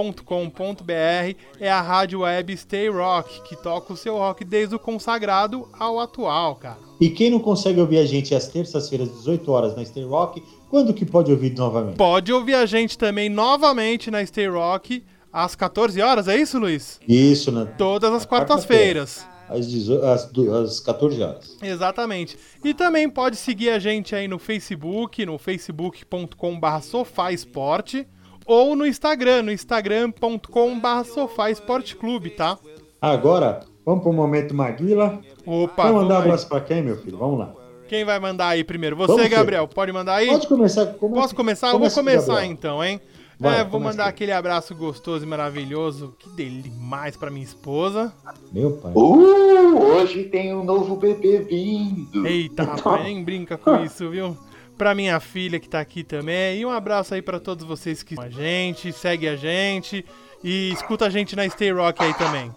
[SPEAKER 2] www.stayrockbrasil.com.br é a rádio web Stay Rock, que toca o seu rock desde o consagrado ao atual, cara.
[SPEAKER 1] E quem não consegue ouvir a gente às terças-feiras, às 18 horas, na Stay Rock, quando que pode ouvir novamente?
[SPEAKER 2] Pode ouvir a gente também novamente na Stay Rock às 14 horas, é isso, Luiz?
[SPEAKER 1] Isso, na,
[SPEAKER 2] Todas as quartas-feiras.
[SPEAKER 1] às, 18 às, du- às 14 horas.
[SPEAKER 2] Exatamente. E também pode seguir a gente aí no Facebook, no facebook.com.br sofaesporte, ou no Instagram, no instagram.com.br sofaesporteclube, tá?
[SPEAKER 1] Agora, vamos para o momento Maguila.
[SPEAKER 2] Opa,
[SPEAKER 1] Vamos mandar um
[SPEAKER 2] vamos aí.
[SPEAKER 1] abraço para quem, meu filho? Vamos lá.
[SPEAKER 2] Quem vai mandar aí primeiro? Você,
[SPEAKER 1] Vamos, Fê.
[SPEAKER 2] Gabriel, pode mandar aí?
[SPEAKER 1] Pode começar. é Começa,
[SPEAKER 2] Posso começar? Eu vou
[SPEAKER 1] começa com o
[SPEAKER 2] começar
[SPEAKER 1] Gabriel.
[SPEAKER 2] então, hein?
[SPEAKER 1] Vai,
[SPEAKER 2] É, vou
[SPEAKER 1] começa
[SPEAKER 2] mandar
[SPEAKER 1] aí.
[SPEAKER 2] aquele abraço gostoso e maravilhoso, que dele demais pra minha esposa.
[SPEAKER 1] Meu pai.
[SPEAKER 4] Uh, hoje tem um novo bebê vindo.
[SPEAKER 2] Eita, rapaz, nem brinca com isso, viu? Pra minha filha que tá aqui também. E um abraço aí pra todos vocês que com a gente, segue a gente e escuta a gente na Stay Rock aí também.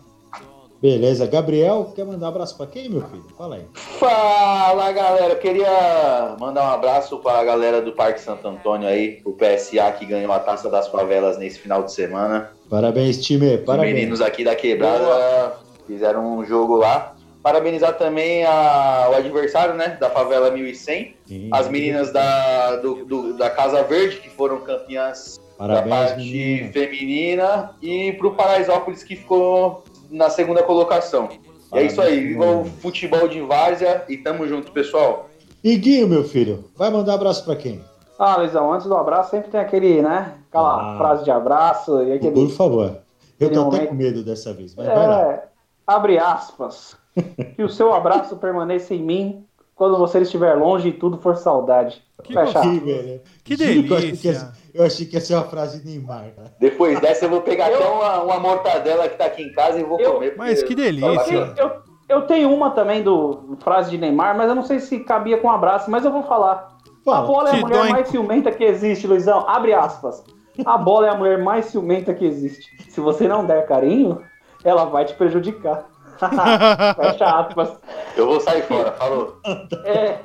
[SPEAKER 1] Beleza. Gabriel, quer mandar um abraço para quem, meu filho? Fala aí.
[SPEAKER 4] Fala galera, Eu queria mandar um abraço para a galera do Parque Santo Antônio aí, o PSA que ganhou a taça das favelas nesse final de semana.
[SPEAKER 1] Parabéns, time.
[SPEAKER 4] Os
[SPEAKER 1] Parabéns.
[SPEAKER 4] meninos aqui da quebrada fizeram um jogo lá. Parabenizar também a- o adversário, né, da favela 1100,
[SPEAKER 1] Sim.
[SPEAKER 4] as meninas da, do- do- da Casa Verde que foram campeãs da
[SPEAKER 1] Parabéns,
[SPEAKER 4] parte
[SPEAKER 1] menino.
[SPEAKER 4] feminina e pro Paraisópolis que ficou na segunda colocação. E é
[SPEAKER 1] Parabéns,
[SPEAKER 4] isso aí, viva o
[SPEAKER 1] menino.
[SPEAKER 4] futebol de várzea e tamo junto, pessoal.
[SPEAKER 1] E Guinho, meu filho, vai mandar abraço para quem?
[SPEAKER 3] Ah, Luizão, antes do abraço sempre tem aquele, né? Aquela
[SPEAKER 1] Ah.
[SPEAKER 3] frase de abraço e aquele.
[SPEAKER 1] Por favor. Eu tô até
[SPEAKER 3] momento-
[SPEAKER 1] com medo dessa vez. Vai, vai lá.
[SPEAKER 3] né? É, abre aspas. Que o seu abraço permaneça em mim quando você estiver longe e tudo for saudade.
[SPEAKER 2] Que
[SPEAKER 3] Fecha.
[SPEAKER 1] Que, velho.
[SPEAKER 2] Que
[SPEAKER 1] Juro que eu achei que
[SPEAKER 2] delícia.
[SPEAKER 1] ia- Eu achei que ia ser uma frase de Neymar. cara.
[SPEAKER 4] Depois dessa eu vou pegar
[SPEAKER 3] Eu-
[SPEAKER 4] até uma, uma mortadela que tá aqui em casa e vou
[SPEAKER 3] Eu-
[SPEAKER 4] comer.
[SPEAKER 2] Mas
[SPEAKER 4] porque-
[SPEAKER 2] que delícia.
[SPEAKER 4] Fala,
[SPEAKER 3] Eu, eu tenho uma também do frase de Neymar, mas eu não sei se cabia com abraço, mas eu vou falar. A
[SPEAKER 1] Fala.
[SPEAKER 3] bola é a
[SPEAKER 2] Te
[SPEAKER 3] mulher
[SPEAKER 2] dói.
[SPEAKER 3] mais ciumenta que existe, Luizão. Abre aspas. A bola é a mulher mais ciumenta que existe. Se você não der carinho, ela vai te prejudicar. Fecha aspas.
[SPEAKER 4] Eu vou sair fora, falou.
[SPEAKER 3] É,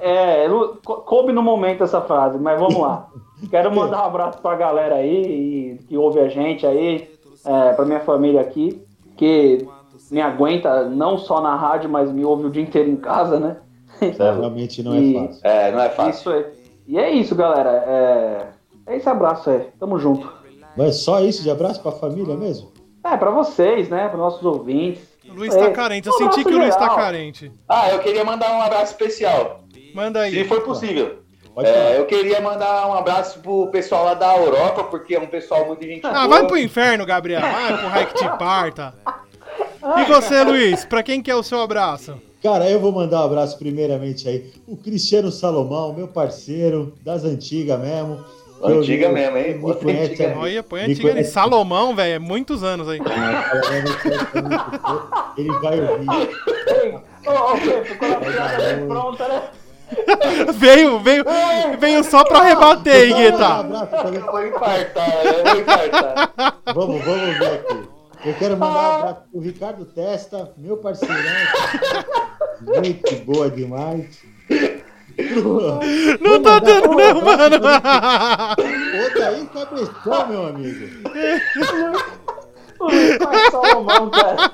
[SPEAKER 3] é, Lu- co- coube no momento essa frase, mas vamos lá. Quero mandar um abraço pra galera aí e- que ouve a gente aí, é, pra minha família aqui, que me aguenta não só na rádio, mas me ouve o dia inteiro em casa, né?
[SPEAKER 1] Realmente não é
[SPEAKER 3] E-
[SPEAKER 1] fácil.
[SPEAKER 4] É, não é fácil.
[SPEAKER 3] Isso é. E é isso, galera. É, é esse abraço aí. Tamo junto.
[SPEAKER 1] Mas só isso de abraço pra família mesmo?
[SPEAKER 3] É, pra vocês, né? Pra nossos ouvintes.
[SPEAKER 2] O Luiz tá
[SPEAKER 3] É,
[SPEAKER 2] carente, eu
[SPEAKER 3] um
[SPEAKER 2] senti
[SPEAKER 3] abraço
[SPEAKER 2] que o Luiz tá
[SPEAKER 3] geral.
[SPEAKER 2] carente.
[SPEAKER 4] Ah, eu queria mandar um abraço especial,
[SPEAKER 2] Manda aí.
[SPEAKER 4] se for possível.
[SPEAKER 1] Pode falar.
[SPEAKER 4] É, eu queria mandar um abraço pro pessoal lá da Europa, porque é um pessoal muito gente
[SPEAKER 2] Ah,
[SPEAKER 4] boa.
[SPEAKER 2] vai pro inferno, Gabriel. Vai pro raio que te parta. E você, Luiz? Pra quem que é o seu abraço?
[SPEAKER 1] Cara, eu vou mandar um abraço primeiramente aí. O Cristiano Salomão, meu parceiro, das antigas mesmo.
[SPEAKER 4] Antiga
[SPEAKER 1] Eu-
[SPEAKER 4] mesmo, hein?
[SPEAKER 1] Me
[SPEAKER 4] Bota
[SPEAKER 1] conhece,
[SPEAKER 4] antiga.
[SPEAKER 1] há-
[SPEAKER 2] Olha, põe a
[SPEAKER 1] me
[SPEAKER 2] antiga ali.
[SPEAKER 1] conhece-
[SPEAKER 2] Salomão, velho, é muitos anos aí.
[SPEAKER 1] né? é Ele vai ouvir.
[SPEAKER 3] Ei, ô, ô, Pepe, quando a piada vem pronta, né?
[SPEAKER 2] veio, veio, veio só pra rebater, hein,
[SPEAKER 1] Ah,
[SPEAKER 2] Guetta.
[SPEAKER 1] abraço também.
[SPEAKER 4] Eu vou infartar, eu vou infartar.
[SPEAKER 1] Vamos, vamos ver aqui. Eu quero mandar um abraço pro Ricardo Testa, meu parceirão. Gente boa demais.
[SPEAKER 2] Não tá dando, não, mano.
[SPEAKER 1] Outra aí, cabeção, meu amigo.
[SPEAKER 3] O Luiz faz Salomão, cara.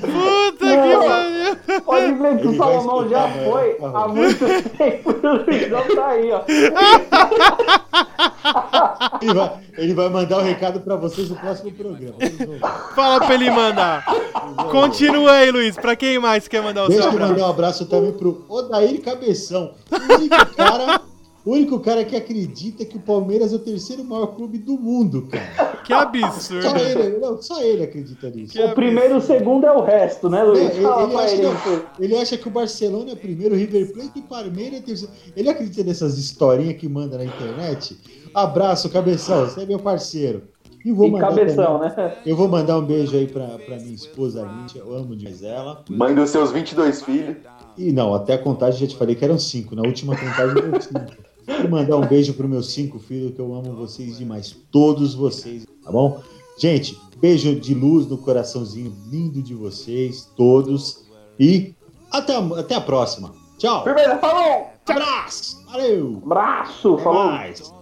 [SPEAKER 2] Puta que pariu.
[SPEAKER 3] Pode ver que o
[SPEAKER 1] Ele vai né?
[SPEAKER 3] Salomão já
[SPEAKER 1] escutar,
[SPEAKER 3] foi
[SPEAKER 1] velho.
[SPEAKER 3] há muito tempo. e O Luizão tá aí, ó.
[SPEAKER 1] Ele vai, ele vai mandar o recado pra vocês no próximo programa. Vocês vão ver.
[SPEAKER 2] Fala pra ele mandar. Continua aí, Luiz. Pra quem mais quer mandar o seu
[SPEAKER 1] Deixa eu
[SPEAKER 2] abraço?
[SPEAKER 1] mandar um abraço também pro Odair Cabeção. O único cara, o único cara que acredita que o Palmeiras é o terceiro maior clube do mundo, cara.
[SPEAKER 2] Que
[SPEAKER 1] Só
[SPEAKER 2] absurdo.
[SPEAKER 1] ele, não, só ele acredita nisso.
[SPEAKER 2] Que
[SPEAKER 1] É,
[SPEAKER 3] O primeiro e o segundo é o resto, né, Luiz?
[SPEAKER 1] Ele,
[SPEAKER 3] Fala
[SPEAKER 1] ele
[SPEAKER 3] pra
[SPEAKER 1] acha
[SPEAKER 3] ele.
[SPEAKER 1] que, ele acha que o Barcelona é o primeiro, o River Plate e o Palmeiras é o terceiro. Ele acredita nessas historinhas que manda na internet? Abraço, Cabeção, você é meu parceiro. E vou
[SPEAKER 3] E
[SPEAKER 1] mandar
[SPEAKER 3] cabeção,
[SPEAKER 1] também-
[SPEAKER 3] né?
[SPEAKER 1] Eu vou mandar um beijo aí pra, pra minha esposa, Lídia, eu amo demais ela.
[SPEAKER 4] Mãe dos seus 22 filhos.
[SPEAKER 1] E não, até a contagem já te falei que eram cinco. Na última contagem eram cinco. Quero mandar um beijo para meus cinco filhos, que eu amo vocês demais. Todos vocês, tá bom? Gente, beijo de luz no coraçãozinho lindo de vocês, todos. E até a, até a próxima. Tchau.
[SPEAKER 4] Firmeza, falou!
[SPEAKER 1] Abraço. Valeu.
[SPEAKER 3] Braço, falou.
[SPEAKER 1] Até mais.